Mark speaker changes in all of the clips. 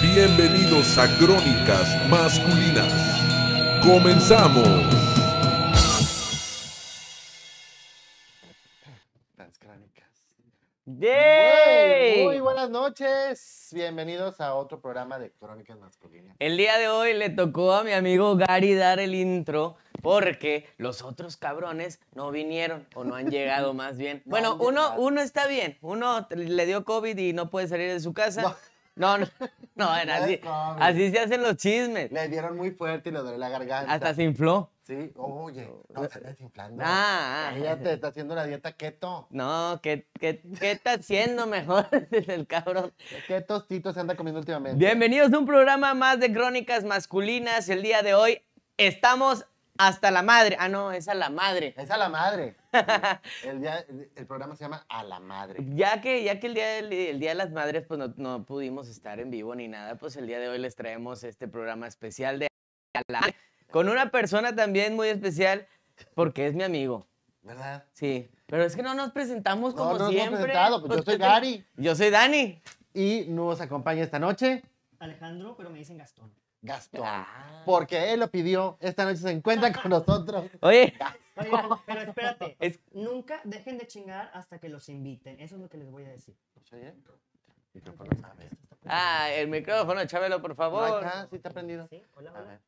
Speaker 1: Bienvenidos a Crónicas Masculinas. Comenzamos.
Speaker 2: Las crónicas.
Speaker 3: ¡Yay!
Speaker 2: Muy buenas noches. Bienvenidos a otro programa de Crónicas Masculinas.
Speaker 3: El día de hoy le tocó a mi amigo Gary dar el intro porque los otros cabrones no vinieron o no han llegado más bien. Bueno,
Speaker 2: han
Speaker 3: uno,
Speaker 2: llegado.
Speaker 3: uno está bien. Uno t- le dio COVID y no puede salir de su casa. No, no,
Speaker 2: No
Speaker 3: no, era
Speaker 2: es
Speaker 3: así.
Speaker 2: COVID.
Speaker 3: Así se hacen los chismes.
Speaker 2: Le dieron muy fuerte y le duele la garganta.
Speaker 3: Hasta se infló.
Speaker 2: Sí. Oye, no se desinflando.
Speaker 3: Ah, ah.
Speaker 2: Ella te está haciendo la dieta keto.
Speaker 3: No, ¿qué, qué, qué está haciendo mejor el cabrón?
Speaker 2: ¿Qué tostitos se anda comiendo últimamente?
Speaker 3: Bienvenidos a un programa más de Crónicas Masculinas. El día de hoy estamos hasta la madre. Ah, no, es a la madre.
Speaker 2: Es a la madre. El, día- el- el programa se llama A la madre.
Speaker 3: Ya que, ya que el, día del- el Día de las Madres pues no, no pudimos estar en vivo ni nada, pues el día de hoy les traemos este programa especial de A la Madre, con una persona también muy especial porque es mi amigo.
Speaker 2: ¿Verdad?
Speaker 3: Sí, pero es que no nos presentamos
Speaker 2: No,
Speaker 3: como
Speaker 2: no nos hemos
Speaker 3: siempre.
Speaker 2: presentado, pues, yo soy
Speaker 3: ¿qué te-
Speaker 2: Gary.
Speaker 3: Yo soy Dani.
Speaker 2: Y nos acompaña esta noche
Speaker 4: Alejandro, pero me dicen Gastón.
Speaker 2: Gastón.
Speaker 3: Ah.
Speaker 2: Porque él lo pidió. Esta noche se encuentra con nosotros.
Speaker 3: Oye,
Speaker 4: Oigan, pero espérate.
Speaker 3: Es-
Speaker 4: Nunca dejen de chingar hasta que los inviten. Eso es lo que les voy a decir.
Speaker 2: Oye, micrófono. A ver.
Speaker 3: ah, el micrófono, Chabelo, por
Speaker 2: No, ahí
Speaker 3: favor.
Speaker 2: está, sí está prendido.
Speaker 4: ¿Sí? Hola,
Speaker 2: A
Speaker 4: hola.
Speaker 2: ver.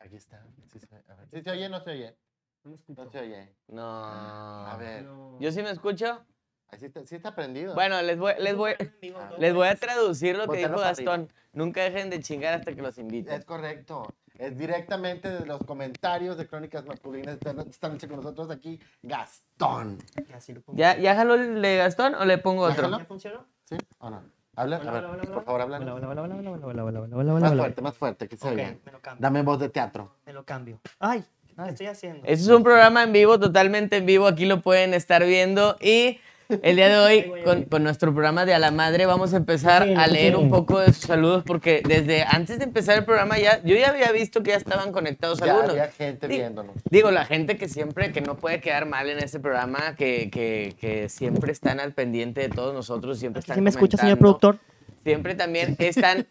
Speaker 2: Aquí está. Sí se, a ver. ¿Sí se oye, no se oye.
Speaker 4: No me escucho.
Speaker 2: No se oye.
Speaker 3: No.
Speaker 4: Ah.
Speaker 2: A ver.
Speaker 4: No.
Speaker 3: ¿Yo sí me escucho?
Speaker 2: Ahí sí está, sí está prendido.
Speaker 3: Bueno, les voy, les voy,
Speaker 4: En vivo,
Speaker 2: Ah.
Speaker 4: todo
Speaker 3: les voy a
Speaker 4: eso.
Speaker 3: traducir lo que
Speaker 2: Voltearlo
Speaker 3: dijo
Speaker 2: para arriba.
Speaker 3: Gastón. Nunca dejen de chingar hasta que los inviten.
Speaker 2: Es correcto. Es directamente de los comentarios de Crónicas Masculinas. Esta no- esta noche con nosotros aquí, Gastón.
Speaker 4: Y así lo pongo.
Speaker 3: ¿Ya, ¿Ya jaló el de Gastón o le pongo otro?
Speaker 2: Déjalo.
Speaker 4: ¿Ya funcionó?
Speaker 2: ¿Sí o no? Habla,
Speaker 4: Hola,
Speaker 2: a ver,
Speaker 4: hola, hola,
Speaker 2: por
Speaker 4: hola.
Speaker 2: favor, habla.
Speaker 4: Hola, hola, hola, hola, hola, hola, hola, hola, hola,
Speaker 2: Más
Speaker 4: hola.
Speaker 2: fuerte, más fuerte, que se
Speaker 4: Ok,
Speaker 2: oye.
Speaker 4: me lo cambio.
Speaker 2: Dame voz de teatro.
Speaker 4: Me lo cambio. Ay, ¿qué estoy haciendo?
Speaker 3: Este es un programa en vivo, totalmente en vivo. Aquí lo pueden estar viendo. Y el día de hoy, con, con nuestro programa de A la Madre, vamos a empezar a leer un poco de sus saludos. Porque desde antes de empezar el programa, ya, yo ya había visto que ya estaban conectados
Speaker 2: Ya
Speaker 3: algunos.
Speaker 2: había gente
Speaker 3: Di-
Speaker 2: viéndonos.
Speaker 3: Digo, la gente que siempre, que no puede quedar mal en este programa, que, que, que siempre están al pendiente de todos nosotros, siempre están.
Speaker 4: ¿Sí me escucha, señor
Speaker 3: comentando.
Speaker 4: productor?
Speaker 3: siempre también están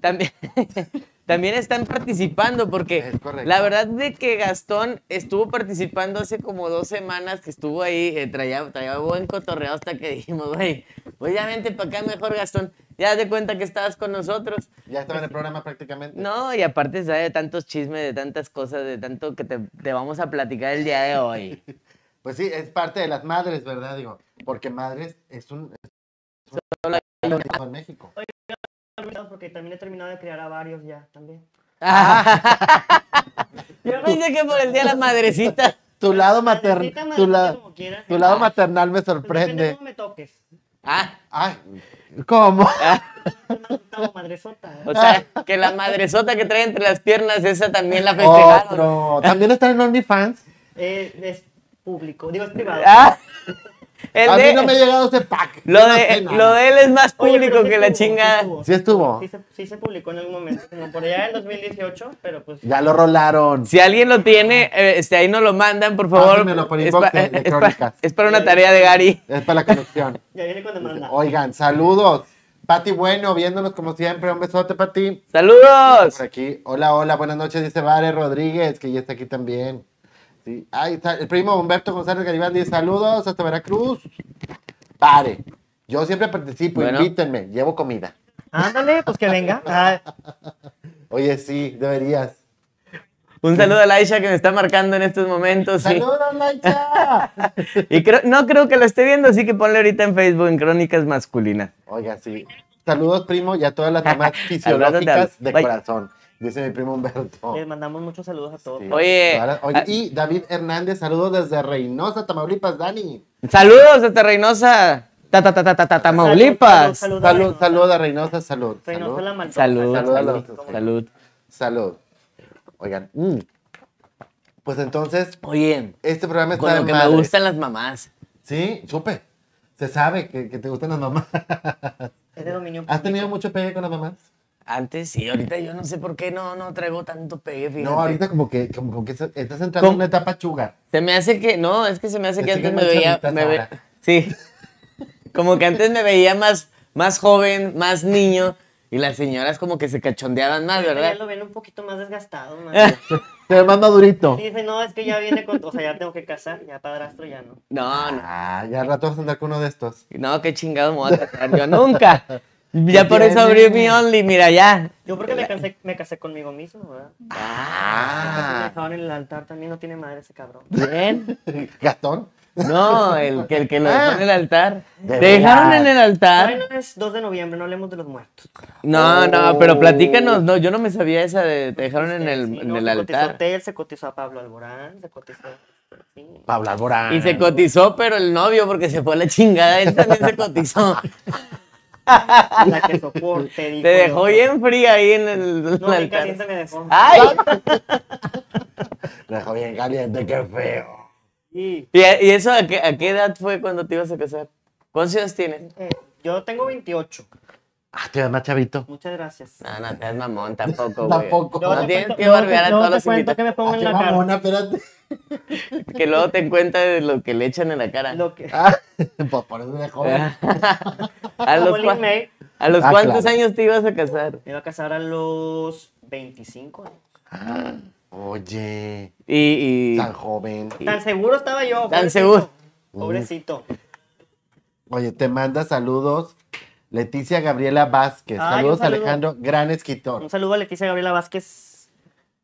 Speaker 3: también también están participando porque
Speaker 2: Es correcto.
Speaker 3: la verdad de que Gastón estuvo participando hace como dos semanas que estuvo ahí eh, traía, traía buen cotorreo hasta que dijimos güey pues ya vente para acá mejor Gastón ya haz de cuenta que estabas con nosotros
Speaker 2: Ya estaba en el programa prácticamente.
Speaker 3: no y aparte sabe de tantos chismes de tantas cosas de tanto que te, te vamos a platicar el día de hoy
Speaker 2: Pues sí, es parte de las madres, ¿verdad? Digo, porque madres es un. Es un- en México.
Speaker 4: Porque también he terminado de crear a varios ya, también. Pues
Speaker 3: yo pensé que por el día de la madrecita
Speaker 2: Tu lado maternal.
Speaker 4: Madrecita,
Speaker 2: Tu,
Speaker 4: madrecita,
Speaker 2: la-
Speaker 4: como quieras.
Speaker 2: tu lado
Speaker 4: Pues
Speaker 2: maternal me
Speaker 4: Depende de
Speaker 2: sorprende.
Speaker 4: cómo me toques.
Speaker 3: ah
Speaker 2: Ay, ¿cómo?
Speaker 4: Madre- Madresota. ¿eh?
Speaker 3: O sea, que la madresota que trae entre las piernas, esa también la festejaron.
Speaker 2: Otro. También están en OnlyFans.
Speaker 4: Eh, es público, digo, es privado.
Speaker 3: Ah, el
Speaker 2: A mí
Speaker 3: de-
Speaker 2: no me ha llegado ese pack.
Speaker 3: lo,
Speaker 2: Yo no sé
Speaker 3: de,
Speaker 2: nada.
Speaker 3: lo de él es más
Speaker 4: Oye, pero
Speaker 3: público
Speaker 4: sí
Speaker 3: que la
Speaker 4: estuvo, sí
Speaker 3: chingada.
Speaker 4: estuvo,
Speaker 2: Sí estuvo.
Speaker 4: Sí se, sí se publicó en algún momento, como por allá en 2018, pero pues...
Speaker 2: Ya lo rolaron.
Speaker 3: Si alguien lo tiene, eh, este, ahí nos lo mandan,
Speaker 2: Ah,
Speaker 3: por favor.
Speaker 2: Pásenmelo por inbox de- de
Speaker 3: es pa-
Speaker 2: Crónicas.
Speaker 3: es para una tarea de Gary.
Speaker 2: Es para la conexión.
Speaker 4: Ya viene cuando manda.
Speaker 2: Oigan, saludos. Pati Bueno, viéndonos como siempre. Un besote, Pati.
Speaker 3: ¡Saludos!
Speaker 2: Por aquí. Hola, hola. Buenas noches, dice Vare Rodríguez, que ya está aquí también. Sí. Ahí está el primo Humberto González Garibaldi. Saludos hasta Veracruz. Pare. Yo siempre participo,
Speaker 3: Bueno.
Speaker 2: invítenme. Llevo comida.
Speaker 4: Ándale, pues que venga. Ah,
Speaker 2: Oye, sí, deberías.
Speaker 3: Un saludo a Laisha que me está marcando en estos momentos. sí.
Speaker 2: ¡Saludos, Lancha!
Speaker 3: Y creo- no creo que lo esté viendo, así que ponle ahorita en Facebook en Crónicas Masculinas.
Speaker 2: Oiga, sí. Saludos, primo, y a todas las demás
Speaker 3: Abrazos
Speaker 2: fisiológicas
Speaker 3: de-
Speaker 2: de
Speaker 3: Bye.
Speaker 2: corazón. Dice mi primo Humberto.
Speaker 4: les mandamos muchos saludos a
Speaker 2: oh.
Speaker 4: todos.
Speaker 2: Sí.
Speaker 3: Oye,
Speaker 2: Ahora- oye,
Speaker 3: ah-
Speaker 2: y David Hernández, saludos desde Reynosa, Tamaulipas, Dani.
Speaker 3: ¡Saludos desde Reynosa! Ta, ta, ta, ta, ta, ta, Tamaulipas.
Speaker 4: Salud,
Speaker 2: Salud,
Speaker 4: Reynosa.
Speaker 2: saludos a Reynosa, salud.
Speaker 4: Reynosa la
Speaker 2: Salud.
Speaker 4: maldita.
Speaker 3: Salud,
Speaker 2: Saludos a los
Speaker 3: salud,
Speaker 2: dos, sí.
Speaker 3: salud.
Speaker 2: salud. Oigan, mm. pues entonces,
Speaker 3: Oye,
Speaker 2: este programa está
Speaker 3: con lo
Speaker 2: de
Speaker 3: que me
Speaker 2: madre.
Speaker 3: gustan las mamás.
Speaker 2: Sí, supe. Se sabe que, que te gustan las mamás.
Speaker 4: Es de dominio
Speaker 2: ¿Has
Speaker 4: público.
Speaker 2: tenido mucho pegue con las mamás?
Speaker 3: Antes sí, ahorita yo no sé por qué no, no traigo tanto pegue, fíjate.
Speaker 2: No, ahorita como que, como, como que estás entrando en
Speaker 3: ¿Cómo?
Speaker 2: una etapa chugar.
Speaker 3: Se me hace que, no, es que se me hace
Speaker 2: Te
Speaker 3: que antes
Speaker 2: siguen
Speaker 3: me
Speaker 2: las
Speaker 3: veía,
Speaker 2: chavitas
Speaker 3: me ve-
Speaker 2: ahora.
Speaker 3: sí, como que antes me veía más, más joven, más niño, Y las señoras como que se cachondeaban más,
Speaker 4: Ahorita
Speaker 3: Ah, ¿verdad? Ah.
Speaker 4: Ya lo ven un poquito más desgastado, man.
Speaker 2: Se ve más madurito.
Speaker 4: Y dice, no, es que ya viene con. O sea, ya tengo que casar, ya padrastro, ya no.
Speaker 3: No, no.
Speaker 2: Ah, ya al rato vas a andar con uno de estos.
Speaker 3: No, qué chingado me voy a casar yo nunca. Ya por eso
Speaker 2: tiene?
Speaker 3: abrí mi Only, mira ya.
Speaker 4: Yo porque me casé, me casé conmigo mismo, ¿verdad? Casi me
Speaker 2: Ah,
Speaker 4: dejaron en el altar también, no tiene madre ese cabrón.
Speaker 3: Bien.
Speaker 2: Gastón.
Speaker 3: No, el que, el que lo dejó en el altar.
Speaker 2: Ah. de
Speaker 3: ¿Dejaron
Speaker 2: veras.
Speaker 3: en el altar?
Speaker 4: Bueno, es 2 de noviembre, no hablemos de los muertos.
Speaker 3: No, no,
Speaker 2: Oh.
Speaker 3: pero platícanos. No, yo no me sabía esa de te dejaron en el,
Speaker 4: Este, Sí,
Speaker 3: en
Speaker 4: no,
Speaker 3: el
Speaker 4: se cotizó
Speaker 3: altar.
Speaker 4: a Tel, se cotizó a Pablo Alborán, se cotizó. sí.
Speaker 2: Pablo Alborán.
Speaker 3: Y se cotizó, pero el novio, porque se fue a la chingada, él también se cotizó.
Speaker 4: La que soporte, dijo
Speaker 3: Te dejó
Speaker 4: yo.
Speaker 3: bien fría ahí en el,
Speaker 4: No, bien
Speaker 3: altar. Ah.
Speaker 4: caliente me dejó.
Speaker 3: ¡Ay!
Speaker 2: Dejó bien caliente, qué feo.
Speaker 4: Sí.
Speaker 3: ¿Y, y eso a qué, a qué edad fue cuando te ibas a casar? ¿Cuántos años tienes?
Speaker 4: Eh, yo tengo 28.
Speaker 2: Ah, te ves más chavito.
Speaker 4: Muchas gracias.
Speaker 3: No, no, te das mamón tampoco, güey.
Speaker 2: Tampoco.
Speaker 3: No,
Speaker 4: Luego te
Speaker 3: tienes
Speaker 4: cuento-
Speaker 3: que
Speaker 4: luego te-
Speaker 3: barbear a
Speaker 4: luego
Speaker 3: todos
Speaker 4: te
Speaker 3: los
Speaker 4: cuento
Speaker 3: invitados.
Speaker 4: qué me pongo
Speaker 2: Ah,
Speaker 4: en
Speaker 2: qué
Speaker 4: la cara.
Speaker 2: mamona, espérate.
Speaker 3: Que luego te cuenta de lo que le echan en la cara.
Speaker 4: Lo que,
Speaker 2: Ah, pues por eso dejó.
Speaker 3: a,
Speaker 4: como
Speaker 3: los
Speaker 4: Lin
Speaker 3: cua-
Speaker 4: May,
Speaker 3: ¿A los
Speaker 2: Ah,
Speaker 3: cuántos
Speaker 2: claro.
Speaker 3: años te ibas a casar?
Speaker 4: me iba a casar a los 25. años.
Speaker 2: Oye,
Speaker 3: Y, y
Speaker 2: tan joven.
Speaker 4: Tan seguro estaba yo.
Speaker 3: Tan
Speaker 4: pobrecito.
Speaker 3: seguro.
Speaker 4: Pobrecito.
Speaker 2: Oye, te manda saludos. Leticia Gabriela Vázquez.
Speaker 4: Ay,
Speaker 2: saludos,
Speaker 4: un saludo.
Speaker 2: Alejandro, gran escritor.
Speaker 4: Un saludo a Leticia Gabriela Vázquez.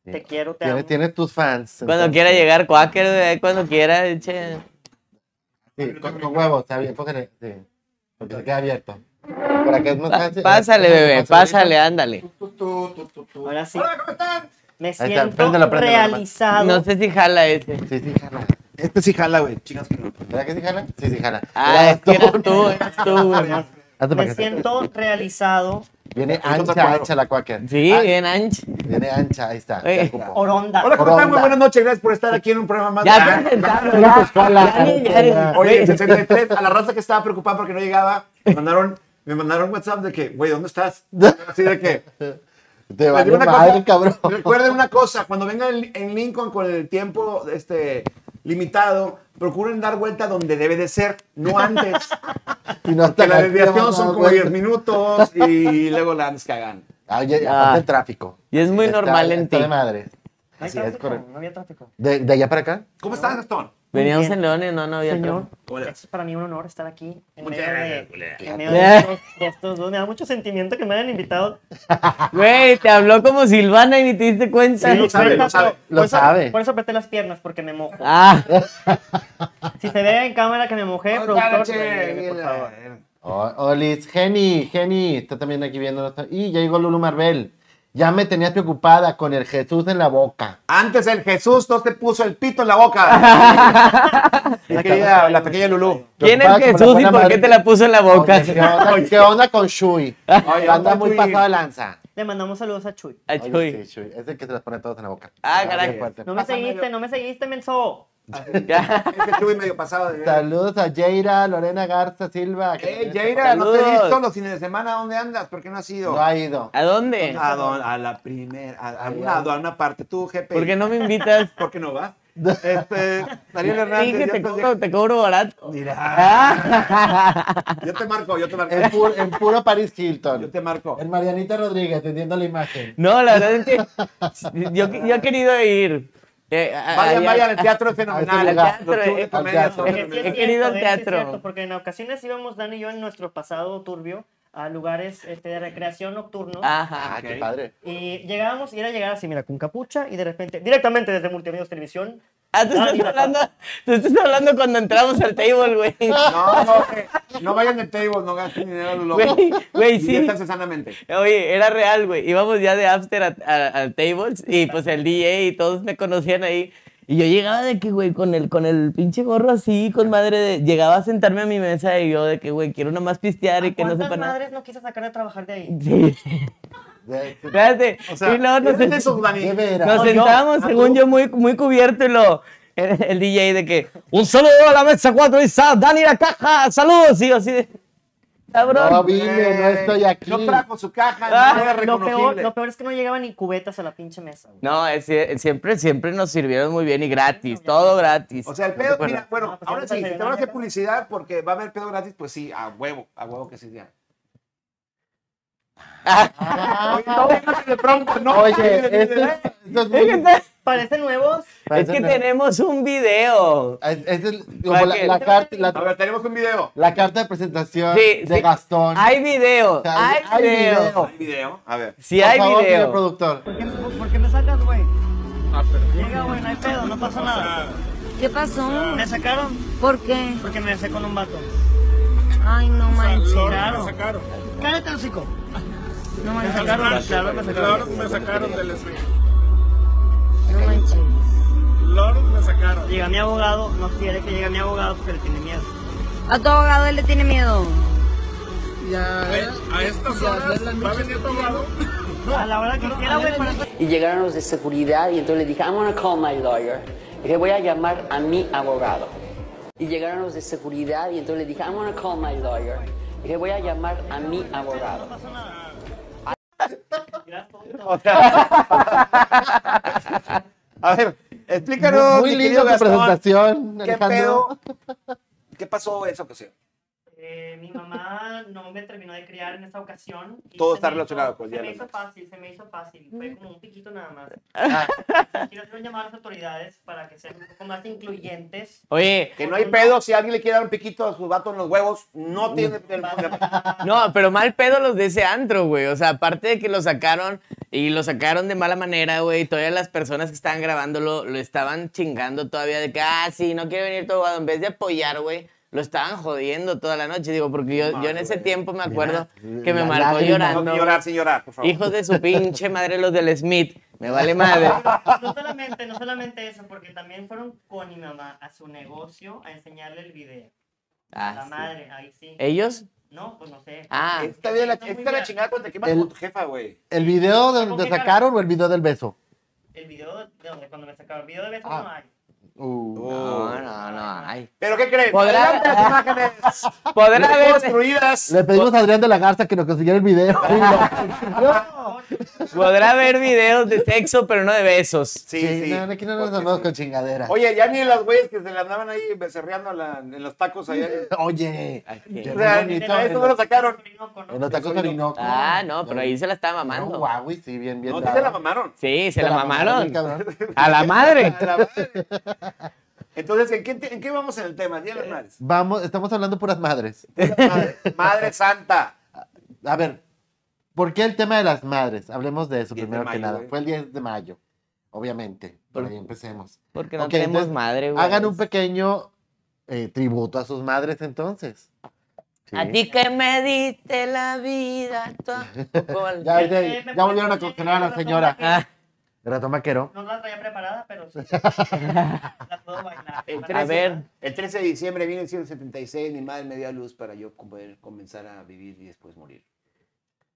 Speaker 4: Te quiero, te
Speaker 2: Tiene,
Speaker 4: amo.
Speaker 2: tiene tus fans.
Speaker 3: cuando
Speaker 2: entonces.
Speaker 3: quiera llegar, Quaker, güey, cuando quiera, eche.
Speaker 2: Sí, con, con huevos, está bien, póngale, sí, porque se queda abierto. Para que es más fácil.
Speaker 3: Pásale, bebé, pásale, ah.
Speaker 2: ahorita.
Speaker 3: ándale.
Speaker 4: Ahora sí. Me
Speaker 2: está,
Speaker 4: siento
Speaker 2: préndelo, préndelo,
Speaker 4: realizado.
Speaker 3: No sé si jala ese.
Speaker 2: Sí, sí, jala.
Speaker 5: Este sí jala, güey. Chicas, que no.
Speaker 2: ¿Verdad que sí jala? Sí, sí, jala.
Speaker 3: Ah, es que
Speaker 2: Hazte
Speaker 3: eras tú, eras tú, güey.
Speaker 2: para
Speaker 4: Me
Speaker 2: que
Speaker 4: siento realizado.
Speaker 2: Viene
Speaker 5: Ahorita te
Speaker 2: ancha,
Speaker 5: acuerdo.
Speaker 2: ancha la cuáquer.
Speaker 3: Sí, eh.
Speaker 2: Ah,
Speaker 3: bien ancho.
Speaker 2: Viene ancha, ahí está.
Speaker 3: Oye.
Speaker 2: ya ocupó.
Speaker 4: Oronda.
Speaker 5: Hola, ¿cómo están? Muy
Speaker 2: Ronda.
Speaker 5: buenas noches. Gracias por estar aquí en un programa más.
Speaker 3: Ya
Speaker 5: Ah,
Speaker 3: presentaron.
Speaker 2: Pero
Speaker 3: ya.
Speaker 2: pues, jala,
Speaker 3: Ya ni- ya
Speaker 2: jala.
Speaker 3: ni-
Speaker 5: Oye,
Speaker 3: güey.
Speaker 5: el 63, a la raza que estaba preocupada porque no llegaba, me mandaron, me mandaron WhatsApp de que, güey, ¿dónde estás? Así de que.
Speaker 2: Te
Speaker 5: les
Speaker 2: vale
Speaker 5: digo una
Speaker 2: madre,
Speaker 5: cosa,
Speaker 2: cabrón.
Speaker 5: Recuerden una cosa, cuando vengan en, en Lincoln con el tiempo este, limitado, procuren dar vuelta donde debe de ser, no antes.
Speaker 2: Y no
Speaker 5: que
Speaker 2: te
Speaker 5: la
Speaker 2: la- te
Speaker 5: desviación
Speaker 2: hemos
Speaker 5: son
Speaker 2: dado
Speaker 5: como 10
Speaker 2: cuenta.
Speaker 5: minutos y luego la cagan.
Speaker 2: Ah, ya- ya,
Speaker 3: Ah.
Speaker 2: aparte el tráfico.
Speaker 3: Y es muy
Speaker 2: Está-
Speaker 3: normal en
Speaker 2: está
Speaker 3: ti.
Speaker 2: de madre.
Speaker 4: No hay
Speaker 2: Así es,
Speaker 4: tráfico,
Speaker 2: correcto.
Speaker 4: No había tráfico.
Speaker 2: ¿De, de allá para acá?
Speaker 5: ¿Cómo estás, Gastón?
Speaker 3: Veníamos
Speaker 4: bien.
Speaker 3: en León y no, no había
Speaker 4: Señor,
Speaker 5: Hola.
Speaker 4: es para mí un honor estar aquí en medio
Speaker 5: Muchas
Speaker 4: de,
Speaker 5: gracias,
Speaker 4: en medio de estos, de estos dos. Me da mucho sentimiento que me hayan invitado.
Speaker 3: tráfico. Güey, te habló como Silvana y ni te diste cuenta.
Speaker 5: Sí, lo sabe, lo sabe.
Speaker 2: Lo
Speaker 4: por eso-
Speaker 2: sabe.
Speaker 4: Por eso apreté las piernas, porque me mojo.
Speaker 3: Ah,
Speaker 4: Si se ve en cámara que me mojé, productor, revígueme, por favor.
Speaker 2: O- Olis, Jenny, Jenny, está también aquí viendo. Y ya llegó Lulu Marvel. Ya me tenías preocupada con el Jesús en la boca.
Speaker 5: Antes el Jesús no te puso el pito en la boca. la, querida, la pequeña Lulú.
Speaker 3: ¿quién es
Speaker 2: Preocupada como
Speaker 3: Jesús y
Speaker 2: buena
Speaker 3: por qué
Speaker 2: madre.
Speaker 3: te la puso en la boca?
Speaker 2: Oye, ¿qué, onda, qué onda con Shui? anda
Speaker 5: anda
Speaker 2: muy
Speaker 5: Shui.
Speaker 2: pasado de lanza.
Speaker 4: Le mandamos saludos a Chuy.
Speaker 3: Ay,
Speaker 2: Oye,
Speaker 3: chuy.
Speaker 2: sí, Shui, Es el que se las pone todos en la boca.
Speaker 3: Ah,
Speaker 2: Bien
Speaker 3: caray.
Speaker 2: fuerte.
Speaker 4: No me
Speaker 5: Pásame
Speaker 4: seguiste,
Speaker 5: yo.
Speaker 4: no me seguiste, menso.
Speaker 5: Este estuve medio pasado. de-
Speaker 2: Saludos a Jaira, Lorena Garza Silva. que
Speaker 5: Eh,
Speaker 2: también está
Speaker 5: Jaira, no te he
Speaker 3: Saludos.
Speaker 5: visto los fines de semana. ¿Dónde andas? ¿Por qué no has
Speaker 2: por-
Speaker 5: ido?
Speaker 2: No ha ido.
Speaker 3: ¿A dónde?
Speaker 5: a, don- a la primera, a, a una, a una parte. Tú, jefe.
Speaker 3: ¿Por qué no me invitas?
Speaker 5: ¿Por qué no vas? Este, Daniel Hernández.
Speaker 3: Dije,
Speaker 5: ya
Speaker 3: te
Speaker 5: estás-
Speaker 3: cobro, te cobro barato.
Speaker 5: Mira. Yo te marco, yo te marco.
Speaker 2: En, pu- en puro Paris Hilton.
Speaker 5: Yo te marco.
Speaker 2: En Marianita Rodríguez, teniendo la imagen.
Speaker 3: No, la verdad es que yo, yo he querido ir. Eh, a-
Speaker 5: Vayan,
Speaker 3: allá-
Speaker 5: vayan, el teatro es
Speaker 2: a
Speaker 5: fenomenal.
Speaker 2: ese
Speaker 5: El
Speaker 2: lugar.
Speaker 5: teatro, los clubes
Speaker 3: Al
Speaker 5: de comedia
Speaker 2: teatro.
Speaker 5: son
Speaker 4: Es que sí
Speaker 5: fenomenales.
Speaker 4: es
Speaker 3: He querido
Speaker 4: cierto,
Speaker 3: al
Speaker 4: es- sí es
Speaker 3: teatro.
Speaker 4: cierto, porque en ocasiones íbamos Dan y yo en nuestro pasado turbio a lugares este, de recreación nocturnos.
Speaker 3: Ajá.
Speaker 2: Ah,
Speaker 5: ok.
Speaker 2: qué padre.
Speaker 4: Y llegábamos y era llegar así, mira, con capucha y de repente, directamente desde Multimedios Televisión,
Speaker 3: Ah, tú estás, hablando, tú estás hablando cuando entramos al table, güey.
Speaker 5: No, no, eh, no vayan de table, no gasten dinero a lo loco.
Speaker 3: Güey, güey, sí.
Speaker 5: Diviértanse sanamente.
Speaker 3: Oye, era real, güey. Íbamos ya de after a, a- a tables y pues el DJ y todos me conocían ahí. Y yo llegaba de que, güey, con el, con el pinche gorro así, con madre de... Llegaba a sentarme a mi mesa y yo de que, güey, quiero nomás pistear y que no
Speaker 4: ¿cuántas
Speaker 3: sepa nada.
Speaker 4: madres no quise sacar de trabajar de ahí?
Speaker 3: Sí.
Speaker 2: De,
Speaker 3: Espérate.
Speaker 5: O sea,
Speaker 3: y luego nos,
Speaker 5: ¿eres de esos, Dani?
Speaker 2: de veras.
Speaker 3: nos
Speaker 4: No, yo.
Speaker 3: sentábamos,
Speaker 5: Ah,
Speaker 3: según
Speaker 5: tú.
Speaker 3: yo, muy, muy cubierto y lo... El, el DJ de que, un saludo a la mesa 4 y sa- Dani la caja, saludos. Y yo así de... Cabrón.
Speaker 2: No vine,
Speaker 5: Eh,
Speaker 2: no estoy aquí.
Speaker 5: No trajo su caja,
Speaker 3: Ah,
Speaker 5: no era
Speaker 4: Lo peor,
Speaker 5: reconocible.
Speaker 4: lo peor es que no llegaban ni cubetas a la pinche mesa. güey.
Speaker 3: No, es- siempre, siempre nos sirvieron muy bien y gratis, todo gratis.
Speaker 5: O sea, el pedo, mira,
Speaker 4: No,
Speaker 5: bueno,
Speaker 4: pues
Speaker 5: ahora
Speaker 4: ahorita
Speaker 5: sí,
Speaker 4: se
Speaker 5: si te
Speaker 4: llenan
Speaker 5: van a hacer
Speaker 4: ya.
Speaker 5: publicidad porque va a haber pedo gratis, pues sí, a huevo, a huevo que sí. ya.
Speaker 4: Ah.
Speaker 5: Oye, no vengas y de pronto, no.
Speaker 2: Oye, esto es, esto es muy-
Speaker 4: Parece nuevos.
Speaker 3: Es que
Speaker 2: parece una-
Speaker 3: tenemos un video.
Speaker 2: es- es el- como
Speaker 3: Para
Speaker 2: la,
Speaker 3: que-
Speaker 2: la carta,
Speaker 5: A
Speaker 2: la,
Speaker 5: ver, tenemos un video.
Speaker 2: la carta de presentación
Speaker 3: Sí,
Speaker 2: de
Speaker 3: sí.
Speaker 2: Gastón.
Speaker 3: Hay video.
Speaker 2: O sea,
Speaker 3: Hay, video.
Speaker 5: Hay video. A ver.
Speaker 3: Si
Speaker 2: Por
Speaker 3: hay
Speaker 2: favor, señor
Speaker 3: video.
Speaker 2: productor.
Speaker 4: ¿Por qué, por- por qué me sacas, güey? Ah, Llega, güey, no hay pedo, no pasa nada.
Speaker 6: ¿Qué pasó?
Speaker 4: ¿Me sacaron?
Speaker 6: ¿Por qué?
Speaker 4: Porque me besé con un vato.
Speaker 6: Ay, no manches.
Speaker 4: Claro. Cállate, el hocico.
Speaker 6: No
Speaker 4: Me
Speaker 6: manches.
Speaker 4: sacaron, claro, me sacaron.
Speaker 6: No manches.
Speaker 4: Llega mi abogado, no quiere que llegue mi abogado porque le tiene miedo.
Speaker 6: A tu abogado él le tiene miedo.
Speaker 4: A la hora que quiera, güey, para eso.
Speaker 7: y llegaron los de seguridad y entonces les dije, I'm gonna call my lawyer. Y dije, voy a llamar a mi abogado. Y llegaron los de seguridad y entonces les dije, I'm gonna call my lawyer. Y dije, voy a llamar a mi abogado.
Speaker 5: A ver, explícanos.
Speaker 2: Muy
Speaker 5: mi
Speaker 2: linda
Speaker 5: querido
Speaker 2: tu
Speaker 5: Gastón,
Speaker 2: presentación,
Speaker 5: ¿Qué
Speaker 2: Alejandro.
Speaker 5: pedo? ¿Qué pasó esa ocasión?
Speaker 4: Eh, mi mamá no me terminó de criar en esa ocasión. y
Speaker 5: Todo
Speaker 4: se
Speaker 5: está
Speaker 4: me hizo-
Speaker 5: relacionado con
Speaker 4: Se
Speaker 5: Diana
Speaker 4: me hizo
Speaker 5: López.
Speaker 4: fácil, se me hizo fácil. Fue como un piquito nada más. Quiero hacer un llamado a las autoridades para que sean un poco más incluyentes.
Speaker 3: Oye,
Speaker 5: Que no hay pedo. Si alguien le quiere dar un piquito a su vato en los huevos, no tiene problema.
Speaker 3: no, pero mal pedo los de ese antro, güey. O sea, aparte de que lo sacaron y lo sacaron de mala manera, güey, todavía las personas que estaban grabándolo lo estaban chingando todavía de que, ah, sí, no quiere venir tu abogado. En vez de apoyar, güey, lo estaban jodiendo toda la noche. Digo, porque yo, yo en ese tiempo me acuerdo que me
Speaker 2: la
Speaker 3: marcó
Speaker 2: lágrima.
Speaker 5: No,
Speaker 3: llorando.
Speaker 5: sin llorar, sin llorar, por favor.
Speaker 3: Hijos de su pinche madre, los del Smith. Me vale madre.
Speaker 4: No solamente, no solamente eso, porque también fueron con mi mamá a su negocio a enseñarle el video. la
Speaker 3: Ah, sí.
Speaker 4: madre, ahí sí.
Speaker 3: ¿Ellos?
Speaker 4: No, pues no sé.
Speaker 3: Ah,
Speaker 5: Esta bien la,
Speaker 4: Está muy
Speaker 5: esta la
Speaker 4: bien.
Speaker 5: chingada cuando te quemas
Speaker 2: El-
Speaker 5: con tu jefa, güey.
Speaker 2: ¿El video de donde
Speaker 4: Complicado.
Speaker 2: sacaron o el video del beso?
Speaker 4: El video de donde cuando me sacaron el video de beso
Speaker 2: Ah.
Speaker 4: no hay.
Speaker 2: Uh.
Speaker 3: no, no, no. ay.
Speaker 5: Oh. ¿Pero qué creen?
Speaker 3: Podrá-
Speaker 5: Adelante las imágenes
Speaker 3: Podrá haber,
Speaker 5: reconstruidas.
Speaker 2: Le pedimos a Adrián de la Garza que nos consiguiera el video. Y lo-
Speaker 3: podrá haber videos de sexo, pero no de besos.
Speaker 5: Sí,
Speaker 2: Sí,
Speaker 5: sí.
Speaker 2: no, aquí no nos
Speaker 5: Porque
Speaker 2: andamos
Speaker 5: sí.
Speaker 2: con chingaderas.
Speaker 5: Oye, ya ni las güeyes que se le andaban ahí becerreando a la- en los tacos allá.
Speaker 2: Oye,
Speaker 3: Ay, qué-
Speaker 2: qué
Speaker 5: O sea,
Speaker 2: bonito.
Speaker 5: a esto me lo sacaron.
Speaker 2: En los tacos Orinoco.
Speaker 3: Ah, no, pero ahí se la estaba
Speaker 2: No,
Speaker 3: mamando.
Speaker 2: guau, y sí, bien, bien.
Speaker 5: No, sí
Speaker 2: dado.
Speaker 5: se la mamaron.
Speaker 3: Sí, se
Speaker 2: Se
Speaker 3: la mamaron.
Speaker 2: cabrón.
Speaker 3: A la madre.
Speaker 5: A la madre. Entonces, ¿en qué, te- en qué vamos en el tema? Día de las madres.
Speaker 2: Vamos, estamos hablando puras madres.
Speaker 5: Madre, Madre santa.
Speaker 2: A ver, ¿por qué el tema de las madres? Hablemos de eso
Speaker 5: 10 de
Speaker 2: primero que
Speaker 5: mayo,
Speaker 2: nada.
Speaker 5: güey.
Speaker 2: Fue el 10 de mayo, obviamente. Por ahí empecemos.
Speaker 3: Porque no
Speaker 2: Ok,
Speaker 3: tenemos
Speaker 2: entonces,
Speaker 3: madre, güey.
Speaker 2: Hagan un pequeño eh, tributo a sus madres entonces. Sí.
Speaker 3: A ti que me diste la vida. tu alcohol.
Speaker 2: Ya, ya, ya volvieron a congelar a la señora.
Speaker 3: Ah,
Speaker 2: Ratón Maquero.
Speaker 4: No la traía preparada, pero sí. la puedo bailar.
Speaker 5: El
Speaker 3: a
Speaker 5: 13,
Speaker 3: ver,
Speaker 5: El 13 de diciembre de 1976, mi madre me dio a luz para yo poder comenzar a vivir y después morir.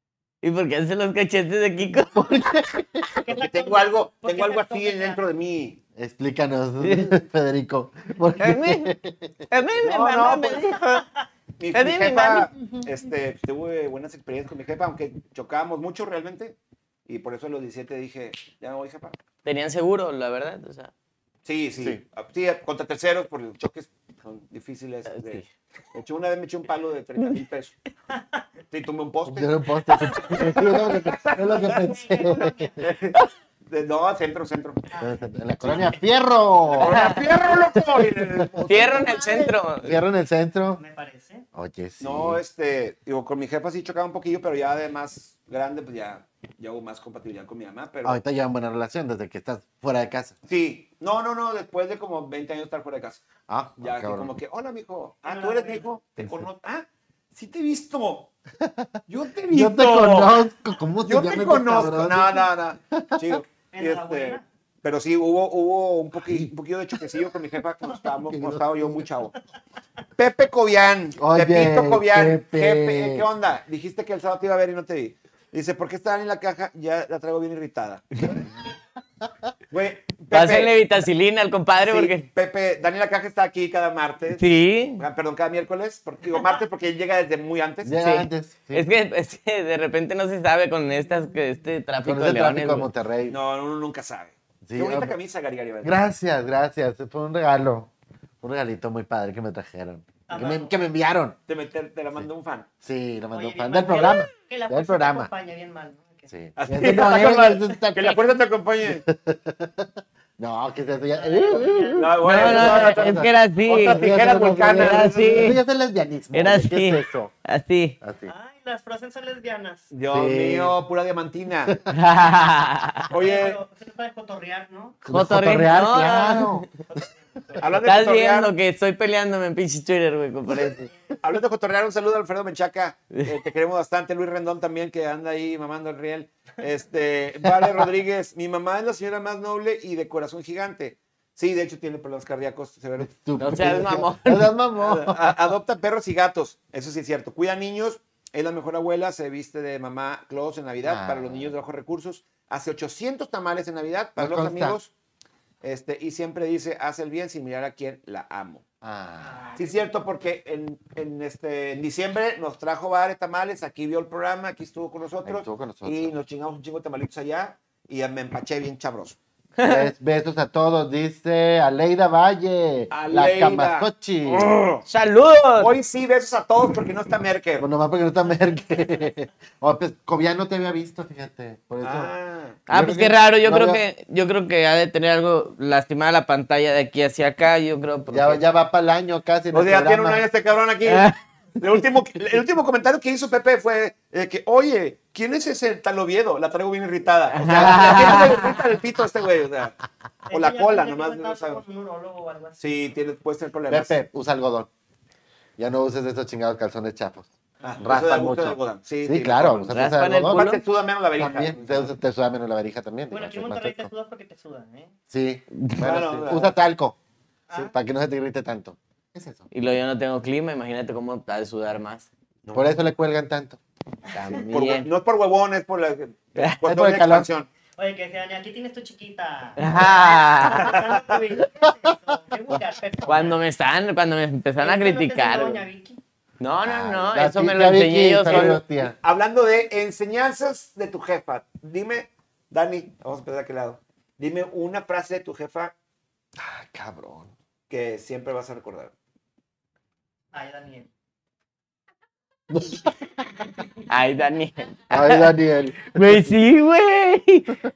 Speaker 3: ¿y por qué hacen los cachetes de Kiko?
Speaker 5: Porque tengo algo,
Speaker 4: ¿Por qué
Speaker 5: tengo algo
Speaker 4: te
Speaker 5: así
Speaker 4: toca?
Speaker 5: dentro de mí.
Speaker 2: Explícanos, Federico. ¿por
Speaker 3: A
Speaker 2: qué?
Speaker 3: mí, a mí mi
Speaker 5: No,
Speaker 3: mamá
Speaker 5: no,
Speaker 3: me
Speaker 5: pues-
Speaker 3: dijo.
Speaker 5: Mi,
Speaker 3: Te
Speaker 5: mi
Speaker 3: di mi
Speaker 5: jefa, este, tuve buenas experiencias con mi jefa, aunque chocábamos mucho realmente. Y por eso a los 17 dije, ya me voy, jefa.
Speaker 3: Tenían seguro, la verdad. O sea,
Speaker 5: Sí, sí.
Speaker 2: Sí.
Speaker 5: Ah, sí, contra terceros, porque los choques son difíciles.
Speaker 3: Ah,
Speaker 5: de-
Speaker 3: sí.
Speaker 5: de hecho, una vez me eché un palo de 30 mil pesos. Sí, tumbé un
Speaker 2: Yo
Speaker 5: poste.
Speaker 2: era un poste. Es lo que- es lo que pensé.
Speaker 5: De- No, centro, centro.
Speaker 3: Ah.
Speaker 2: En la colonia Fierro.
Speaker 5: ¡Ahora, fierro, loco! Y en el poste.
Speaker 3: Fierro en el centro.
Speaker 2: Fierro en el centro.
Speaker 4: Me parece.
Speaker 2: Oye, sí.
Speaker 5: No, este, digo, con mi jefa sí chocaba un poquillo, pero ya de más grande, pues ya, ya hubo más compatibilidad con mi mamá, pero...
Speaker 2: Ahorita llevan buena relación desde que estás fuera de casa.
Speaker 5: Sí, no, no, no, después de como 20 años de estar fuera de casa.
Speaker 2: Ah,
Speaker 5: Ya,
Speaker 2: ah,
Speaker 5: así
Speaker 2: cabrón.
Speaker 5: como que, hola, mijo. Ah,
Speaker 4: Hola,
Speaker 5: tú eres mi
Speaker 4: güey.
Speaker 5: hijo. Te conozco. Ah, sí te he visto. Yo te he visto.
Speaker 2: Yo te conozco. ¿Cómo se
Speaker 5: Yo
Speaker 2: llama
Speaker 5: te
Speaker 2: ese
Speaker 5: conozco.
Speaker 2: cabrón?
Speaker 5: No, no, no. Chido. este,
Speaker 4: En la abuela.
Speaker 5: pero sí, hubo, hubo un, poqui- un poquillo de choquecillo con mi jefa cuando estábamos- cuando estaba yo muy chavo. Pepe Cobian,
Speaker 2: Oye,
Speaker 5: Pepito Cobian,
Speaker 2: Pepe.
Speaker 5: Jefe, eh, ¿qué onda? Dijiste que el sábado te iba a ver y no te vi. Dice, ¿por qué estaban en la caja? Ya la traigo bien irritada. Güey,
Speaker 3: Pásenle vitacilina al compadre
Speaker 5: sí,
Speaker 3: porque.
Speaker 5: Pepe, Daniela Caja está aquí cada martes.
Speaker 3: Sí.
Speaker 5: Ah, Perdón, cada miércoles. Porque, digo martes porque él llega desde muy antes.
Speaker 2: Llega
Speaker 3: Sí.
Speaker 2: antes. sí.
Speaker 3: Es que, es que de repente no se sabe con estas, que este tráfico
Speaker 2: Con
Speaker 3: de
Speaker 2: ese
Speaker 3: leones.
Speaker 2: tráfico de
Speaker 3: güey.
Speaker 2: Monterrey.
Speaker 5: No, uno nunca sabe.
Speaker 2: Sí,
Speaker 5: Qué bonita
Speaker 2: ah,
Speaker 5: camisa, Gary Gary.
Speaker 2: Gracias, gracias. Fue un regalo. Un regalito muy padre que me trajeron. que me, que me enviaron.
Speaker 5: Te, meter- te la mandó un fan.
Speaker 2: Sí, lo mandó
Speaker 4: Oye,
Speaker 2: un fan
Speaker 4: bien
Speaker 2: del
Speaker 4: mal.
Speaker 2: programa.
Speaker 4: Que la
Speaker 2: Del
Speaker 4: fuerza te
Speaker 2: programa.
Speaker 4: acompaña bien mal. ¿no? Que-
Speaker 2: Sí.
Speaker 5: Así,
Speaker 2: Ya
Speaker 5: que
Speaker 2: se pone- está-
Speaker 5: la puerta te acompañe.
Speaker 2: No, que se ya.
Speaker 5: No,
Speaker 3: No,
Speaker 5: bueno,
Speaker 3: no,
Speaker 5: no,
Speaker 3: es que era así.
Speaker 5: Otra tijera volcana.
Speaker 3: Era así.
Speaker 2: Eso ya es el lesbianismo.
Speaker 3: Era
Speaker 2: güey, ¿Qué
Speaker 3: así.
Speaker 2: es eso?
Speaker 3: Así.
Speaker 2: Así.
Speaker 4: Ay, las frases son lesbianas.
Speaker 5: Dios
Speaker 2: Sí.
Speaker 5: mío, pura diamantina. Oye,
Speaker 4: Pero Se trata de cotorrear, ¿no?
Speaker 3: Jotorri-
Speaker 2: Jotorrear,
Speaker 3: no,
Speaker 2: claro.
Speaker 5: hablando de
Speaker 3: Estás viendo
Speaker 5: cotorrear,
Speaker 3: que estoy peleándome en pinche Twitter, güey, con paredes.
Speaker 5: hablando de cotorrear, un saludo a Alfredo Menchaca. eh, te queremos bastante. Luis Rendón también, que anda ahí mamando el riel. Este, vale Rodríguez, mi mamá es la señora más noble y de corazón gigante. Sí, de hecho tiene problemas cardíacos severos.
Speaker 3: No seas mamón.
Speaker 2: No seas mamón.
Speaker 5: A- adopta perros y gatos, eso sí es cierto. Cuida niños, es la mejor abuela, se viste de mamá Claus en Navidad
Speaker 2: Ah.
Speaker 5: para los niños de bajos recursos, hace 800 tamales en Navidad para
Speaker 2: Me
Speaker 5: los
Speaker 2: consta.
Speaker 5: amigos este, y siempre dice, hace el bien sin mirar a quién la amo.
Speaker 2: Ah,
Speaker 5: Sí es cierto porque en, en, este, en diciembre nos trajo varios tamales, aquí vio el programa, aquí estuvo con nosotros,
Speaker 2: estuvo con nosotros.
Speaker 5: y nos chingamos un chingo de tamalitos allá y me empaché bien chabroso.
Speaker 2: bes- Besos a todos, dice Aleida Valle. La
Speaker 5: Aleida. Oh.
Speaker 2: Camasochi.
Speaker 5: ¡Ur!
Speaker 3: ¡Saludos!
Speaker 5: Hoy sí, besos a todos porque no está
Speaker 2: Bueno,
Speaker 5: Merkel.
Speaker 2: Pues nomás porque no está Merkel. O, pues, Cobian no te había visto, fíjate. Por eso.
Speaker 5: Ah.
Speaker 3: Ah,
Speaker 2: Yo creo
Speaker 3: pues qué
Speaker 2: que
Speaker 3: raro, yo
Speaker 2: no
Speaker 3: creo
Speaker 2: había-
Speaker 3: que yo creo que ha de tener algo lastimada la pantalla de aquí hacia acá, yo creo porque-
Speaker 2: ya, ya va para el año casi. en
Speaker 5: O
Speaker 2: el
Speaker 5: sea, tiene un
Speaker 2: programa.
Speaker 5: año este cabrón aquí.
Speaker 3: Ah.
Speaker 5: El último, el último comentario que hizo Pepe fue eh, que, oye, ¿quién es ese tal Oviedo? La traigo bien irritada. O sea, ¿a quién le irrita el pito a este güey? O, sea, o la
Speaker 4: Ella
Speaker 5: cola,
Speaker 4: tiene que
Speaker 5: nomás.
Speaker 4: contar
Speaker 5: no sabe.
Speaker 4: con un urólogo o algo así.
Speaker 5: Sí, tiene, puede ser problemas.
Speaker 2: Pepe, usa algodón. Ya no uses esos chingados calzones chafos.
Speaker 5: Ah, usa de-
Speaker 2: Raspan
Speaker 5: usa de
Speaker 2: mucho.
Speaker 5: algodán. Sí,
Speaker 2: Sí,
Speaker 5: tiene
Speaker 2: claro.
Speaker 5: razón.
Speaker 2: Usa usa
Speaker 3: Raspan el
Speaker 2: algodón.
Speaker 3: culo.
Speaker 5: Aparte, suda menos la verija.
Speaker 2: También te, te suda menos la verija también. digo,
Speaker 4: Bueno, aquí en
Speaker 2: es más
Speaker 4: Monterrey te
Speaker 2: fresco.
Speaker 4: sudas porque te sudan, ¿eh?
Speaker 2: Sí,
Speaker 5: Claro,
Speaker 2: bueno, sí.
Speaker 5: claro.
Speaker 2: usa talco
Speaker 5: Ah.
Speaker 2: sí, para que no se te irrite tanto. Es eso.
Speaker 3: Y luego yo no tengo clima, imagínate cómo ha de sudar más.
Speaker 2: Por eso le cuelgan tanto.
Speaker 5: Por hue-
Speaker 3: También.
Speaker 5: no es por huevón, es por la.
Speaker 2: por el
Speaker 5: toda la
Speaker 2: calor.
Speaker 5: expansión.
Speaker 4: Oye, que decían, aquí tienes tu chiquita.
Speaker 3: Ajá.
Speaker 4: Uy, ¿qué es eso? Qué vulgar persona.
Speaker 3: Cuando me están, cuando me empezaron a
Speaker 4: Eso no te
Speaker 3: criticar.
Speaker 4: enseñó
Speaker 3: güey.
Speaker 4: Doña Vicky.
Speaker 3: No, no, no,
Speaker 2: La
Speaker 3: eso me lo
Speaker 2: tía Vicky,
Speaker 3: enseñé yo
Speaker 2: saludos,
Speaker 3: solo.
Speaker 2: tía.
Speaker 5: Hablando de enseñanzas de tu jefa, dime, Dani, vamos a empezar de aquel lado. Dime una frase de tu jefa
Speaker 2: Ah, cabrón.
Speaker 5: que siempre vas a recordar.
Speaker 4: Ay, Daniel.
Speaker 3: Ay, Dani.
Speaker 2: Ay, Daniel.
Speaker 3: Güey, sí, güey.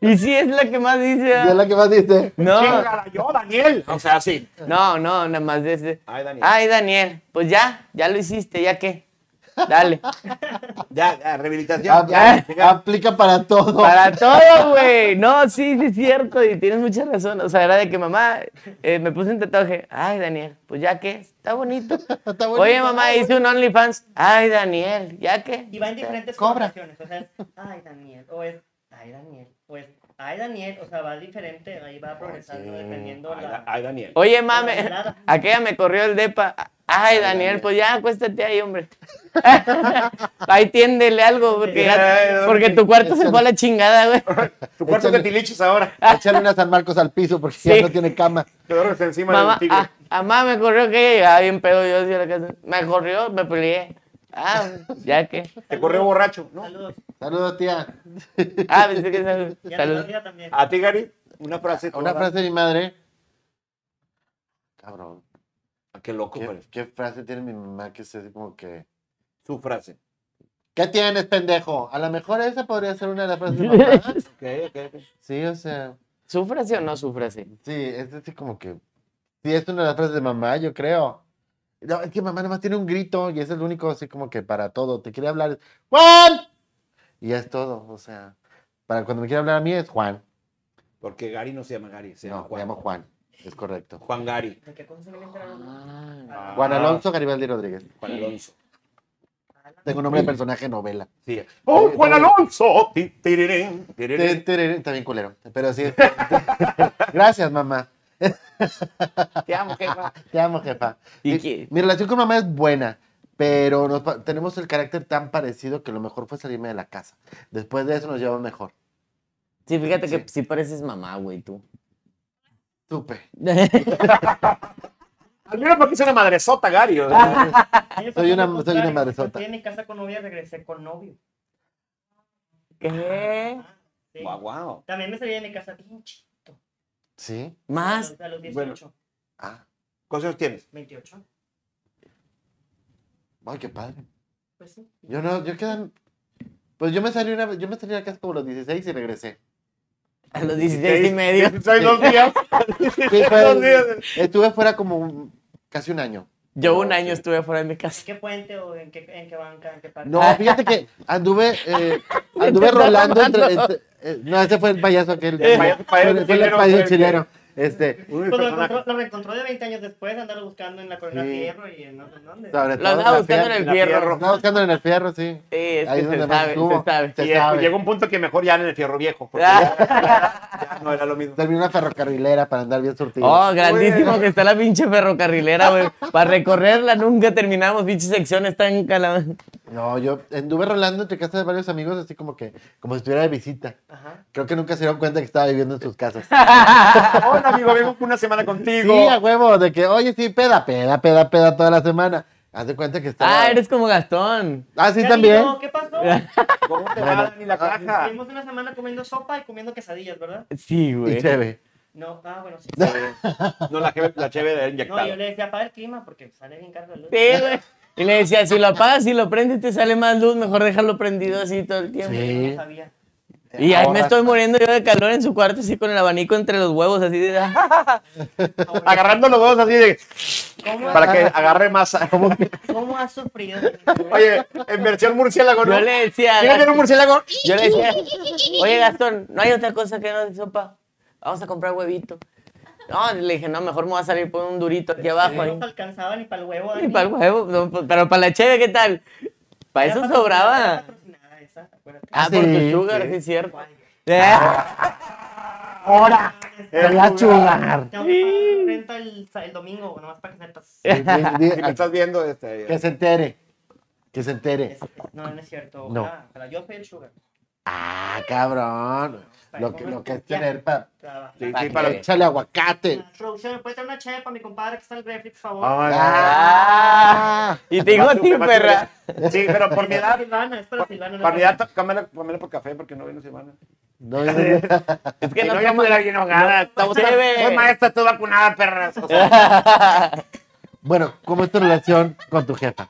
Speaker 3: Y sí es la que más dice.
Speaker 2: ¿Y es la que más dice?
Speaker 3: No,
Speaker 5: Chingada, yo, Daniel? O sea, sí.
Speaker 3: no, no, nada más de ese.
Speaker 5: Ay, Daniel.
Speaker 3: Ay, Daniel, pues ya, ya lo hiciste, ya qué. Dale.
Speaker 5: Ya, ya, rehabilitación.
Speaker 2: Am-
Speaker 5: ya,
Speaker 2: am-
Speaker 5: venga.
Speaker 2: Aplica para todo.
Speaker 3: Para todo, güey. No, sí, sí es cierto. Y tienes mucha razón. O sea, era de que mamá eh, me puse un tatuaje. Ay, Daniel, pues ya que está bonito.
Speaker 2: Está bonito.
Speaker 3: Oye, mamá, hice un OnlyFans. Ay, Daniel, ya que.
Speaker 4: Y va en diferentes
Speaker 2: Cobra.
Speaker 4: connotaciones, O sea, es, ay, Daniel. O es, ay, Daniel. O es, ay, Daniel. O sea, va diferente. Ahí va progresando dependiendo
Speaker 5: Ay, da-
Speaker 4: la.
Speaker 5: ay, Daniel.
Speaker 3: Oye, mame, aquella me corrió el depa. Ay, Daniel, pues ya acuéstate ahí, hombre. Ahí tiéndele algo, porque, ya- porque tu cuarto se fue a la chingada, güey.
Speaker 5: Tu cuarto
Speaker 2: échale.
Speaker 5: de tiliches ahora.
Speaker 2: Echarle una San Marcos al piso porque
Speaker 3: Sí.
Speaker 2: ya no tiene cama.
Speaker 5: Te duermes encima
Speaker 3: Mamá, ah.
Speaker 5: del tigre.
Speaker 3: a, a mamá me corrió que ella llegaba bien pedo yo hacia la casa. Me corrió, me peleé. Ah, ya que.
Speaker 5: Te corrió borracho, ¿no?
Speaker 4: Saludos.
Speaker 2: Saludos, tía.
Speaker 3: Ah, pensé que sal-
Speaker 4: Y a
Speaker 3: salud.
Speaker 4: tu tía también.
Speaker 2: Ah.
Speaker 5: A ti, Gary, una frase.
Speaker 2: Una
Speaker 5: toda.
Speaker 2: frase de mi madre. Cabrón.
Speaker 5: Ah, Qué loco,
Speaker 2: ¿Qué,
Speaker 5: güey.
Speaker 2: qué frase tiene mi mamá que es así como que.
Speaker 5: Su frase.
Speaker 2: ¿Qué tienes, pendejo? A lo mejor esa podría ser una de las frases de mi mamá.
Speaker 5: Ok, ok, ok.
Speaker 2: Sí, o sea.
Speaker 3: ¿Súfrase o no súfrase?
Speaker 2: Sí, es así como que. Sí, es una de las frases de mamá, yo creo. No, es que mamá nomás tiene un grito y es el único así como que para todo. Te quiere hablar es ¡Juan! Y ya es todo, o sea. Para cuando me quiere hablar a mí es Juan.
Speaker 5: Porque Gary no se llama Gary, se
Speaker 2: no, me
Speaker 5: llama Juan. Ah.
Speaker 2: llamo Juan. Es correcto.
Speaker 5: Juan Gary.
Speaker 4: ¿De qué cosa se me enteraron?
Speaker 5: Ah,
Speaker 2: Juan Alonso Garibaldi Rodríguez.
Speaker 5: Juan Alonso.
Speaker 2: Tengo nombre de personaje de novela.
Speaker 5: Sí. ¡Oh, Juan Alonso! Ti, tirirín, tirirín.
Speaker 2: Está bien culero. Pero sí. Gracias, mamá.
Speaker 3: Te amo, jefa.
Speaker 2: Te amo, jefa.
Speaker 3: ¿Y
Speaker 2: Mi-
Speaker 3: qué?
Speaker 2: Mi relación con mamá es buena, pero nos pa- tenemos el carácter tan parecido que lo mejor fue salirme de la casa. Después de eso nos llevamos mejor.
Speaker 3: Sí, fíjate que sí pareces mamá, güey, tú.
Speaker 2: Supe.
Speaker 5: Al menos Ah, porque es una madresota, Gary. o sea.
Speaker 4: A mí me pasó
Speaker 2: Soy
Speaker 4: lo
Speaker 2: una- soy
Speaker 4: contrario.
Speaker 2: una madresota.
Speaker 4: Yo en mi casa con novia regresé con novio.
Speaker 3: ¿Qué?
Speaker 4: Ah, sí.
Speaker 5: Guau, guau.
Speaker 4: También me salí de mi casa bien chiquito.
Speaker 2: ¿Sí?
Speaker 4: A
Speaker 3: ¿Más?
Speaker 4: los, a los
Speaker 5: Bueno.
Speaker 4: 18,
Speaker 2: Ah.
Speaker 5: ¿Cuántos años tienes?
Speaker 4: 28.
Speaker 2: Ay, qué padre.
Speaker 4: Pues sí.
Speaker 2: Yo no, yo quedan. Pues yo me salí una yo me salí de casa como los 16 y regresé.
Speaker 3: A los 16 y medio.
Speaker 5: Soy dos días.
Speaker 2: Sí, fue-
Speaker 5: Dos días.
Speaker 2: estuve fuera como un- casi un año.
Speaker 3: Yo un año estuve fuera de mi
Speaker 4: ¿En
Speaker 3: casa.
Speaker 4: qué puente o en qué, en qué banca? ¿En qué Pues parque?
Speaker 2: No, fíjate que anduve, eh,
Speaker 3: Te
Speaker 2: anduve
Speaker 3: está
Speaker 2: rolando entre,
Speaker 3: mamando.
Speaker 2: entre- eh, no, ese fue el payaso aquel.
Speaker 5: El payaso- payaso
Speaker 2: Fue- fue el payaso
Speaker 5: chileno, fue el que-
Speaker 2: chileno. Este,
Speaker 5: Uy,
Speaker 4: Pues lo,
Speaker 5: personaje.
Speaker 4: encontró, lo reencontró de 20 años después, andarlo buscando en la colonia
Speaker 2: Sí.
Speaker 4: Fierro y en no sé dónde.
Speaker 2: sobre
Speaker 3: Lo
Speaker 2: todo
Speaker 3: andaba
Speaker 2: la
Speaker 3: buscando en
Speaker 2: fierro.
Speaker 3: el
Speaker 5: la
Speaker 3: fierro.
Speaker 5: fierro.
Speaker 2: Estaba buscando en el fierro, sí.
Speaker 3: Sí, es
Speaker 2: Ahí
Speaker 3: que
Speaker 2: es donde
Speaker 3: se
Speaker 2: más
Speaker 3: sabe,
Speaker 2: estuvo.
Speaker 3: se sabe.
Speaker 2: Se
Speaker 5: Y, eh,
Speaker 2: sabe.
Speaker 5: llegó un punto que mejor ya en el fierro viejo. porque
Speaker 3: Ah.
Speaker 5: ya- ya no era lo mismo.
Speaker 2: Terminé una ferrocarrilera para andar bien surtido.
Speaker 3: Oh, grandísimo que está la pinche ferrocarrilera, güey. Para recorrerla nunca terminamos, pinche sección está en cala-
Speaker 2: No, yo anduve rolando entre casas de varios amigos, así como que, como si estuviera de visita.
Speaker 4: Ajá.
Speaker 2: Creo que nunca se dieron cuenta que estaba viviendo en sus casas.
Speaker 5: Hola, amigo, vengo una semana
Speaker 2: Sí,
Speaker 5: contigo.
Speaker 2: a huevo, de que, oye, sí, peda, peda, peda, peda toda la semana. Haz de cuenta que estaba.
Speaker 3: Ah, eres como Gastón.
Speaker 2: Ah, sí,
Speaker 4: Ya
Speaker 2: también.
Speaker 4: digo, ¿Qué pasó?
Speaker 5: ¿Cómo te
Speaker 2: Bueno.
Speaker 5: va, Dani, la caja?
Speaker 4: Estuvimos una semana comiendo sopa y comiendo quesadillas, ¿verdad?
Speaker 3: Sí, güey.
Speaker 2: Y chévere.
Speaker 4: No, ah, bueno, sí.
Speaker 5: Eh, No, la cheve, la cheve de
Speaker 4: No, yo
Speaker 5: inyectada.
Speaker 4: le decía, apaga el clima porque sale bien caro la luz.
Speaker 3: Sí, güey. Y le decía, si lo apagas y lo prendes te sale más luz, mejor déjalo prendido así todo el tiempo.
Speaker 4: No
Speaker 2: Sí.
Speaker 4: sabía.
Speaker 3: Y ahí me
Speaker 5: Ahora-
Speaker 3: estoy muriendo yo de calor en su cuarto, así con el abanico entre los huevos, así de... ah,
Speaker 5: Agarrando los huevos así de,
Speaker 4: ¿Cómo,
Speaker 5: para que agarre más.
Speaker 4: ¿Cómo has sufrido?
Speaker 5: Oye, en versión murciélago, ¿no?
Speaker 3: Yo le decía,
Speaker 5: Mira, viene un murciélago.
Speaker 3: yo le decía, oye Gastón, ¿no hay otra cosa que no de sopa? Vamos a comprar huevito. No, le dije, no, mejor me va a salir por un durito aquí abajo. ahí.
Speaker 4: No te alcanzaba ni para el huevo.
Speaker 3: Y
Speaker 4: Dani.
Speaker 3: para el huevo, no, pa- pero para la cheve, ¿qué tal? Para
Speaker 4: Era
Speaker 3: eso
Speaker 4: patrocinada, era
Speaker 3: sobraba.
Speaker 4: patrocinada esa, acuérdate.
Speaker 3: Ah,
Speaker 2: Ah,
Speaker 3: por
Speaker 2: sí,
Speaker 3: tu sugar, sí,
Speaker 5: sí.
Speaker 3: es cierto.
Speaker 4: Guay.
Speaker 3: Ah,
Speaker 2: ¡Hora! ¡Te voy a chugar!
Speaker 4: Tengo que pagar renta el, el domingo, nomás para que sepas.
Speaker 2: Sí, sí,
Speaker 5: Si me
Speaker 2: sí.
Speaker 5: estás viendo, este.
Speaker 2: Que se entere. Que se entere.
Speaker 4: Es- es- no, no es cierto.
Speaker 2: No.
Speaker 4: Ojalá, ojalá. yo soy el sugar.
Speaker 2: Ah, cabrón. Lo que, lo que es tener para
Speaker 4: Trabaja.
Speaker 5: Sí,
Speaker 3: Pa'
Speaker 5: sí,
Speaker 3: que-
Speaker 5: para-
Speaker 2: echarle aguacate.
Speaker 4: Producción, ¿me puede traer una cheve para mi compadre que está en el refri, por favor?
Speaker 2: Ah.
Speaker 3: y te digo a ti,
Speaker 5: Te vas a-
Speaker 3: perra.
Speaker 5: Sí, pero por mi
Speaker 4: Es para
Speaker 5: edad.
Speaker 4: Silvana, es para Silvana. no
Speaker 5: Para mi
Speaker 4: para-
Speaker 5: edad, cámbiala- cámbiala por café porque no vino Silvana.
Speaker 2: No, no, no.
Speaker 3: Es
Speaker 5: Que
Speaker 3: que
Speaker 5: no,
Speaker 3: no
Speaker 5: ya
Speaker 3: toma-
Speaker 5: estuviera bien ahogada. Estamos-
Speaker 3: cheve.
Speaker 5: Soy maestra, estoy vacunada, perras. O sea,
Speaker 2: Bueno, ¿cómo es tu relación con tu jefa?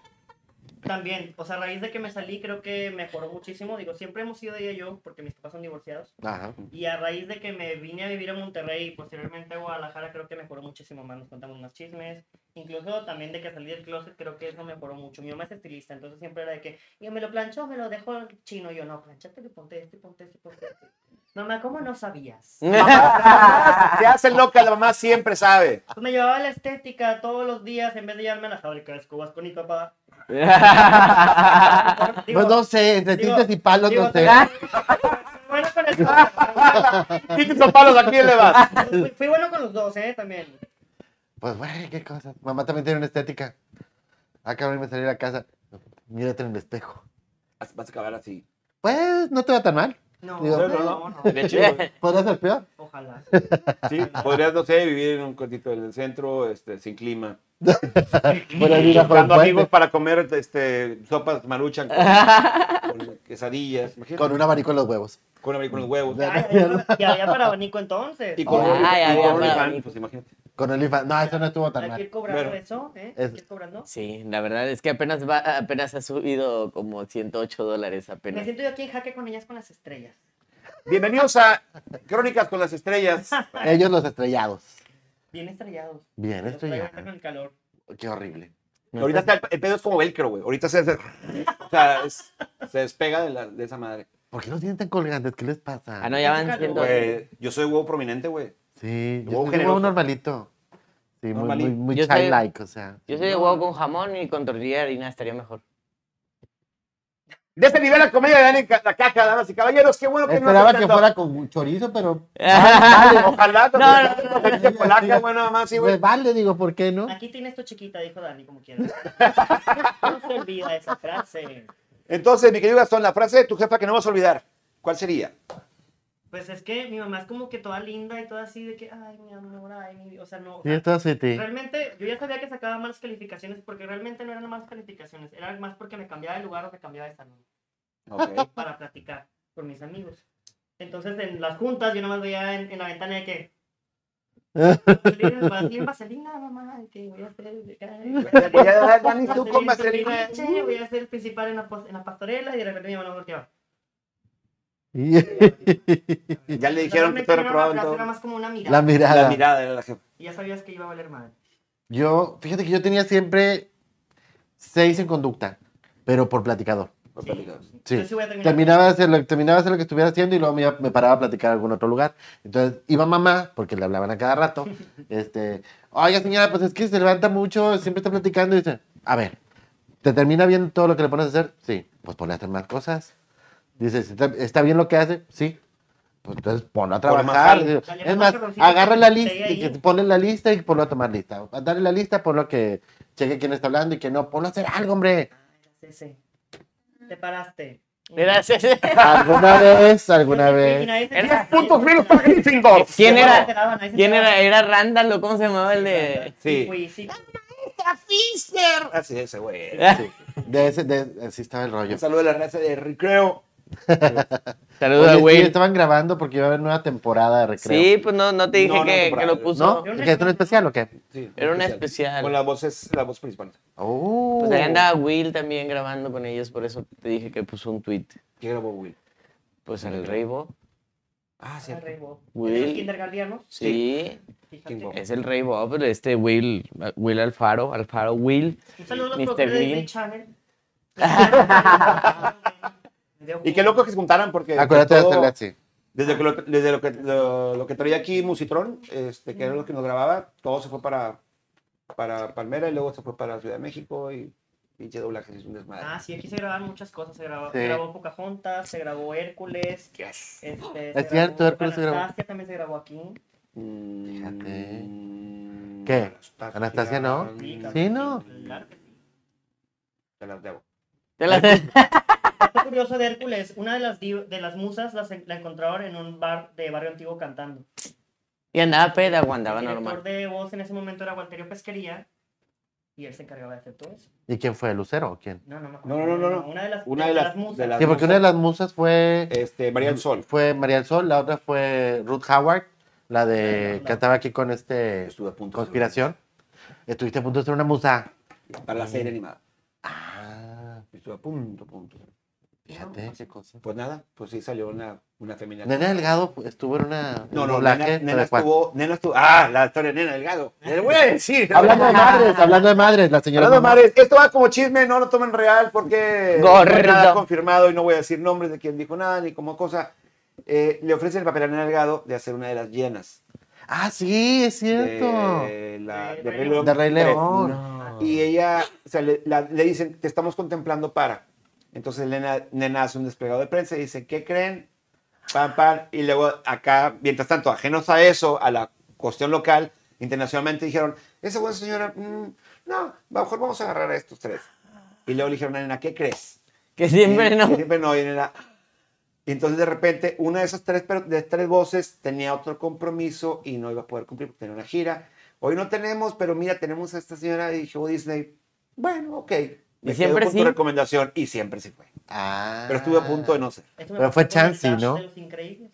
Speaker 4: También, o sea, a raíz de que me salí, creo que mejoró muchísimo. Digo, siempre hemos sido ella y yo, porque mis papás son divorciados.
Speaker 2: Ajá.
Speaker 4: Y a raíz de que me vine a vivir a Monterrey y posteriormente a Guadalajara, creo que mejoró muchísimo más. Nos contamos más chismes. Incluso también de que salí del closet, creo que eso mejoró mucho. Mi mamá es estilista, entonces siempre era de que, yo me lo plancho, me lo dejo chino. Yo, no, planchate, que ponte este, ponte este, ponte este. Mamá, ¿cómo no sabías? Pues
Speaker 5: Se hace loca, la mamá siempre sabe.
Speaker 4: Pues me llevaba a la estética todos los días en vez de llevarme a la fábrica de escobas con mi papá. Digo,
Speaker 2: Pues no sé, entre
Speaker 4: digo,
Speaker 2: tintes y palos,
Speaker 4: digo,
Speaker 2: no sé.
Speaker 4: fui bueno con el-
Speaker 5: Tienes los palos, ¿a quién le vas?
Speaker 4: Fui- Fui bueno con los dos, ¿eh? También.
Speaker 2: Pues, güey, qué cosa. Mamá también tiene una estética. Ah, Acabo de salir a casa. Mírate en el espejo.
Speaker 5: Vas a acabar así.
Speaker 2: Pues, no te va tan mal.
Speaker 4: No,
Speaker 2: Digo, pues,
Speaker 4: no,
Speaker 5: no,
Speaker 4: no, no,
Speaker 5: De hecho,
Speaker 2: Podría ser peor.
Speaker 4: Ojalá.
Speaker 5: Sí, podrías, no sé, vivir en un cuartito del centro, este, sin clima.
Speaker 2: Podrías ir a jugar
Speaker 3: eh.
Speaker 5: Buscando
Speaker 2: puente
Speaker 5: amigos para comer este, sopas maruchan con, con quesadillas. imagínate,
Speaker 2: con un abanico en los huevos.
Speaker 5: con un abanico en los huevos.
Speaker 4: Ay, ay, ay, Y había para abanico entonces.
Speaker 5: Y con
Speaker 3: Ay,
Speaker 5: y con
Speaker 3: ay,
Speaker 5: OnlyFans,
Speaker 3: ay, abanico.
Speaker 5: pues imagínate.
Speaker 2: Con el IFA. No, eso no estuvo tan
Speaker 4: Hay que ir
Speaker 2: mal.
Speaker 4: cobrando
Speaker 5: Bueno.
Speaker 4: eso, ¿eh?
Speaker 2: Es-
Speaker 4: Hay que ir cobrando.
Speaker 3: Sí, la verdad es que apenas va, apenas ha subido como 108 dólares
Speaker 4: Me
Speaker 3: apenas.
Speaker 4: siento yo aquí en jaque con ellas con las estrellas.
Speaker 5: Bienvenidos a Crónicas con las Estrellas.
Speaker 2: Ellos los estrellados.
Speaker 4: Bien estrellados.
Speaker 2: Bien
Speaker 4: Los traigo ahorita
Speaker 2: estrellados.
Speaker 4: Con el calor.
Speaker 2: Qué horrible.
Speaker 5: Ahorita está el, el pedo es como velcro, güey. Ahorita se, se- o sea, es- se despega de, la- de esa madre.
Speaker 2: ¿Por qué los tienen tan colgantes? ¿Qué les pasa?
Speaker 3: Ah, no, ya van
Speaker 4: Güey.
Speaker 3: 100
Speaker 5: Güey, yo soy huevo prominente, güey.
Speaker 2: Sí, yo
Speaker 5: Huevo
Speaker 2: soy de
Speaker 5: generoso.
Speaker 2: huevo normalito. Sí, muy,
Speaker 5: Normalito.
Speaker 2: muy, muy
Speaker 3: Yo soy-
Speaker 2: childlike, o sea.
Speaker 3: Yo soy de huevo con jamón y con tortilla de harina, estaría mejor.
Speaker 5: De este nivel la comedia de Dani Ca- la caja, damas y caballeros. Qué bueno que
Speaker 2: Esperaba
Speaker 5: no
Speaker 2: que fuera con chorizo, pero
Speaker 5: Vale, ojalá. No,
Speaker 3: No,
Speaker 5: no,
Speaker 3: no,
Speaker 5: no. Gente polaca, bueno, nada más, sí,
Speaker 2: me
Speaker 5: güey.
Speaker 2: pues, vale, digo, ¿por qué no?
Speaker 4: Aquí tienes tu chiquita, dijo Dani, como quieras. No se olvida esa frase.
Speaker 5: Entonces, mi querido Gastón, la frase de tu jefa que no vas a olvidar, ¿cuál sería?
Speaker 4: Pues es que mi mamá es como que toda linda y toda así de que, ay, mi amor, ay, mi... O sea, no... o
Speaker 2: Sí,
Speaker 4: sea,
Speaker 2: esto sí, ti.
Speaker 4: Realmente, yo ya sabía que sacaba malas calificaciones porque realmente no eran malas calificaciones, eran más porque me cambiaba de lugar o me cambiaba de salón
Speaker 5: Ok.
Speaker 4: para platicar con mis amigos. Entonces, en las juntas, yo nomás veía en, en la ventana de que, Bien vaselina, mamá. Que voy a hacer.
Speaker 5: Voy a dar Dani tú con vaselina.
Speaker 4: Che, Voy a ser el principal en la, pos- en la pastorela y de repente mi mamá nos volteaba.
Speaker 5: Ya le dijeron
Speaker 4: Realmente
Speaker 5: que estoy
Speaker 4: no era una
Speaker 5: reprobado en
Speaker 4: frase,
Speaker 5: todo.
Speaker 4: Era más como una mirada.
Speaker 2: La mirada.
Speaker 5: La mirada era la jefa.
Speaker 4: Y ya sabías que iba a valer madre.
Speaker 2: Yo, fíjate que yo tenía siempre seis en conducta, pero por platicador.
Speaker 5: Los
Speaker 4: Sí.
Speaker 5: platicados.
Speaker 2: Sí.
Speaker 4: Yo sí voy a terminar.
Speaker 2: Terminaba de, hacer lo, terminaba de hacer lo que estuviera haciendo y luego me, iba- me paraba a platicar a algún otro lugar. Entonces iba mamá, porque le hablaban a cada rato. Este, oiga señora, pues es que se levanta mucho, siempre está platicando y dice, a ver, ¿te termina bien todo lo que le pones a hacer? Sí, pues ponle a hacer más cosas. Dice, "¿Está- ¿está bien lo que hace? Sí. Pues entonces ponlo a trabajar.
Speaker 5: jale.
Speaker 2: Dice,
Speaker 4: Dale
Speaker 2: Es
Speaker 4: más
Speaker 2: más,
Speaker 4: carboncito
Speaker 2: agarra
Speaker 4: que
Speaker 2: la
Speaker 4: te
Speaker 2: lista
Speaker 4: pegue
Speaker 2: y que
Speaker 4: ahí.
Speaker 2: te ponle la lista y ponlo a tomar lista. Dale la lista, ponlo que cheque quién está hablando y que no, ponlo a hacer algo, hombre.
Speaker 4: Sí, sí. Te paraste.
Speaker 3: Gracias.
Speaker 2: ¿Alguna vez? ¿Alguna vez?
Speaker 3: Eran
Speaker 4: puntos menos para
Speaker 3: ¿Quién era? ¿Quién era? ¿Era Randall o cómo se llamaba el de...?
Speaker 5: Sí.
Speaker 4: Fui, sí.
Speaker 5: Así ese güey.
Speaker 2: Sí, de ese, de, así estaba el rollo.
Speaker 5: Un saludo a la raza de Recreo.
Speaker 3: Saludos a
Speaker 2: Oye, sí,
Speaker 3: Will.
Speaker 2: estaban grabando porque iba a haber nueva temporada de recreo.
Speaker 3: Sí, pues no, no te dije
Speaker 5: pues, No, Pues, no,
Speaker 3: que,
Speaker 5: temporada.
Speaker 3: que lo
Speaker 2: ¿No?
Speaker 3: puso.
Speaker 4: Yo no
Speaker 2: ¿Que es un
Speaker 4: recuerdo.
Speaker 2: especial o qué?
Speaker 5: Sí,
Speaker 3: Era una especial.
Speaker 5: Con las voces, la voz principal.
Speaker 2: Oh.
Speaker 3: Pues ahí andaba Will también grabando con ellos, por eso te dije que puso un tweet.
Speaker 5: ¿Quién grabó Will?
Speaker 3: Pues el Reibo.
Speaker 5: Ah, sí.
Speaker 4: Arribó.
Speaker 3: Güey.
Speaker 4: Los kindergartenos,
Speaker 3: Sí,
Speaker 4: fíjate.
Speaker 5: Chingo.
Speaker 3: es el Reibo, pero este Will, Will Alfaro, Alfaro Will.
Speaker 4: Un saludo a los
Speaker 3: Mr.
Speaker 4: productores de
Speaker 3: Bean.
Speaker 4: Disney Channel.
Speaker 5: Y qué loco que se juntaran porque.
Speaker 2: Acuérdate de
Speaker 5: todo-
Speaker 2: hacerle así. Ah.
Speaker 5: Desde, que lo, desde lo, que, lo, lo que traía aquí Musitrón, este, que era lo que nos grababa, todo se fue para, para Palmera y luego se fue para Ciudad de México y pinche doblaje es un desmadre.
Speaker 4: Ah, sí, aquí se grabaron muchas cosas. Se grabó,
Speaker 2: Sí.
Speaker 4: se grabó Pocahontas, se grabó Hércules.
Speaker 5: Yes.
Speaker 4: Este,
Speaker 2: Es cierto, Hércules se grabó.
Speaker 4: Anastasia también se grabó aquí.
Speaker 2: Fíjate.
Speaker 5: Mm,
Speaker 2: ¿Qué? ¿Anastasia no?
Speaker 5: mm,
Speaker 4: claro
Speaker 2: Sí.
Speaker 4: que
Speaker 2: ¿no?
Speaker 4: Claro que sí.
Speaker 5: te las debo.
Speaker 3: Te la-
Speaker 4: Dato curioso de Hércules, una de las, div- de las musas las en- la encontraron en un bar de barrio antiguo cantando.
Speaker 3: Y andaba peda, o andaba
Speaker 4: el director
Speaker 3: normal.
Speaker 4: de voz en ese momento era Walterio Pesquería y él se encargaba de hacer todo eso.
Speaker 2: ¿Y quién fue? ¿Lucero o quién?
Speaker 4: No, no, me
Speaker 5: No,
Speaker 4: acuerdo.
Speaker 5: no, no, no, no.
Speaker 4: Una de las,
Speaker 5: Una
Speaker 4: de
Speaker 5: de las-
Speaker 4: las musas.
Speaker 5: de las-
Speaker 2: Sí, porque una de las musas fue,
Speaker 5: Este, María del Sol.
Speaker 2: fue María del Sol, la otra fue Ruth Howard, la de que estaba aquí con este
Speaker 5: Estuve a punto. de-
Speaker 2: Conspiración. Estuviste a punto de ser una musa.
Speaker 5: Para la serie animada.
Speaker 2: Ah,
Speaker 5: Estuve a punto, punto.
Speaker 2: fíjate.
Speaker 5: Pues nada, pues sí salió una, una femenina.
Speaker 2: Nena Delgado estuvo en una.
Speaker 5: No,
Speaker 2: en
Speaker 5: no,
Speaker 2: doblaje,
Speaker 5: nena, nena
Speaker 2: ¿cuál?
Speaker 5: estuvo, nena estuvo. Ah, la historia de Nena Delgado. Le voy a decir.
Speaker 2: Hablando de madres, hablando de madres, la señora.
Speaker 5: Hablando de
Speaker 2: mamá.
Speaker 5: madres, esto va como chisme, no lo tomen real porque no hay nada
Speaker 3: Gordo.
Speaker 5: confirmado y no voy a decir nombres de quien dijo nada ni como cosa. Eh, le ofrecen el papel a Nena Delgado de hacer una de las llenas.
Speaker 2: Ah, sí, es cierto.
Speaker 5: De, la,
Speaker 4: De
Speaker 5: de
Speaker 4: Rey
Speaker 5: Rey
Speaker 4: León.
Speaker 5: León.
Speaker 2: De Rey
Speaker 5: tres.
Speaker 2: León.
Speaker 5: Y ella, o sea, le, la- le dicen, te estamos contemplando para. Entonces Nena, Nena hace un desplegado de prensa y dice, ¿qué creen? Pam, pam. Y luego acá, mientras tanto, ajenos a eso, a la cuestión local, internacionalmente dijeron, esa buena señora, mm, no, mejor vamos a agarrar a estos tres. Y luego le dijeron a Nena, ¿qué crees?
Speaker 3: Que siempre
Speaker 5: Y-
Speaker 3: no.
Speaker 5: y Siempre no, y Nena... Y entonces de repente una de esas tres, per- de tres voces tenía otro compromiso y no iba a poder cumplir porque tenía una gira. Hoy no tenemos, pero mira, tenemos a esta señora de show Disney. Bueno, ok. Me
Speaker 3: siempre
Speaker 5: quedo con
Speaker 3: sí.
Speaker 5: tu recomendación y siempre sí fue.
Speaker 2: Ah.
Speaker 5: Pero estuve a punto de no ser.
Speaker 4: Eso
Speaker 2: Pero
Speaker 4: me pasó
Speaker 2: fue
Speaker 4: con
Speaker 2: Chansey,
Speaker 4: Dash
Speaker 2: ¿no?
Speaker 4: de los Increíbles.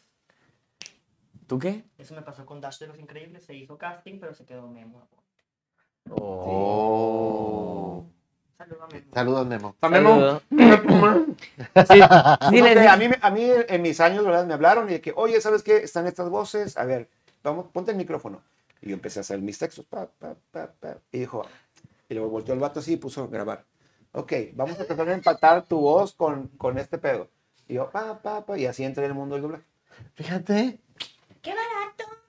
Speaker 3: ¿Tú qué?
Speaker 4: Eso me pasó con Dash de los Increíbles. Se hizo casting, pero se quedó Memo.
Speaker 2: Oh.
Speaker 4: Saludos a Memo.
Speaker 2: Saludos, Memo.
Speaker 3: Saludo. Sí, sí,
Speaker 5: No
Speaker 3: les
Speaker 5: sé,
Speaker 3: digo-
Speaker 5: a, mí, me- a mí en mis años, ¿verdad? Me hablaron y de que, oye, ¿sabes qué? Están estas voces. A ver, vamos, ponte el micrófono. Y yo empecé a hacer mis textos. pa, pa, pa, pa, y dijo, y luego volteó el vato así y puso grabar. Ok, vamos a tratar de empatar tu voz con, con este pedo. Y yo, pa, pa, pa. Y así entré en el mundo del doblaje.
Speaker 2: Fíjate.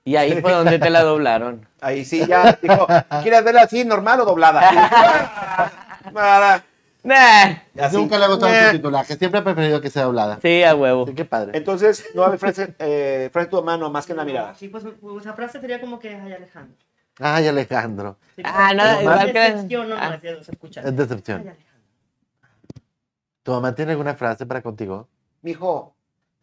Speaker 3: Y ahí fue donde te la doblaron.
Speaker 5: Ahí sí ya dijo, ¿quieres verla así, normal o doblada? Y yo, "Ah, nada".
Speaker 3: Nah,
Speaker 5: Así.
Speaker 2: Nunca le ha gustado
Speaker 5: Nah.
Speaker 2: su titulaje. Siempre ha preferido que sea doblada.
Speaker 3: sí, a huevo.
Speaker 2: Sí, qué
Speaker 5: Eh.
Speaker 2: padre.
Speaker 5: Entonces, no ofrece, eh, ofrece tu mano más que en la mirada.
Speaker 4: Sí, pues pues, esa frase sería como que ay Alejandro.
Speaker 2: Ay, Alejandro.
Speaker 4: Sí,
Speaker 3: Ah,
Speaker 4: pues,
Speaker 3: no,
Speaker 4: pero
Speaker 3: igual que-
Speaker 4: decepción, no, no,
Speaker 3: ah.
Speaker 4: así se escucha.
Speaker 2: Es
Speaker 4: Ay,
Speaker 2: decepción.
Speaker 4: Alejandro.
Speaker 2: ¿Tu mamá tiene alguna frase para contigo?
Speaker 5: Mijo,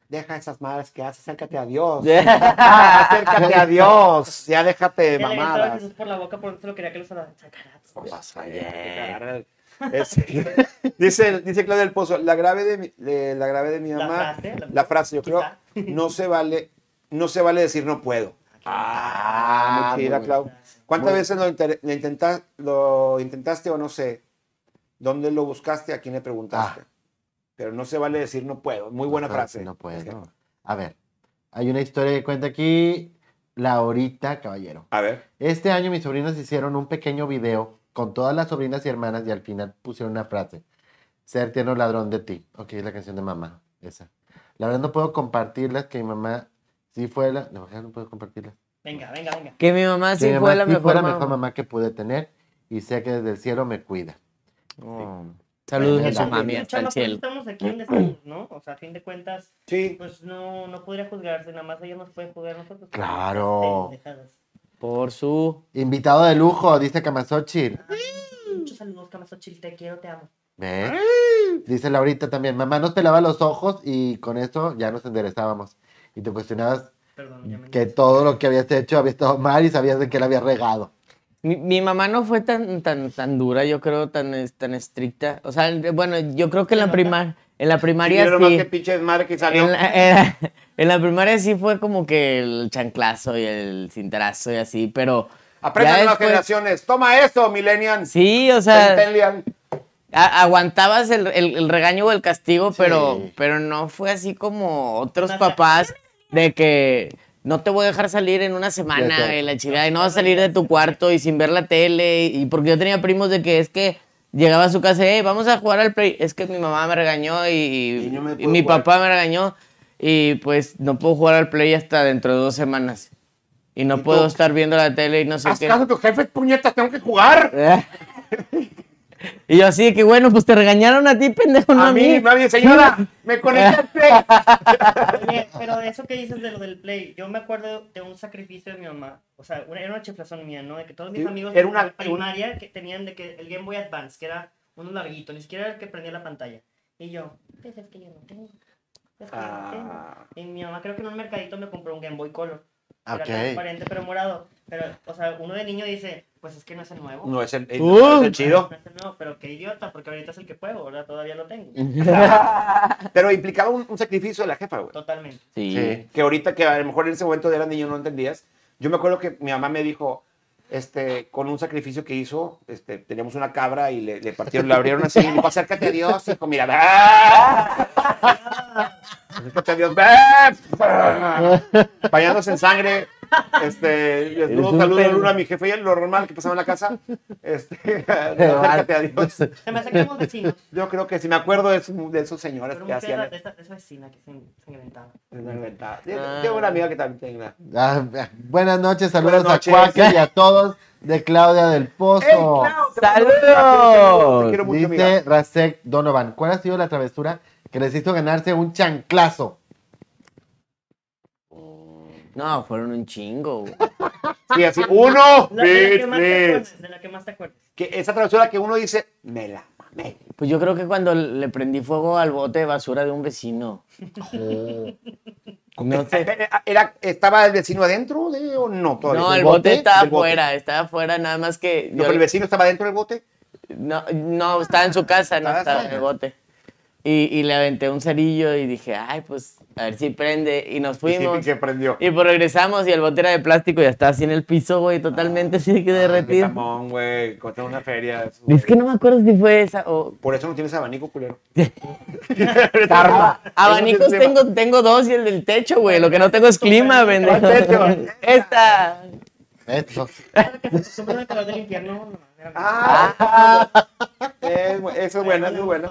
Speaker 5: deja esas madres que haces, acércate a Dios.
Speaker 3: Yeah.
Speaker 5: Ah, acércate a Dios. Ya déjate
Speaker 4: Ya
Speaker 5: de
Speaker 4: le aventaba
Speaker 5: Eh, mamadas.
Speaker 4: Jesús por la boca, por eso lo quería que lo sacaras.
Speaker 3: Eh.
Speaker 5: Este, dice, dice Claudia del Pozo, la grave de mi, de- la grave de mi
Speaker 4: La
Speaker 5: mamá,
Speaker 4: frase, la-
Speaker 5: la frase, yo creo,
Speaker 4: quizá.
Speaker 5: no se vale, no se vale decir no puedo. Ah, muy chida,
Speaker 2: muy
Speaker 5: Clau. ¿Cuántas
Speaker 2: Muy-
Speaker 5: veces lo, inter- le intenta- lo intentaste o no sé? ¿Dónde lo buscaste? ¿A quién le preguntaste? Pero no se vale decir no puedo. Muy buena
Speaker 2: Ah. No,
Speaker 5: frase.
Speaker 2: No puedo. A ver, hay una historia que cuenta aquí Laurita Caballero.
Speaker 5: A ver.
Speaker 2: Este año mis sobrinas hicieron un pequeño video con todas las sobrinas y hermanas y al final pusieron una frase. Ser tierno ladrón de ti. Ok, es la canción de mamá, esa. La verdad no puedo compartirlas, que mi mamá sí fue la... No, ya no puedo compartirlas.
Speaker 4: Venga, venga, venga.
Speaker 3: Que mi mamá Ah, sí
Speaker 2: Que mi
Speaker 3: fue
Speaker 2: mamá
Speaker 3: la
Speaker 2: sí
Speaker 3: mejor,
Speaker 2: fue la
Speaker 3: mamá.
Speaker 2: mejor mamá que pude tener y sé que desde el cielo me cuida. Oh.
Speaker 3: Saludos a
Speaker 4: Pues,
Speaker 3: su
Speaker 2: Esa-
Speaker 3: mami
Speaker 4: los
Speaker 3: hasta el
Speaker 4: chamacos
Speaker 3: cielo.
Speaker 4: Estamos aquí en desnudos, ¿no? O sea, a fin de cuentas,
Speaker 5: Sí.
Speaker 4: pues no, no podría juzgarse, nada más ella nos puede juzgar a nosotros.
Speaker 2: Claro.
Speaker 4: Pendejadas.
Speaker 3: Por su...
Speaker 2: Invitado de lujo, dice Camasochi.
Speaker 4: Muchos saludos, Camasochil, te quiero, te amo.
Speaker 2: ¿Ves? Dice Laurita también, mamá nos pelaba los ojos y con eso ya nos enderezábamos. Y te cuestionabas
Speaker 4: Perdón, ya me
Speaker 2: que todo lo que habías hecho había estado mal y sabías de que la había regado.
Speaker 3: Mi, mi mamá no fue tan, tan, tan dura, yo creo, tan, es- tan estricta. O sea, bueno, yo creo que en la, prima- en la primaria
Speaker 5: Primero más
Speaker 3: sí.
Speaker 5: que pinche desmadre que salió.
Speaker 3: En la, en la- en la primaria sí fue como que el chanclazo y el cintarazo y así, pero...
Speaker 5: Aprendan
Speaker 3: ya
Speaker 5: nuevas
Speaker 3: después-
Speaker 5: generaciones. Toma eso, millennials.
Speaker 3: Sí, o sea,
Speaker 5: Centennial.
Speaker 3: a- aguantabas el, el- el regaño o el castigo, pero, pero no fue así como otros
Speaker 4: Más-
Speaker 3: papás de que no te voy a dejar salir en una
Speaker 2: Ya
Speaker 3: semana
Speaker 2: sé.
Speaker 3: y la chingada, y no vas a salir de tu cuarto y sin ver la tele, y porque yo tenía primos de que es que llegaba a su casa, hey, vamos a jugar al play, es que mi mamá me regañó y, y-
Speaker 5: Y no me
Speaker 3: y
Speaker 5: puedo
Speaker 3: mi
Speaker 5: jugar.
Speaker 3: papá me regañó y pues no puedo jugar al play hasta dentro de dos semanas. Y no puedo estar viendo la tele y no sé
Speaker 5: Haz
Speaker 3: qué.
Speaker 5: caso a tus jefes, puñetas, tengo que jugar.
Speaker 3: Y yo así de que bueno, pues te regañaron a ti, pendejo, no a,
Speaker 5: a mí, nadie, señora, me conectaste.
Speaker 4: Oye, pero de eso que dices de lo del play, yo me acuerdo de un sacrificio de mi mamá. O sea, una- era una chiflazón mía, ¿no? De que todos mis
Speaker 5: Sí,
Speaker 4: amigos
Speaker 5: era una-
Speaker 4: de la primaria que tenían de que el Game Boy Advance, que era uno larguito, ni siquiera era el que prendía la pantalla. Y yo, pues es que yo no tengo. Es que yo no tengo.
Speaker 5: Ah,
Speaker 4: Y mi mamá creo que en un mercadito me compró un Game Boy Color. Era
Speaker 2: Ok.
Speaker 4: transparente pero morado. Pero, o sea, uno de niño dice, pues es que no es el nuevo.
Speaker 5: no es el, el-
Speaker 3: Uh.
Speaker 5: no es el chido.
Speaker 4: No es el nuevo, pero qué idiota, porque ahorita es el que puedo, ahora todavía lo tengo.
Speaker 5: Pero implicaba un, un sacrificio de la jefa, güey.
Speaker 4: Totalmente.
Speaker 2: Sí.
Speaker 5: Que ahorita, que a lo mejor en ese momento era niño, no entendías. Yo me acuerdo que mi mamá me dijo, este, con un sacrificio que hizo, este, teníamos una cabra y le, le partieron, la abrieron así, y dijo, acércate a Dios, hijo, mira, ¡ah! acércate a Dios, ¡ah! bañándose en sangre, este,
Speaker 2: Eres
Speaker 5: les dio
Speaker 2: un
Speaker 5: un saludo de
Speaker 2: perro.
Speaker 5: luna a mi jefe y a lo normal que pasaba en la casa, este, acércate a Dios.
Speaker 4: Se me hace que somos vecinos.
Speaker 5: Yo creo que si me acuerdo de, esos- de esos señores
Speaker 4: Pero
Speaker 5: que
Speaker 4: un
Speaker 5: hacían...
Speaker 4: pedo de, esta- de esa vecina que se, in- se inventaba.
Speaker 5: Una inventada. Tengo una amiga que también tiene una.
Speaker 2: Ah, buenas noches, saludos
Speaker 5: Buenas noches.
Speaker 2: a Cuaque y a todos de Claudia del Pozo.
Speaker 5: ¡Saludos! Te quiero mucho,
Speaker 2: Dice
Speaker 5: amiga.
Speaker 2: Rasek Donovan, ¿cuál ha sido la travesura que les hizo ganarse un chanclazo?
Speaker 3: No, fueron un chingo. güey.
Speaker 5: Sí, así. Uno,
Speaker 4: La- de, la
Speaker 5: bitch,
Speaker 4: que más te
Speaker 5: bitch.
Speaker 4: acuerdes, de la que más te acuerdes.
Speaker 5: Que esa travesura que uno dice, me la mamé.
Speaker 3: Pues yo creo que cuando le prendí fuego al bote de basura de un vecino.
Speaker 5: Oh. Eh,
Speaker 3: No sé.
Speaker 5: ah, Era, ¿Estaba el vecino adentro de, o no? Todavía?
Speaker 3: No,
Speaker 5: ¿Del
Speaker 3: el bote estaba
Speaker 5: ¿Del bote?
Speaker 3: afuera, estaba afuera, nada más que.
Speaker 5: No,
Speaker 3: yo-
Speaker 5: pero el vecino estaba dentro del bote.
Speaker 3: no, no, estaba en su casa, no
Speaker 5: Estaba
Speaker 3: estaba en
Speaker 5: sola.
Speaker 3: el bote. Y, y le aventé un cerillo y dije, ay, pues a ver si prende. Y nos
Speaker 5: Y sí,
Speaker 3: fuimos.
Speaker 5: se prendió.
Speaker 3: Y pues regresamos y el bote era de plástico y ya estaba así en el piso, güey, totalmente así que
Speaker 5: Qué
Speaker 3: derretido.
Speaker 5: tamón, Ah, güey. Contra una feria.
Speaker 3: Es que no me acuerdo si fue esa o...
Speaker 5: Por eso no tienes abanico, culero.
Speaker 3: Karma. Abanicos tengo, tengo dos y el del techo, güey. Lo que no tengo es clima, pendejo.
Speaker 5: techo.
Speaker 3: Esta.
Speaker 2: Eso.
Speaker 4: Ahora que se acostumbran al calor del infierno. no, era-
Speaker 5: Ah, es, bu- eso es bueno, eso es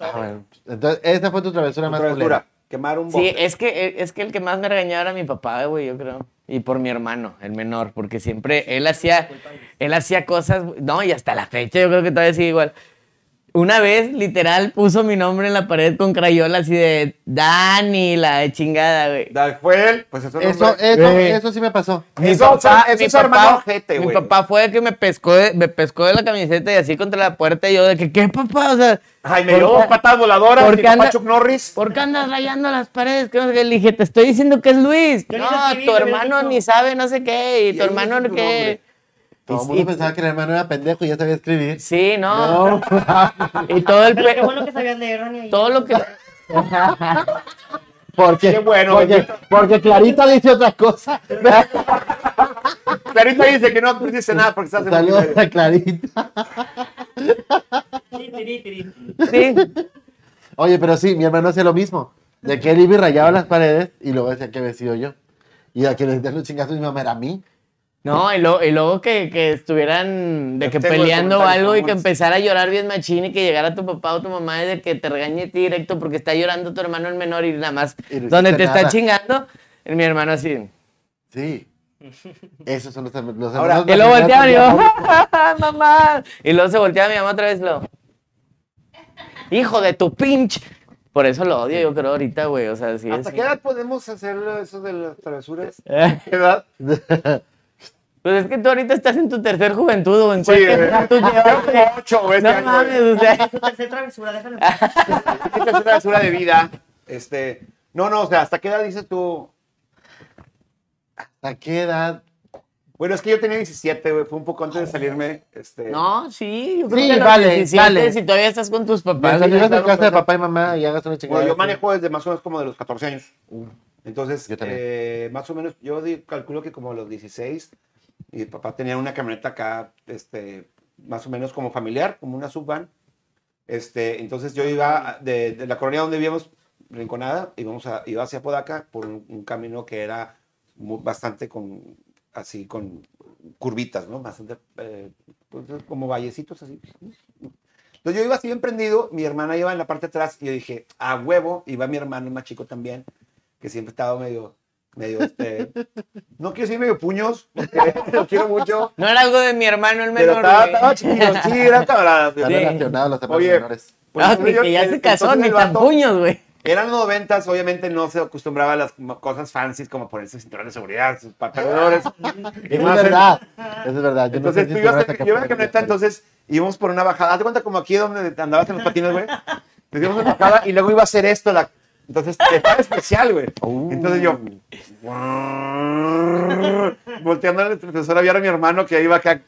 Speaker 5: Ah, bueno.
Speaker 4: Todo- todo-
Speaker 2: A ver, entonces, esa fue tu travesura más
Speaker 5: Travesura.
Speaker 2: culera.
Speaker 5: Quemar un bote.
Speaker 3: Sí, es que, es que el que más me regañaba era mi papá, güey, yo creo. Y por mi hermano, el menor, porque siempre él hacía, él hacía cosas, no, y hasta la fecha yo creo que todavía sigue igual. Una vez, literal, puso mi nombre en la pared con crayola así de Dani, la chingada, güey.
Speaker 5: Da- Fue él, pues eso no
Speaker 2: Eso,
Speaker 5: fue-
Speaker 2: eso,
Speaker 3: Eh.
Speaker 2: eso sí me pasó.
Speaker 3: Mi
Speaker 5: Eso,
Speaker 3: papá-
Speaker 5: eso es
Speaker 3: mi
Speaker 5: ser
Speaker 3: papá-
Speaker 5: hermano ojete,
Speaker 3: Mi
Speaker 5: güey.
Speaker 3: papá fue el que me pescó, de, me pescó de la camiseta y así contra la puerta y yo de que, ¿qué papá? O sea,
Speaker 5: Ay, me
Speaker 3: ¿por
Speaker 5: dio
Speaker 3: qué-
Speaker 5: dos patadas voladoras.
Speaker 3: ¿por
Speaker 5: mi
Speaker 3: qué
Speaker 5: papá
Speaker 3: anda-
Speaker 5: Chuck Norris.
Speaker 3: ¿Por qué andas rayando las paredes? Que no sé qué. Le dije, te estoy diciendo que es Luis.
Speaker 4: Yo ni
Speaker 3: no,
Speaker 4: lo escribí,
Speaker 3: tu
Speaker 4: lo hubiera
Speaker 3: hermano
Speaker 4: dicho.
Speaker 3: ni sabe, no sé qué. Y,
Speaker 5: Y
Speaker 3: tu
Speaker 5: ahí
Speaker 3: hermano
Speaker 5: dice tu
Speaker 3: que...
Speaker 5: nombre.
Speaker 2: Todo
Speaker 3: Y-
Speaker 2: el mundo
Speaker 3: y-
Speaker 2: pensaba que el hermano era pendejo y ya sabía escribir.
Speaker 3: Sí, no.
Speaker 2: No.
Speaker 3: Y todo el...
Speaker 4: Pero
Speaker 3: pe-
Speaker 4: qué bueno que sabías leer, Rani. ahí.
Speaker 3: Todo lo que...
Speaker 2: Porque,
Speaker 5: Qué bueno,
Speaker 2: porque,
Speaker 5: bendito.
Speaker 2: porque Clarita dice otra cosa.
Speaker 5: Clarita dice que no dice nada porque estás en
Speaker 2: Saludos
Speaker 5: multimedia.
Speaker 2: a Clarita.
Speaker 4: Tiri, tiri, tiri.
Speaker 3: Sí,
Speaker 2: Oye, pero sí, mi hermano hacía lo mismo. De que él iba y rayaba las paredes y luego decía que vestido yo. Y a que les den los chingazos mi mamá era a mí.
Speaker 3: No, y, lo- y luego que, que estuvieran de
Speaker 5: Yo
Speaker 3: que
Speaker 5: tengo el
Speaker 3: peleando o
Speaker 5: comentario,
Speaker 3: algo y
Speaker 5: ¿cómo
Speaker 3: que
Speaker 5: es?
Speaker 3: empezara a llorar bien machín y que llegara tu papá o tu mamá y de que te regañe a ti directo porque está llorando tu hermano el menor y nada más
Speaker 2: Y no
Speaker 3: donde
Speaker 2: hiciste
Speaker 3: te
Speaker 2: nada.
Speaker 3: está chingando, mi hermano así.
Speaker 2: Sí. Esos son los, hermanos- los
Speaker 5: Ahora,
Speaker 2: hermanos
Speaker 3: Y lo
Speaker 2: más
Speaker 3: volteaban y yo,
Speaker 2: grandes.
Speaker 3: "Ja, ja, mamá. Y luego se volteaba mi mamá otra vez y lo. Hijo de tu pinche. Por eso lo odio, yo creo, ahorita, güey. O sea, sí es.
Speaker 5: ¿Hasta qué edad podemos hacer eso de las travesuras?
Speaker 3: Pues
Speaker 5: ¿Qué edad?
Speaker 3: es que tú ahorita estás en tu tercer juventud, o en
Speaker 5: Sí,
Speaker 3: cualquier
Speaker 5: güey.
Speaker 3: edad tú llevas, güey.
Speaker 5: Tengo ocho, güey, este
Speaker 3: No
Speaker 5: año, güey.
Speaker 3: mames, o sea.
Speaker 4: Tu tercera travesura, déjalo.
Speaker 5: Esta es una basura de vida. Este, no, no, o sea, ¿hasta qué edad dices tú?
Speaker 2: ¿A qué edad?
Speaker 5: Bueno, es que yo tenía 17, güey, fue un poco antes de salirme. Este,
Speaker 3: No, sí, yo
Speaker 2: Sí,
Speaker 3: creo que a los
Speaker 2: vale,
Speaker 3: 17,
Speaker 2: vale.
Speaker 3: si todavía estás con tus papás.
Speaker 2: Cuando llegas
Speaker 3: ya
Speaker 2: a
Speaker 3: claro,
Speaker 2: casa de
Speaker 3: pues,
Speaker 2: papá y mamá y hagas una chingada.
Speaker 5: Bueno, yo manejo desde más o menos como de los 14 años. Entonces,
Speaker 2: Yo también.
Speaker 5: eh, más o menos, yo di- calculo que como a los 16, mi papá tenía una camioneta acá, este, más o menos como familiar, como una subvan. Este, entonces yo iba de, de la colonia donde vivíamos, Rinconada, íbamos a, iba hacia Podaca por un, un camino que era mu- bastante con, así, con curvitas, ¿no? Bastante, eh, pues, como vallecitos así. Entonces yo iba así bien prendido, mi hermana iba en la parte de atrás y yo dije, a huevo, iba mi hermano más chico también, que siempre estaba medio, medio, este, no quiero decir medio puños, porque lo quiero mucho,
Speaker 3: No era algo de mi hermano el
Speaker 5: pero
Speaker 3: menor.
Speaker 5: estaba,
Speaker 3: güey.
Speaker 5: estaba chiquito, sí, era cabrón.
Speaker 2: Están
Speaker 3: Sí.
Speaker 2: relacionados los hermanos
Speaker 5: Oye,
Speaker 2: menores.
Speaker 5: Pues,
Speaker 3: Ah,
Speaker 5: entonces
Speaker 3: que,
Speaker 5: yo-
Speaker 3: que ya se
Speaker 5: entonces
Speaker 3: casó,
Speaker 5: el
Speaker 3: ni tan
Speaker 5: vato-
Speaker 3: puños, güey.
Speaker 5: eran los noventas, obviamente no se acostumbraba a las mo- cosas fancies como ponerse cinturón de seguridad, sus pantalones. y
Speaker 2: Es
Speaker 5: más-
Speaker 2: verdad. Es verdad. Yo no sé
Speaker 5: Entonces
Speaker 2: si
Speaker 5: tú
Speaker 2: tú
Speaker 5: ibas,
Speaker 2: vas a
Speaker 5: en- yo
Speaker 2: casar
Speaker 5: iba en
Speaker 2: con
Speaker 5: camioneta,
Speaker 2: ellos.
Speaker 5: entonces íbamos por una bajada. Haz de cuenta como aquí donde andabas en los patines, güey. Nos íbamos en bajada y luego iba a hacer esto. La... Entonces estaba especial, güey.
Speaker 2: Uh.
Speaker 5: Entonces yo. Volteando al profesor a ver a mi hermano que iba acá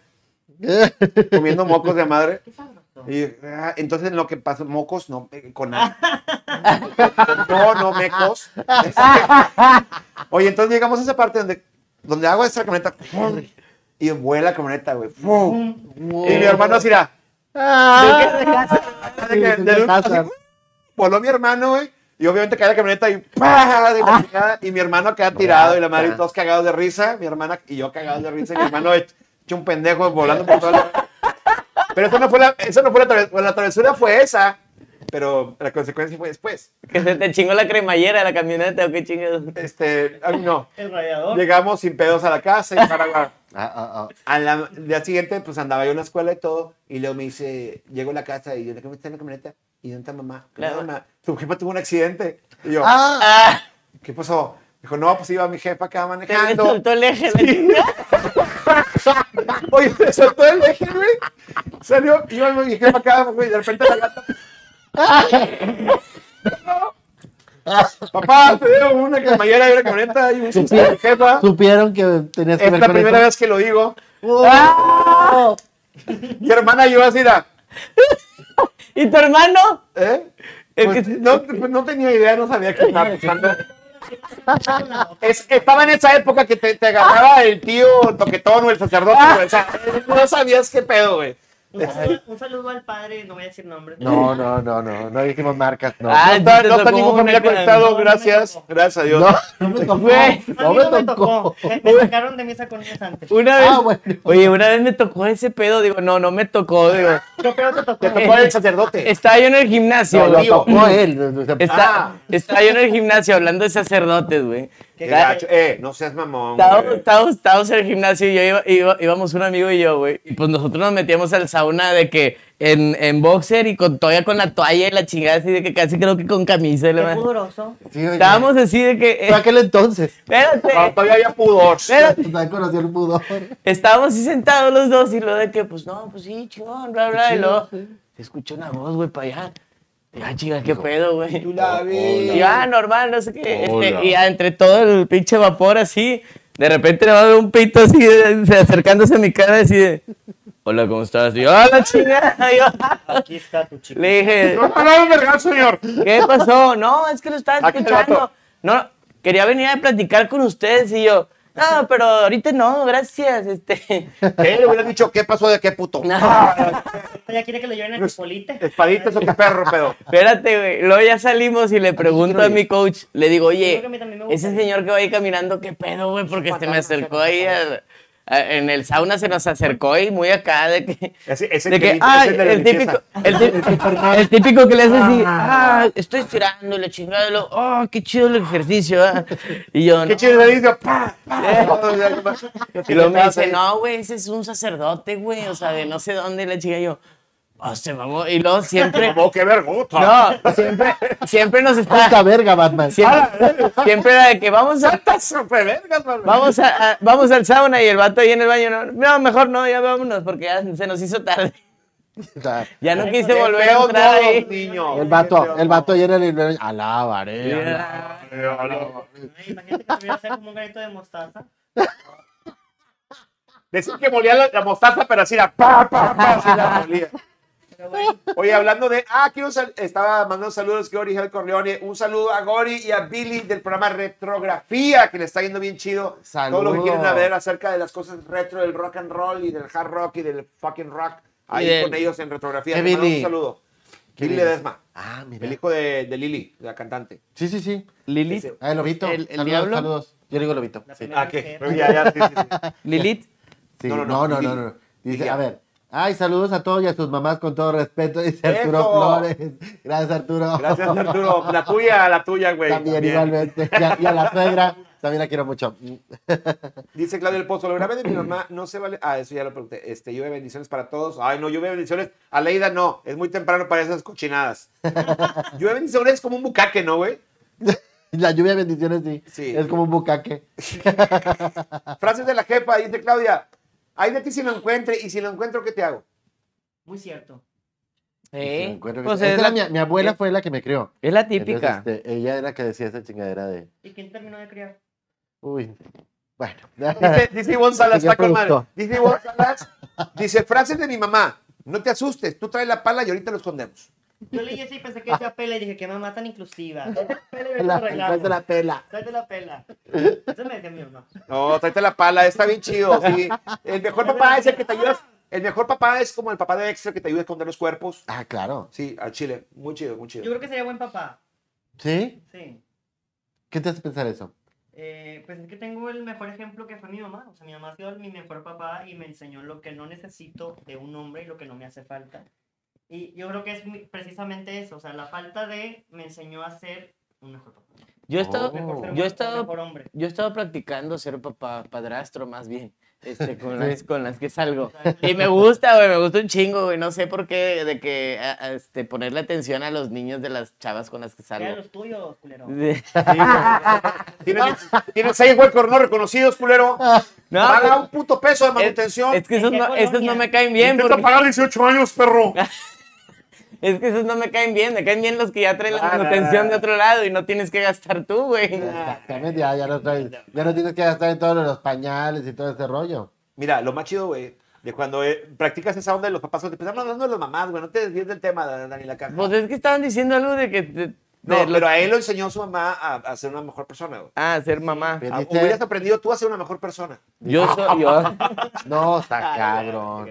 Speaker 5: comiendo mocos de madre.
Speaker 4: Qué sabroso.
Speaker 5: Y ah, entonces lo que pasó, mocos, no, eh, con A. No, no, mecos. Oye, entonces llegamos a esa parte donde, donde hago esta camioneta. ¡fum! Y vuela la camioneta, güey. ¡fum! Y mi hermano así era.
Speaker 2: Ah,
Speaker 5: de que-
Speaker 2: Sí,
Speaker 5: de
Speaker 2: sí,
Speaker 5: un-
Speaker 2: pasa.
Speaker 5: así, Voló mi hermano, güey. Y obviamente cae la camioneta y ¡pah! de
Speaker 2: Ah.
Speaker 5: la chingada, Y mi hermano queda tirado y la madre y todos cagados de risa. Mi hermana y yo cagados de risa. Y mi hermano hecho un pendejo volando por todo lado. Pero eso no fue la, eso no fue la, traves- bueno, la travesura fue esa. Pero la consecuencia fue después.
Speaker 3: Que se te chingó la cremallera, la camioneta, o qué chingados.
Speaker 5: Este, a mí no.
Speaker 4: El radiador.
Speaker 5: Llegamos sin pedos a la casa y para la-
Speaker 2: Ah, ah, ah.
Speaker 5: Al día siguiente, pues andaba yo en la escuela y todo, y luego me dice, llego a la casa y yo, ¿cómo está en la camioneta? ¿Y dónde está mamá?
Speaker 3: La-
Speaker 5: No, ma- Tu jefa tuvo un accidente. Y yo,
Speaker 2: Ah,
Speaker 5: ¿qué pasó? Dijo, no, pues iba mi jefa acá
Speaker 3: Te me
Speaker 5: manejando.
Speaker 3: soltó el eje, la chingada.
Speaker 5: Oye, se soltó el eje, güey. Salió, iba mi jefa acá, güey, y de repente la gata. Papá, te dio una cremallera y una camioneta y un susto de mi jefa.
Speaker 2: supieron que tenías que
Speaker 5: Es
Speaker 2: ver
Speaker 5: la
Speaker 2: con
Speaker 5: primera
Speaker 2: eso.
Speaker 5: vez que lo digo.
Speaker 2: ¡Oh!
Speaker 5: Mi hermana yo así, era,
Speaker 3: ¿Y tu hermano?
Speaker 5: ¿eh?
Speaker 3: El
Speaker 5: Pues,
Speaker 3: que-
Speaker 5: no, pues, no tenía idea, no sabía qué estaba pasando. Es- estaba en esa época que te, te agarraba el tío toquetón o el sacerdote. güey, o sea, no sabías qué pedo, güey.
Speaker 4: Un saludo, un saludo al padre, no voy a decir nombres.
Speaker 2: No, no, no, no. No dijimos marcas, no.
Speaker 3: Ah,
Speaker 5: No está,
Speaker 3: te
Speaker 5: no está
Speaker 3: tocó
Speaker 5: ningún
Speaker 3: una
Speaker 5: familia
Speaker 3: cara.
Speaker 5: conectado,
Speaker 4: No, no me
Speaker 5: gracias.
Speaker 4: tocó.
Speaker 5: Gracias a Dios.
Speaker 2: No, no me tocó.
Speaker 3: Güey,
Speaker 4: A
Speaker 2: No
Speaker 4: mí no me
Speaker 2: me
Speaker 4: tocó.
Speaker 2: tocó.
Speaker 4: Me me sacaron de mis colonias antes.
Speaker 3: Una vez.
Speaker 2: Ah, bueno.
Speaker 3: Oye, una vez me tocó ese pedo, digo, no, no me tocó,
Speaker 5: Ah,
Speaker 3: digo.
Speaker 4: ¿Qué pedo te tocó?
Speaker 5: Te tocó el sacerdote.
Speaker 3: Estaba yo en el gimnasio,
Speaker 2: No, lo
Speaker 3: güey.
Speaker 2: tocó él. o sea,
Speaker 3: Está,
Speaker 5: Ah.
Speaker 3: está yo en el gimnasio hablando de sacerdotes, güey.
Speaker 5: Qué
Speaker 3: Está-
Speaker 5: gacho. Eh, no seas mamón.
Speaker 3: Estábamos,
Speaker 5: güey.
Speaker 3: estábamos- estábamos en el gimnasio y yo iba- iba- íbamos un amigo y yo, güey. Y pues nosotros nos metíamos al sauna de que en, en boxer y con todavía con la toalla y la chingada así de que casi creo que con camisa y la
Speaker 4: Qué
Speaker 3: madre.
Speaker 4: pudoroso.
Speaker 2: Sí, oye.
Speaker 3: Estábamos así de que... Ah, eh,
Speaker 2: Fue aquel entonces.
Speaker 5: No,
Speaker 3: espérate,
Speaker 5: todavía había pudor.
Speaker 3: espérate.
Speaker 2: Ahí conoció el pudor.
Speaker 3: Estábamos así sentados los dos y lo de que, pues no, pues sí, chingón, bla, bla. Y luego se escuchó una voz, güey, para allá. Y, ah, chinga, qué pedo, güey.
Speaker 5: Tú la ves.
Speaker 3: Y yo, ah, normal, no sé qué. este, y ah, entre todo el pinche vapor así, de repente le va a ver un pito así, de- de- acercándose a mi cara, así de, hola, ¿cómo estás? Y yo, hola, chingada. Y yo,
Speaker 4: Aquí está tu chico.
Speaker 3: le dije,
Speaker 5: No, no, no, vergal, señor.
Speaker 3: ¿qué pasó? No, es que lo estaba
Speaker 5: Aquí el
Speaker 3: escuchando.
Speaker 5: Ah, vato.
Speaker 3: no, quería venir a platicar con ustedes y yo, no, pero ahorita no, gracias, este,
Speaker 5: ¿Qué? Eh, Le hubieran dicho, ¿qué pasó de qué puto?
Speaker 4: Ella quiere que le lleven a Chipolite.
Speaker 5: ¿Espaditas o qué perro, pedo?
Speaker 3: espérate, güey. Luego ya salimos y le pregunto a mi coach, le digo,
Speaker 4: Yo creo
Speaker 3: oye,
Speaker 4: que a mí también me gusta.
Speaker 3: ese señor que va ahí caminando, qué pedo, güey, porque se me acercó ahí al- a- en el sauna se nos acercó y muy acá de que
Speaker 5: Ese, ese
Speaker 3: de que,
Speaker 5: limpieza,
Speaker 3: ay,
Speaker 5: ese de la
Speaker 3: el
Speaker 5: limpieza.
Speaker 3: típico, el, típico, el típico que le hace así, ah, estoy estirando y la chingada, y luego, oh, qué chido el ejercicio, ah". y yo,
Speaker 5: Qué
Speaker 3: no.
Speaker 5: chido le dice, pa, pa.
Speaker 3: y luego me
Speaker 5: eh,
Speaker 3: dice, no, güey, ese es un sacerdote, güey, o sea, de no sé dónde, y la chica, y yo, ah, se mamó, y luego siempre,
Speaker 5: Como qué vergota.
Speaker 3: no, siempre, siempre nos
Speaker 2: Puta
Speaker 3: está,
Speaker 2: verga, Batman.
Speaker 3: siempre, siempre era de que vamos a,
Speaker 5: Tantas supervergas, man.
Speaker 3: vamos a, a- vamos al sauna, y el vato ahí en el baño, no, no, mejor no, ya vámonos, porque ya se nos hizo tarde,
Speaker 2: O sea,
Speaker 3: ya no quise
Speaker 5: Qué
Speaker 3: volver a
Speaker 5: feos
Speaker 3: entrar
Speaker 5: modos,
Speaker 3: ahí.
Speaker 5: niño.
Speaker 2: el
Speaker 5: Qué
Speaker 2: vato,
Speaker 5: feos
Speaker 2: el vato ayer en el librería, alabaré.
Speaker 3: Era-
Speaker 5: modos.
Speaker 4: Ay, Imagínate que tuviera que ser como un granito de mostaza.
Speaker 5: Decir que molía la, la mostaza, pero así era pa, pa, pa, así la molía.
Speaker 4: Pero bueno,
Speaker 5: Oye, hablando de. Ah, quiero sal- estaba mandando saludos Gori Hel Corleone. Un saludo a Gori y a Billy del programa Retrografía, que le está yendo bien chido.
Speaker 2: Saludos.
Speaker 5: Todo lo que quieren saber acerca de las cosas retro del rock and roll y del hard rock y del fucking rock. Ahí
Speaker 3: Bien.
Speaker 5: con ellos en Retrografía.
Speaker 2: ¿Qué
Speaker 5: Te mando
Speaker 2: Billy?
Speaker 5: Un saludo.
Speaker 2: ¿Qué
Speaker 5: Billy
Speaker 2: Billy?
Speaker 5: Ledesma,
Speaker 2: Ah, mira.
Speaker 5: el hijo de, de Lili, la cantante.
Speaker 2: Sí, sí, sí.
Speaker 3: Lilith,
Speaker 5: Ese-
Speaker 2: Ah, el lobito.
Speaker 3: ¿El- el
Speaker 2: saludos,
Speaker 3: diablo?
Speaker 2: saludos. Yo digo lobito.
Speaker 4: la
Speaker 2: Sí.
Speaker 4: primera
Speaker 5: Ah, ¿qué?
Speaker 4: mujer.
Speaker 5: Ya, ya, sí, sí, sí.
Speaker 3: Lilith,
Speaker 2: Sí,
Speaker 5: No,
Speaker 2: No,
Speaker 5: no,
Speaker 2: no,
Speaker 5: no,
Speaker 2: no, no,
Speaker 5: Lili.
Speaker 2: no. Dice,
Speaker 5: Lili.
Speaker 2: a ver. Ay, saludos a todos y a sus mamás con todo respeto, dice Arturo
Speaker 5: ¡Eso!
Speaker 2: Flores. Gracias, Arturo.
Speaker 5: Gracias, Arturo. La tuya, la tuya, güey.
Speaker 2: También, igualmente. Y a, y a la suegra, también la quiero mucho. Mm,
Speaker 5: Dice Claudia del Pozo, lo grave de mi mamá no se vale. Ah, eso ya lo pregunté. Este, lluvia de bendiciones para todos. Ay, no, lluvia de bendiciones. A Leida no, es muy temprano para esas cochinadas. Lluvia de bendiciones es como un bucaque, ¿no, güey?
Speaker 2: La lluvia de bendiciones, sí.
Speaker 5: Sí.
Speaker 2: Es como un bucaque.
Speaker 5: Frases de la jefa, dice Claudia. Ay de ti si lo encuentre y si lo encuentro, ¿qué te hago?
Speaker 4: Muy cierto.
Speaker 2: Me
Speaker 3: sí,
Speaker 2: encuentro-
Speaker 3: pues
Speaker 2: Esa
Speaker 3: es
Speaker 2: era
Speaker 3: la,
Speaker 2: mi, mi abuela fue la que me crió.
Speaker 3: es la
Speaker 2: Entonces,
Speaker 3: típica.
Speaker 2: este, ella era la que decía esa chingadera de.
Speaker 4: ¿Y quién terminó de criar?
Speaker 2: Uy. Bueno.
Speaker 5: Dice, dice Ivonne Salas,
Speaker 2: Señor
Speaker 5: está con madre.
Speaker 2: productor.
Speaker 5: Dice Ivonne Salas, dice frases de mi mamá. No te asustes, tú trae la pala y ahorita lo escondemos.
Speaker 4: Yo leí eso y pensé que era pela y dije que mamá tan inclusiva. Tráete la pela y ahorita
Speaker 2: la,
Speaker 4: lo arreglamos.
Speaker 2: de la pela.
Speaker 4: Tráete la pela. Eso me decía mi mamá.
Speaker 5: No, tráete la pala, está bien chido, sí. El mejor papá es el que te ayuda. El mejor papá es como el papá de extra que te ayuda a esconder los cuerpos.
Speaker 2: Ah, claro.
Speaker 5: Sí, al Chile. Muy chido, muy
Speaker 4: Yo
Speaker 5: chido.
Speaker 4: creo que sería buen papá.
Speaker 2: ¿Sí?
Speaker 4: Sí.
Speaker 2: ¿Qué te hace pensar eso?
Speaker 4: Eh, pues es que tengo el mejor ejemplo que fue mi mamá. O sea, mi mamá ha sido mi mejor papá y me enseñó lo que no necesito de un hombre y lo que no me hace falta. Y yo creo que es mi- precisamente eso. O sea, la falta de me enseñó a ser un mejor papá.
Speaker 3: Yo he estado,
Speaker 2: Oh.
Speaker 4: Mejor ser
Speaker 3: yo he
Speaker 4: humano,
Speaker 3: estado,
Speaker 4: mejor hombre.
Speaker 3: yo he estado practicando ser papá, padrastro más bien, este, con,
Speaker 2: Sí.
Speaker 3: las, con las que salgo.
Speaker 4: O sea,
Speaker 3: Y me gusta, güey, me gusta un chingo, güey. No sé por qué, de que a- a, este, ponerle atención a los niños de las chavas con las que
Speaker 4: Era
Speaker 3: salgo.
Speaker 4: los tuyos, culero.
Speaker 3: De-
Speaker 5: Tienes, tienes seis huecos no reconocidos, culero.
Speaker 3: No,
Speaker 5: Paga un puto peso de manutención.
Speaker 3: es que esos
Speaker 4: ¿En qué
Speaker 3: no, esos no
Speaker 4: colonia?
Speaker 3: me caen bien,
Speaker 5: Intenta
Speaker 3: porque-
Speaker 5: pagar 18 años, perro.
Speaker 3: es que esos no me caen bien, me caen bien los que ya traen la
Speaker 5: Ah, no,
Speaker 3: manutención
Speaker 5: no.
Speaker 3: de otro lado y no tienes que gastar tú, güey.
Speaker 5: Ah,
Speaker 2: Exactamente, ya, ya, no traes- ya no tienes que gastar en todos los pañales y todo ese rollo.
Speaker 5: Mira, lo más chido, güey, de cuando eh, practicas esa onda de los papás, te empezamos hablando de los mamás, güey. No te desvíes del tema, Dani, la cara.
Speaker 3: Pues es que estaban diciendo algo de que... de-
Speaker 5: No,
Speaker 3: de los-
Speaker 5: pero a él lo enseñó su mamá a, a ser una mejor persona, güey.
Speaker 3: Ah, ser mamá.
Speaker 2: Pero
Speaker 5: Ah,
Speaker 2: dice-
Speaker 5: Hubieras aprendido tú a ser una mejor persona.
Speaker 3: Yo soy, yo,
Speaker 2: No, está
Speaker 5: Ah,
Speaker 2: cabrón.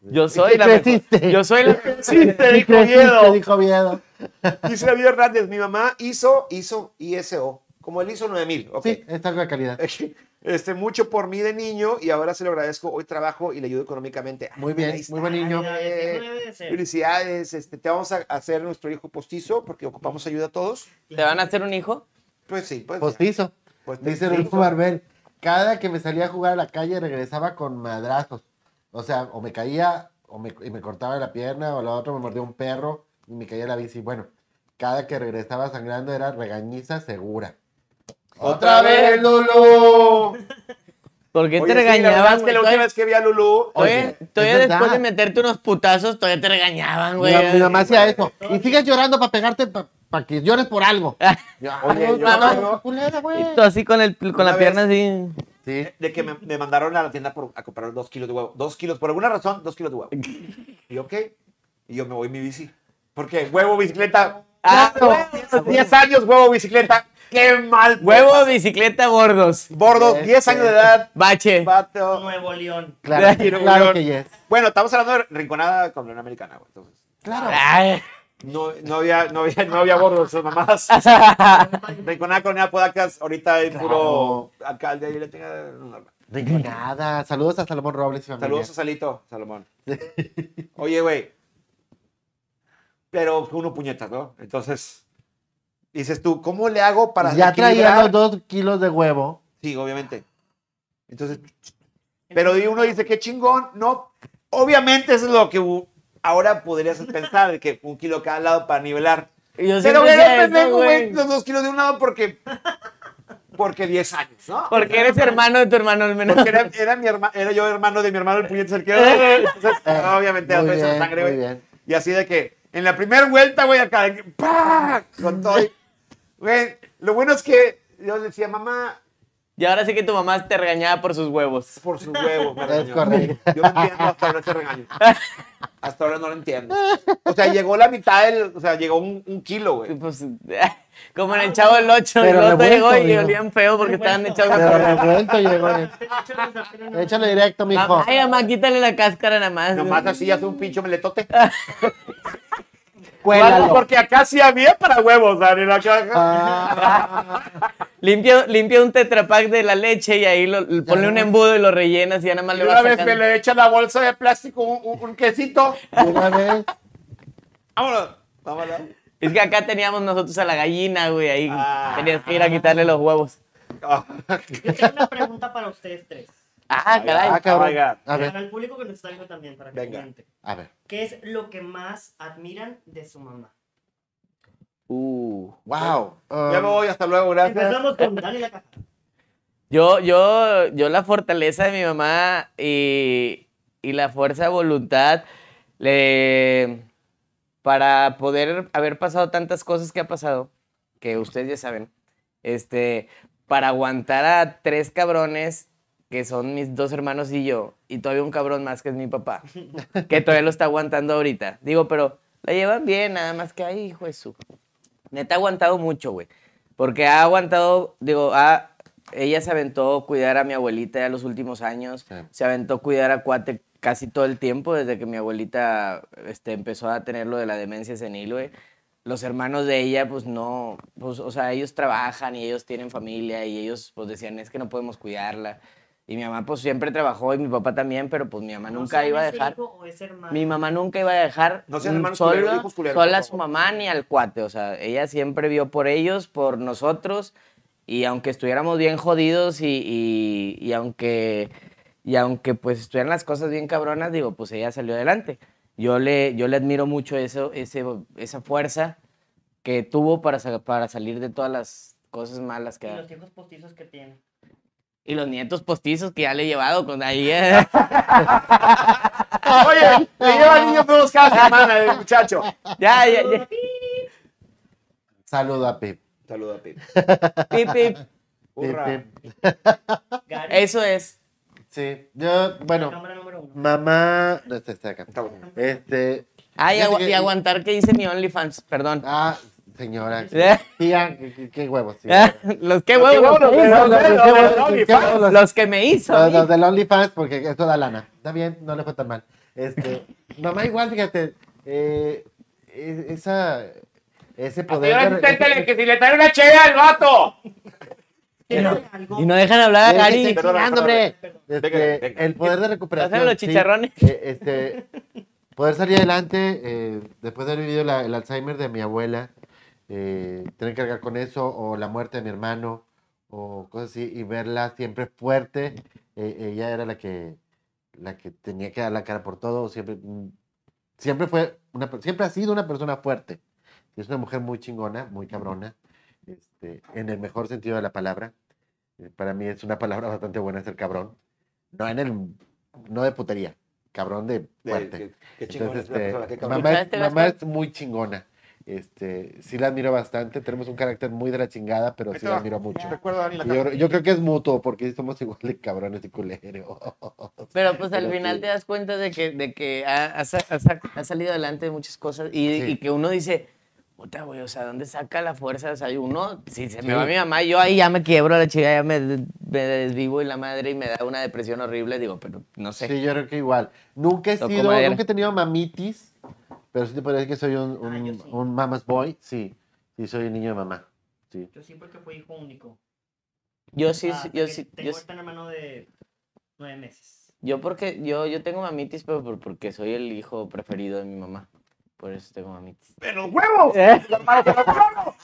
Speaker 3: yo soy la
Speaker 2: ¿Qué
Speaker 3: mejor-
Speaker 2: hiciste?
Speaker 3: Yo soy la...
Speaker 5: Sí, te dijo
Speaker 2: Sí, sí, Te
Speaker 5: miedo.
Speaker 2: dijo miedo.
Speaker 5: Dice David Hernández, mi mamá hizo, hizo ISO. Como él hizo 9000, ok.
Speaker 2: Sí, es algo de calidad.
Speaker 5: Este, mucho por mí de niño y ahora se lo agradezco. Hoy trabajo y le ayudo económicamente. Ay,
Speaker 2: Muy bien,
Speaker 5: ahí está,
Speaker 2: muy buen niño.
Speaker 5: mira,
Speaker 4: Eso
Speaker 5: eh,
Speaker 4: debe de ser.
Speaker 5: Felicidades, este, te vamos a hacer nuestro hijo postizo porque ocupamos ayuda a todos.
Speaker 3: ¿Te van a hacer un hijo?
Speaker 5: Pues sí, pues. ya.
Speaker 2: Postizo.
Speaker 5: Pues,
Speaker 2: Dice
Speaker 5: sí.
Speaker 2: Rulfo Barbel, cada que me salía a jugar a la calle regresaba con madrazos. O sea, o me caía o me, y me cortaba la pierna o la otra me mordía un perro y me caía la bici. Bueno, cada que regresaba sangrando era regañiza segura.
Speaker 5: Otra vez, Lulu.
Speaker 3: ¿Por qué
Speaker 5: Oye,
Speaker 3: te
Speaker 5: sí, la verdad es
Speaker 3: regañabas?
Speaker 5: que
Speaker 3: güey?
Speaker 5: la última vez que vi a Lulu.
Speaker 3: Oye,
Speaker 2: Es
Speaker 3: todavía
Speaker 2: verdad.
Speaker 3: después de meterte unos putazos, todavía te regañaban, güey.
Speaker 2: mi, ma- mi mamá hacía eso. Y sigues llorando para pegarte, para que llores por algo. Yo,
Speaker 5: Oye,
Speaker 2: "Ay,
Speaker 5: yo
Speaker 2: mamá,
Speaker 5: creo-
Speaker 2: culera, güey".
Speaker 3: Y tú así con, el, con
Speaker 5: Una
Speaker 3: la pierna
Speaker 5: vez.
Speaker 3: así.
Speaker 2: Sí.
Speaker 5: de que me, me mandaron a la tienda por- a comprar dos kilos de huevo. Dos kilos, por alguna razón, dos kilos de huevo. Y yo, ok. Y yo me voy en mi bici. Porque huevo, bicicleta.
Speaker 3: Ah,
Speaker 5: Claro. Diez años, huevo, bicicleta.
Speaker 2: ¡Qué mal!
Speaker 3: Huevo, bicicleta, bordos.
Speaker 5: Bordo,
Speaker 2: Este.
Speaker 5: 10 años de edad.
Speaker 3: Bache.
Speaker 5: Vato.
Speaker 4: Nuevo León.
Speaker 2: Claro,
Speaker 5: Quiero
Speaker 2: claro
Speaker 5: un
Speaker 2: que
Speaker 5: guión.
Speaker 2: yes.
Speaker 5: Bueno, estamos hablando de rinconada con Unión Americana, güey. Entonces, Ah.
Speaker 3: Ay,
Speaker 5: no, no había, no había, no había bordo, esas mamás. rinconada con Unión Podacas, ahorita hay puro alcalde y le tenga.
Speaker 2: Rinconada. Saludos a Salomón Robles y familia.
Speaker 5: Saludos a Salito, Salomón. Oye, güey. Pero uno puñetas, ¿no? Entonces, dices tú, ¿cómo le hago para
Speaker 2: Ya traía
Speaker 5: equilibrar?
Speaker 2: los dos kilos de huevo.
Speaker 5: Sí, obviamente. Entonces, pero di- uno dice, qué chingón. No, obviamente eso es lo que u- ahora podrías pensar, de que un kilo cada lado para nivelar.
Speaker 3: yo
Speaker 5: Pero
Speaker 3: siempre
Speaker 5: güey,
Speaker 3: decía
Speaker 5: no
Speaker 3: eso,
Speaker 5: pendejo, güey,
Speaker 3: güey.
Speaker 5: los dos kilos de un lado porque, porque 10 años, ¿no?
Speaker 3: Porque eres hermano de tu hermano al menos.
Speaker 5: Porque era, era mi herma- era yo hermano de mi hermano el puñete el que Entonces,
Speaker 2: Eh,
Speaker 5: Ah, obviamente,
Speaker 2: muy
Speaker 5: otra vez en la
Speaker 2: bien,
Speaker 5: sangre,
Speaker 2: muy
Speaker 5: güey.
Speaker 2: bien.
Speaker 5: Y así de que, en la primera vuelta, güey, acá, de que, ¡pah! Con todo. y- Güey, lo bueno es que yo le decía, mamá,
Speaker 3: Y ahora sé que tu mamá te regañaba por sus huevos.
Speaker 5: por su huevo, me
Speaker 2: Es
Speaker 5: regañó.
Speaker 2: correcto.
Speaker 5: Yo no entiendo hasta ahora ese regaño. Hasta ahora no lo entiendo. O sea, llegó la mitad del, o sea, llegó un, un kilo,
Speaker 3: Y
Speaker 5: güey.
Speaker 3: pues, como en el chavo el 8, y
Speaker 2: Ah, Pero
Speaker 3: luego te
Speaker 2: revuelto,
Speaker 3: llegó y
Speaker 2: digo.
Speaker 3: olían feo porque estaban echados a
Speaker 2: Pero
Speaker 3: correr.
Speaker 2: revuelto llegó. eh. Échale directo, mijo.
Speaker 3: Ay, mamá, quítale la cáscara nada más.
Speaker 5: Nomás así hace un pinche meletote.
Speaker 2: Cuélalo.
Speaker 5: Porque acá sí había para huevos, Dani, la caja.
Speaker 2: Ah.
Speaker 3: Limpia, limpia un tetrapack de la leche y ahí lo, lo- ponle un embudo y lo rellenas y ya nada más
Speaker 5: Y
Speaker 3: le vas
Speaker 5: una vez me
Speaker 3: sacando.
Speaker 5: le echa la bolsa de plástico un, un- un quesito.
Speaker 2: De Una vez.
Speaker 5: Vámonos. Vámonos.
Speaker 3: Es que acá teníamos nosotros a la gallina, güey, ahí
Speaker 5: Ah.
Speaker 3: tenías que ir a quitarle los huevos.
Speaker 5: Ah,
Speaker 4: Yo tengo una pregunta para ustedes tres.
Speaker 3: Ah,
Speaker 2: Ah,
Speaker 3: caray.
Speaker 2: cabrón.
Speaker 5: Oiga.
Speaker 2: A ver,
Speaker 4: Para el público que nos está viendo también, para que
Speaker 5: Venga.
Speaker 4: comente.
Speaker 2: a ver.
Speaker 4: ¿Qué es lo que más admiran de su mamá?
Speaker 3: Uh.
Speaker 2: Wow.
Speaker 5: Ya me voy, hasta luego, gracias.
Speaker 4: Empezamos con Dani la caja.
Speaker 3: Yo, yo, yo la fortaleza de mi mamá y, y la fuerza de voluntad le, para poder haber pasado tantas cosas que ha pasado, que ustedes ya saben, este, para aguantar a tres cabrones que son mis dos hermanos y yo, y todavía un cabrón más que es mi papá, que todavía lo está aguantando ahorita. Digo, pero la llevan bien, nada más que, ay, hijo de su. Neta ha aguantado mucho, güey. Porque ha aguantado, digo, ha- ella se aventó cuidar a mi abuelita ya los últimos años.
Speaker 2: Sí.
Speaker 3: Se aventó cuidar a Cuate casi todo el tiempo desde que mi abuelita este, empezó a tener lo de la demencia senil, güey. Los hermanos de ella, pues no, pues, o sea, ellos trabajan y ellos tienen familia y ellos pues decían, es que no podemos cuidarla. Y mi mamá pues siempre trabajó y mi papá también, pero pues mi mamá
Speaker 4: No
Speaker 3: nunca
Speaker 4: sé,
Speaker 3: iba a
Speaker 4: ¿ese
Speaker 3: dejar
Speaker 4: hijo o ese hermano?
Speaker 3: mi mamá nunca iba a dejar
Speaker 5: No sean
Speaker 3: mm,
Speaker 5: hermanos
Speaker 3: sola,
Speaker 5: culeros, hijos culeros,
Speaker 3: sola
Speaker 5: por
Speaker 3: a su
Speaker 5: favor.
Speaker 3: mamá ni al cuate. O sea, ella siempre vio por ellos, por nosotros. Y aunque estuviéramos bien jodidos y, y- y aunque, y aunque pues estuvieran las cosas bien cabronas, digo, pues ella salió adelante. Yo le, yo le admiro mucho eso, ese, esa fuerza que tuvo para, sa- para salir de todas las cosas malas que...
Speaker 4: Y los hijos postizos que tiene.
Speaker 3: Y los nietos postizos que ya le he llevado con ahí. eh.
Speaker 5: Oye, le lleva niños nuevos cada semana, el muchacho.
Speaker 3: ya, ya, ya.
Speaker 2: Um, Saludo a Pip.
Speaker 5: Saluda a Pip.
Speaker 3: Pip, pip.
Speaker 5: Hurra.
Speaker 4: Gary,
Speaker 3: Eso es.
Speaker 2: Sí. Yo,
Speaker 4: la
Speaker 2: bueno,
Speaker 4: cámara número uno.
Speaker 2: mamá. No este, está acá.
Speaker 5: Está bueno.
Speaker 2: Este.
Speaker 3: Ah, y,
Speaker 2: fíjate
Speaker 3: agu-
Speaker 2: que-
Speaker 3: y aguantar que hice mi OnlyFans, perdón.
Speaker 2: Ah, señora.
Speaker 3: Eh,
Speaker 2: Tía, qué- qué- qué huevos. sí.
Speaker 3: los que huevos, los,
Speaker 5: huevos,
Speaker 3: que
Speaker 5: los
Speaker 3: hizo, los- los-
Speaker 5: huevos, los huevos,
Speaker 3: los- los-
Speaker 5: los huevos.
Speaker 3: los que me hizo.
Speaker 2: Los,
Speaker 3: a
Speaker 2: los
Speaker 3: mí.
Speaker 2: del OnlyFans, porque eso da lana. Está bien, no le fue tan mal. Este, mamá, igual, fíjate, eh, e- esa, ese poder. de-
Speaker 5: que si le trae una chela al vato.
Speaker 4: ¿Tiene algo?
Speaker 3: Y no dejan hablar a
Speaker 2: Déjate
Speaker 3: Gary.
Speaker 2: chingando,
Speaker 5: Perdón,
Speaker 2: hombre.
Speaker 4: perdón.
Speaker 2: Este,
Speaker 5: Venga, venga.
Speaker 2: El poder de recuperación.
Speaker 3: Pásame los
Speaker 2: sí.
Speaker 3: chicharrones.
Speaker 2: Eh, este, poder salir adelante eh, después de haber vivido la- el Alzheimer de mi abuela, eh, tener que cargar con eso, o la muerte de mi hermano, o cosas así, y verla siempre fuerte. Eh, ella era la que, la que tenía que dar la cara por todo, siempre, mm, siempre fue una, per- siempre ha sido una persona fuerte. Es una mujer muy chingona, muy cabrona, este, en el mejor sentido de la palabra. Eh, Para mí es una palabra bastante buena ser cabrón. No en el, no de putería, cabrón de fuerte.
Speaker 5: Qué chingón
Speaker 2: Entonces,
Speaker 5: es una
Speaker 2: este,
Speaker 5: persona, qué cabrón.
Speaker 2: mamá, es,
Speaker 3: ¿Escuchaste,
Speaker 2: mamá
Speaker 3: Gastón?
Speaker 2: es muy chingona. Este, sí la admiro bastante. Tenemos un carácter muy de la chingada, pero
Speaker 5: Ahí
Speaker 2: sí
Speaker 5: te va.
Speaker 2: la admiro mucho.
Speaker 5: Recuerdo a Dani la
Speaker 2: Y Yo, yo creo que es mutuo, porque sí somos igual de cabrones y culeros.
Speaker 3: Pero pues al
Speaker 2: Pero
Speaker 3: final
Speaker 2: sí.
Speaker 3: te das cuenta de que, de que ha, ha sa- ha sa- ha salido adelante de muchas cosas y,
Speaker 2: Sí.
Speaker 3: y que uno dice, puta, güey, o sea, ¿dónde saca la fuerza? O sea, uno, si se me va mi mamá, yo ahí ya me quiebro a la chica, ya me, me desvivo y la madre y me da una depresión horrible. Digo, pero no sé.
Speaker 2: Sí, yo creo que igual. Nunca he
Speaker 3: Toco
Speaker 2: sido,
Speaker 3: madera.
Speaker 2: nunca he tenido mamitis, pero sí te podría decir que soy un, un,
Speaker 4: Ah, yo sí.
Speaker 2: un mama's boy. Sí, sí, soy un niño de mamá. Sí.
Speaker 4: Yo sí porque fui hijo único.
Speaker 3: Yo sí,
Speaker 4: Ah,
Speaker 3: sí,
Speaker 4: hasta
Speaker 3: yo
Speaker 4: que
Speaker 3: sí,
Speaker 4: Tengo
Speaker 3: yo,
Speaker 4: ahorita un hermano de nueve meses.
Speaker 3: yo porque, yo, yo tengo mamitis, pero por- porque soy el hijo preferido de mi mamá. Por eso tengo mamitis.
Speaker 5: ¡Pero los huevos!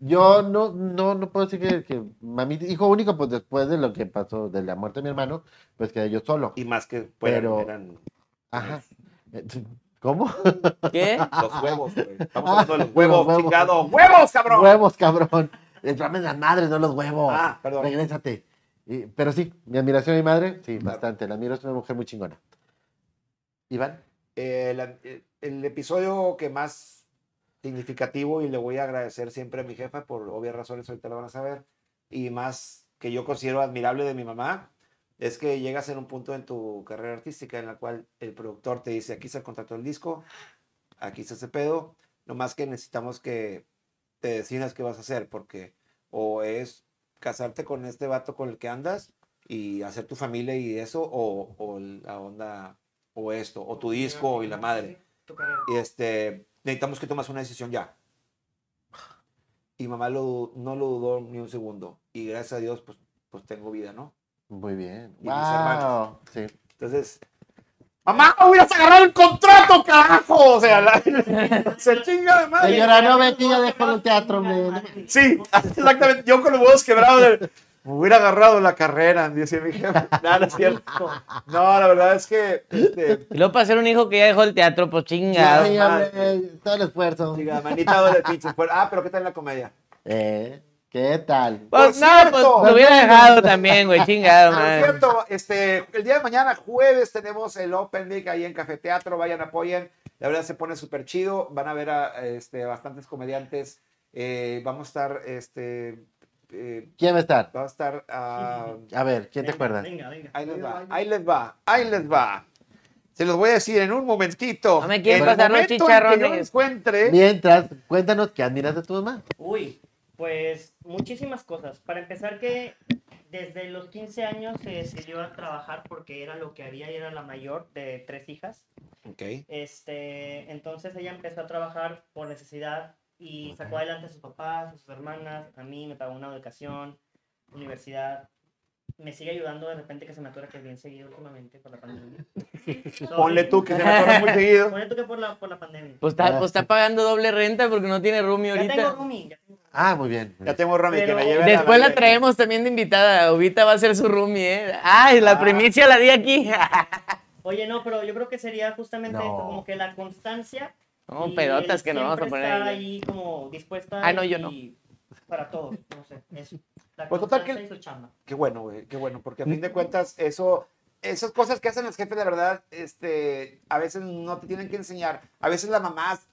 Speaker 2: Yo no, no, no puedo decir que, que mamitis, hijo único, pues después de lo que pasó, de la muerte de mi hermano, pues quedé yo solo.
Speaker 5: Y más que fueran-
Speaker 2: Pero-
Speaker 5: eran
Speaker 2: Ajá. ¿Cómo?
Speaker 3: ¿Qué?
Speaker 5: los huevos, güey. Estamos hablando de los huevos,
Speaker 2: Los huevos.
Speaker 5: chingado. ¡Huevos, cabrón!
Speaker 2: Huevos, cabrón. Les mames las madres, no los huevos.
Speaker 5: Ah, perdón.
Speaker 2: Regrésate. Y- pero sí, mi admiración a mi madre, sí, bastante. La admiro, es una mujer muy chingona. Iván,
Speaker 5: Eh, la- eh, el episodio que más significativo y le voy a agradecer siempre a mi jefa por obvias razones, ahorita lo van a saber, y más que yo considero admirable de mi mamá, es que llegas en un punto en tu carrera artística en la cual el productor te dice, aquí se contrató el disco, aquí se hace pedo, nomás que necesitamos que te decidas qué vas a hacer, porque o es casarte con este vato con el que andas y hacer tu familia y eso, o, o la onda, o esto, o tu disco y la madre
Speaker 4: Tu carrera.
Speaker 5: y este, necesitamos que tomas una decisión ya. Y mamá lo, du- no lo dudó ni un segundo. Y gracias a Dios, pues, pues tengo vida, ¿no?
Speaker 2: muy bien.
Speaker 5: Y mis hermanos.
Speaker 2: Wow. Sí.
Speaker 5: Entonces, ¡Mamá, hubieras agarrado el contrato, carajo! O sea, la, se chinga de madre.
Speaker 2: Señora, no, Betty, ya déjalo el teatro, hombre.
Speaker 5: Sí, exactamente. Yo con los huevos quebrados. de, Me hubiera agarrado la carrera, dice mi jefe. No, no es cierto. No, la verdad es que este,
Speaker 3: Y luego para ser un hijo que ya dejó el teatro, pues chingado.
Speaker 2: Sí,
Speaker 5: madre.
Speaker 2: hombre, todo el esfuerzo.
Speaker 5: diga, manita doble pinche. fuera. Ah, pero ¿qué tal la comedia?
Speaker 2: Eh, ¿Qué tal?
Speaker 3: Pues
Speaker 5: Por
Speaker 3: no,
Speaker 5: cierto.
Speaker 3: pues lo hubiera dejado también, güey, chingado,
Speaker 5: Por
Speaker 3: madre.
Speaker 5: cierto, este, el día de mañana, jueves, tenemos el Open Mic ahí en Café Teatro. Vayan, apoyen. La verdad se pone súper chido. Van a ver a este, bastantes comediantes. Eh, vamos a estar, este, eh,
Speaker 2: ¿Quién va a estar?
Speaker 5: va a estar. ah,
Speaker 2: A ver, ¿quién te
Speaker 4: Venga,
Speaker 2: acuerdas?
Speaker 4: Venga, venga.
Speaker 5: ahí les va, ahí les va, ahí les va. Se los voy a decir en un momentito.
Speaker 3: No me quieren
Speaker 5: En el
Speaker 3: pasar los
Speaker 5: momento en que yo
Speaker 3: chicharrones.
Speaker 5: encuentre.
Speaker 2: Mientras, cuéntanos qué admiras de tu mamá.
Speaker 4: Uy, pues muchísimas cosas. Para empezar que desde los 15 años se decidió a trabajar porque era lo que había y era la mayor de tres hijas.
Speaker 5: Ok.
Speaker 4: Este, entonces ella empezó a trabajar por necesidad y sacó adelante a sus papás, a sus hermanas, a mí, me pagó una educación, universidad. Me sigue ayudando de repente que se me atura que es bien seguido últimamente por la pandemia.
Speaker 5: Ponle tú que se me atoró muy seguido.
Speaker 4: Ponle tú que por la, por la pandemia.
Speaker 3: Pues
Speaker 5: Ah.
Speaker 3: está, pues está pagando doble renta porque no tiene roomie
Speaker 4: Ya
Speaker 3: ahorita.
Speaker 4: tengo rooming, ya tengo
Speaker 2: Ah, muy bien. muy
Speaker 5: Ya
Speaker 2: bien.
Speaker 5: tengo Rami que
Speaker 4: Pero-
Speaker 5: me lleve a
Speaker 3: Después la
Speaker 5: verga.
Speaker 3: traemos también de invitada. Ubita va a ser su roomie, ¿eh? Ay, la
Speaker 5: Ah.
Speaker 3: primicia la di aquí.
Speaker 4: Oye, no, pero yo creo que sería justamente
Speaker 2: No.
Speaker 4: esto, como que la constancia.
Speaker 3: No,
Speaker 4: y
Speaker 3: pelotas
Speaker 4: el
Speaker 3: que no vamos a
Speaker 4: siempre
Speaker 3: poner
Speaker 4: Estar
Speaker 3: ahí.
Speaker 4: ahí como dispuesta.
Speaker 3: Ah, no, yo
Speaker 4: y- Para todos, no sé, eso. La
Speaker 5: Pues total
Speaker 4: constancia
Speaker 5: que-
Speaker 4: y su chamba.
Speaker 5: Qué bueno, güey, qué bueno, porque a fin de cuentas, eso, esas cosas que hacen los jefes, la verdad, este, a veces no te tienen que enseñar. A veces las mamás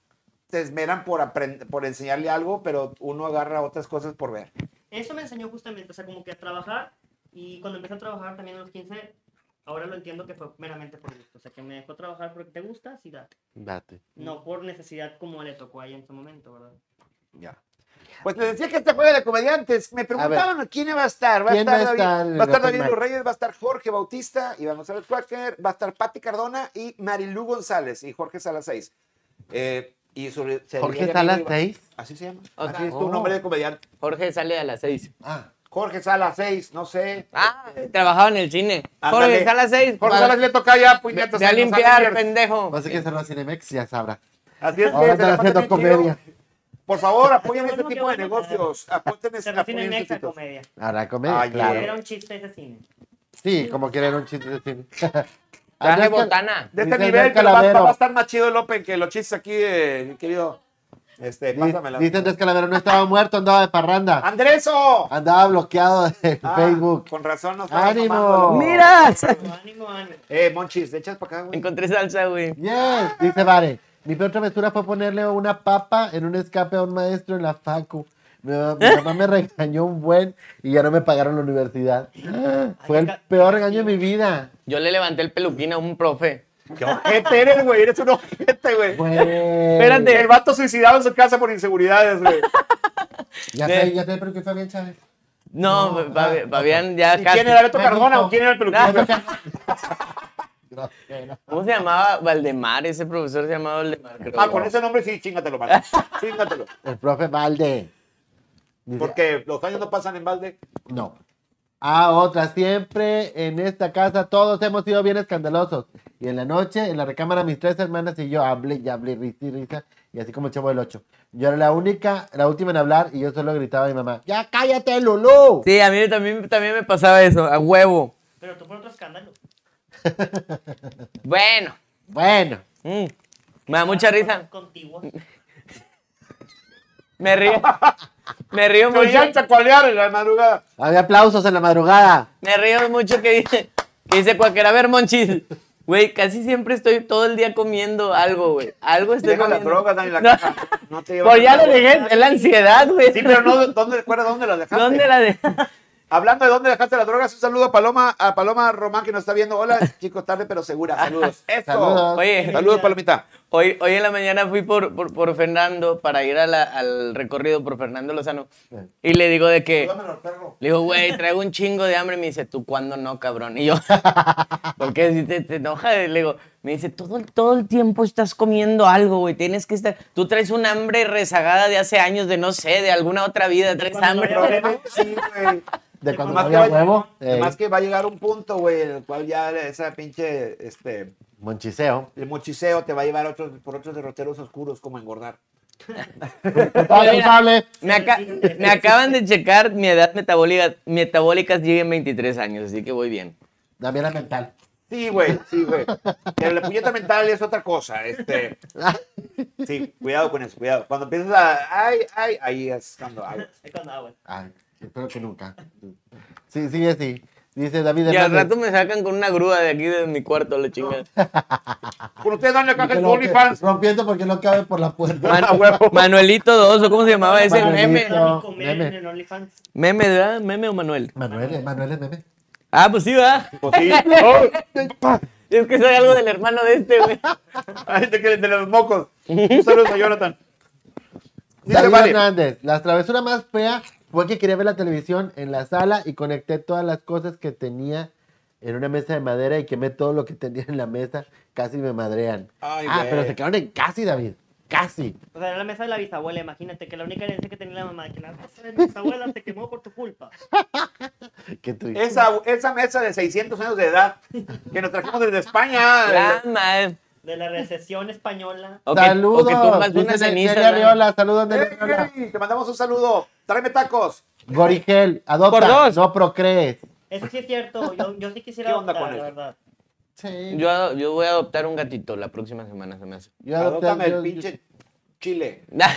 Speaker 5: te esmeran por, aprend- por enseñarle algo, pero uno agarra otras cosas por ver.
Speaker 4: Eso me enseñó justamente, o sea, como que a trabajar. Y cuando empecé a trabajar también a los 15, ahora lo entiendo que fue meramente por gusto. O sea, que me dejó trabajar porque te gusta, sí, date.
Speaker 2: Date.
Speaker 4: No por necesidad como le tocó ahí en su momento, ¿verdad?
Speaker 5: Ya. Pues les decía que este juego de comediantes, me preguntaban quién iba a estar. Va a
Speaker 2: ¿Quién
Speaker 5: estar
Speaker 2: va a
Speaker 5: David,
Speaker 2: estar en
Speaker 5: va a estar
Speaker 2: el
Speaker 5: David
Speaker 2: open
Speaker 5: Los
Speaker 2: mic?
Speaker 5: Reyes, va a estar Jorge Bautista, Iván González Cuáquer, va a estar Patti Cardona y Marilú González y Jorge Salas 6. y sobre,
Speaker 2: Jorge
Speaker 5: sería
Speaker 2: Salas
Speaker 5: amigo-
Speaker 2: seis.
Speaker 5: Así se llama.
Speaker 3: O
Speaker 5: Así
Speaker 3: sea,
Speaker 5: es tu
Speaker 3: oh.
Speaker 5: nombre de comediante.
Speaker 3: Jorge sale a las seis.
Speaker 2: Ah,
Speaker 5: Jorge Sala 6, no sé.
Speaker 3: Ah, trabajaba en el cine.
Speaker 5: Ándale.
Speaker 3: Jorge sale a las seis.
Speaker 5: Jorge
Speaker 3: Va-
Speaker 5: Salas le toca ya,
Speaker 3: Ve
Speaker 5: puñetas.
Speaker 3: ve a
Speaker 5: en los
Speaker 3: limpiar,
Speaker 5: Avengers.
Speaker 3: pendejo.
Speaker 2: pasa que cerró Cinemex, ya sabrá.
Speaker 5: Así es que
Speaker 2: Ahora
Speaker 5: se la
Speaker 2: están haciendo
Speaker 5: pasan bien
Speaker 2: comedia.
Speaker 5: chido. Por favor, apoyen
Speaker 4: Qué
Speaker 5: este
Speaker 4: bueno, qué
Speaker 5: tipo de
Speaker 4: bueno.
Speaker 5: negocios. Apoyen
Speaker 4: Se refiere
Speaker 5: este
Speaker 4: en
Speaker 5: apoyen
Speaker 4: esa
Speaker 5: este tipo.
Speaker 4: comedia.
Speaker 2: Ahora comedia,
Speaker 5: Ay,
Speaker 2: claro.
Speaker 4: Era un chiste ese cine.
Speaker 2: Sí, como que era un chiste de cine.
Speaker 3: Traje
Speaker 2: Andrés Cal-
Speaker 3: botana.
Speaker 5: De este
Speaker 2: Dice
Speaker 5: nivel,
Speaker 2: Andrés
Speaker 5: que lo va,
Speaker 2: Calavero.
Speaker 5: va a estar más chido el Open que los chistes aquí, eh, mi querido. Este, pásamela.
Speaker 2: Dice Andrés Calavero, no estaba muerto, andaba de parranda.
Speaker 5: ¡Andreso!
Speaker 2: Andaba bloqueado de
Speaker 5: Ah,
Speaker 2: Ah, Facebook.
Speaker 5: Con razón no estaba
Speaker 2: ¡Ánimo!
Speaker 5: tomándolo.
Speaker 3: Mira,
Speaker 4: Pero ánimo, ánimo.
Speaker 5: Eh, Monchis, de echas para acá, güey.
Speaker 3: encontré salsa, güey.
Speaker 2: Yes, dice Vare. Mi peor travesura fue ponerle una papa en un escape a un maestro en la facu. Mi, ma- mi mamá me regañó un buen y ya no me pagaron la universidad. Fue el
Speaker 4: ca-
Speaker 2: peor regaño de mi vida.
Speaker 3: Yo le levanté el peluquín a un profe.
Speaker 5: Qué ojete eres, güey. Eres un ojete, güey.
Speaker 2: Pues, Espérate.
Speaker 5: El vato suicidado en su casa por inseguridades, güey.
Speaker 2: Ya sé, ya sé, pero que Fabián Chávez.
Speaker 3: No,
Speaker 2: No,
Speaker 3: Fa-
Speaker 2: ah,
Speaker 3: Fabián ya
Speaker 5: ¿Y
Speaker 3: casi.
Speaker 5: quién era Beto
Speaker 2: Me
Speaker 5: Cardona
Speaker 2: gustó.
Speaker 5: o quién era el peluquero?
Speaker 2: Grosero.
Speaker 3: ¿Cómo se llamaba? Valdemar, ese profesor se llamaba Valdemar. creo.
Speaker 5: Ah, con ese nombre sí, chingatelo, man. Chingatelo.
Speaker 2: El profe Valde. Dice,
Speaker 5: Porque los años no pasan en balde.
Speaker 2: No. A otra, siempre en esta casa todos hemos sido bien escandalosos. Y en la noche, en la recámara, mis tres hermanas y yo hablé y hablé, risa y risa, y así como el chavo del ocho. Yo era la única, la última en hablar, y yo solo gritaba a mi mamá, ¡Ya cállate, Lulú!
Speaker 3: Sí, a mí también, también me pasaba eso, a huevo.
Speaker 4: Pero tú por otro escándalo.
Speaker 3: Bueno,
Speaker 2: Bueno,
Speaker 3: mm, me da mucha risa.
Speaker 4: Contigo.
Speaker 3: Me río. Me río
Speaker 5: Me oían
Speaker 3: mucho.
Speaker 5: chacualear en la madrugada.
Speaker 2: había aplausos en la madrugada.
Speaker 3: Me río mucho que dice, que dice cualquiera, a ver, Monchis. Güey, casi siempre estoy todo el día comiendo algo, güey. Algo estoy
Speaker 5: Deja las
Speaker 3: comiendo.
Speaker 5: drogas, Dani, la
Speaker 3: No.
Speaker 5: caja. No te llevas
Speaker 3: Pues ya
Speaker 5: nada,
Speaker 3: le
Speaker 5: güey.
Speaker 3: dejé, es la ansiedad, güey.
Speaker 5: Sí, pero no, ¿dónde, recuerda dónde las dejaste?
Speaker 3: ¿Dónde la dejé?
Speaker 5: Hablando de dónde dejaste las drogas, un saludo a Paloma, a Paloma Román que nos está viendo. Hola, chicos, tarde pero segura. Saludos. Eso.
Speaker 2: Saludos.
Speaker 3: Oye,
Speaker 5: Saludos, Palomita.
Speaker 3: Hoy, hoy en la mañana fui por, por, por Fernando para ir a la- al recorrido por Fernando Lozano. Y le digo de que.
Speaker 5: Salúdamelo al perro.
Speaker 3: Le digo, güey, traigo un chingo de hambre. Y me dice, ¿tú cuándo no, cabrón? Y yo, ¿por qué si te, te enoja? Le digo, me dice, todo, el- todo el tiempo estás comiendo algo, güey. Tienes que estar. Tú traes un hambre rezagada de hace años, de no sé, de alguna otra vida. Traes
Speaker 4: cuando no
Speaker 3: hambre.
Speaker 4: había-
Speaker 5: Sí, güey.
Speaker 2: De
Speaker 5: Sí,
Speaker 2: cuando
Speaker 5: más
Speaker 2: no
Speaker 5: que
Speaker 2: había
Speaker 5: va-
Speaker 2: huevo, eh,
Speaker 5: Más que va a llegar un punto, güey, en el cual ya esa pinche, este,
Speaker 2: monchiseo.
Speaker 5: el mochiseo te va a llevar a otros, por otros derroteros oscuros como engordar.
Speaker 2: Culpable, culpable.
Speaker 3: Me, aca- me acaban de checar mi edad metabólica. Metabólica sigue en 23 años, así que voy bien.
Speaker 2: También la mental.
Speaker 5: Sí, güey, sí, güey. Pero la puñeta mental es otra cosa. Este. Sí, cuidado con eso, cuidado. Cuando empiezas a. Ay, ay, ahí es cuando. ay.
Speaker 4: Es cuando, ah, bueno.
Speaker 2: Ay, espero que nunca. Sí, sí, sí. Dice David
Speaker 3: Y al
Speaker 2: Hernández.
Speaker 3: rato me sacan con una grúa de aquí de mi cuarto, la chingada.
Speaker 5: Con ustedes dan la caja
Speaker 2: Que
Speaker 5: de
Speaker 2: lo- que-
Speaker 5: OnlyFans.
Speaker 2: rompiendo porque no cabe por la puerta.
Speaker 3: Man- Manuelito Doso, ¿cómo se llamaba ese meme?
Speaker 2: Manuelito.
Speaker 4: Para mí comer
Speaker 2: meme.
Speaker 4: en OnlyFans.
Speaker 3: Meme, ¿verdad? ¿Meme o Manuel?
Speaker 2: Manuel, eh, Manuel es meme.
Speaker 3: Ah, pues sí, ¿verdad?
Speaker 5: Pues sí. Ay,
Speaker 3: Es que soy algo del hermano de este, güey.
Speaker 5: Ay, de, que- de los mocos. Un saludo a Jonathan. Dice,
Speaker 2: David
Speaker 5: vale.
Speaker 2: Hernández, la travesura más fea fue que quería ver la televisión en la sala y conecté todas las cosas que tenía en una mesa de madera y quemé todo lo que tenía en la mesa. Casi me madrean.
Speaker 5: Ay,
Speaker 2: ah,
Speaker 5: güey.
Speaker 2: pero se quedaron en casi, David. Casi.
Speaker 4: O sea, era la mesa de la bisabuela, imagínate que la única herencia que tenía la mamá, que la casa de mi bisabuela te quemó por tu culpa.
Speaker 2: Qué triste.
Speaker 5: Esa, esa mesa de 600 años de edad que nos trajimos desde España.
Speaker 3: La Ah, madre.
Speaker 4: De la recesión española.
Speaker 3: O que-
Speaker 2: Saludos.
Speaker 3: O que tumbas
Speaker 2: dice
Speaker 3: una
Speaker 2: Ne-
Speaker 3: ceniza.
Speaker 2: Nerea
Speaker 3: ¿verdad?
Speaker 2: Riola, saludos Nerea
Speaker 5: Eh,
Speaker 2: Riola.
Speaker 5: Ey, te mandamos un saludo. Tráeme tacos.
Speaker 2: Gorigel, adopta,
Speaker 3: Por dos.
Speaker 2: no procrees.
Speaker 4: Eso sí es cierto, yo, yo sí quisiera
Speaker 5: ¿Qué onda
Speaker 4: adoptar,
Speaker 5: con
Speaker 4: la
Speaker 5: eso?
Speaker 4: verdad.
Speaker 2: Sí. Yo,
Speaker 3: Yo, ado- yo voy a adoptar un gatito la próxima semana, se me hace.
Speaker 2: adopté-
Speaker 5: Adóptame
Speaker 2: yo-
Speaker 5: el pinche chile.
Speaker 3: Nah,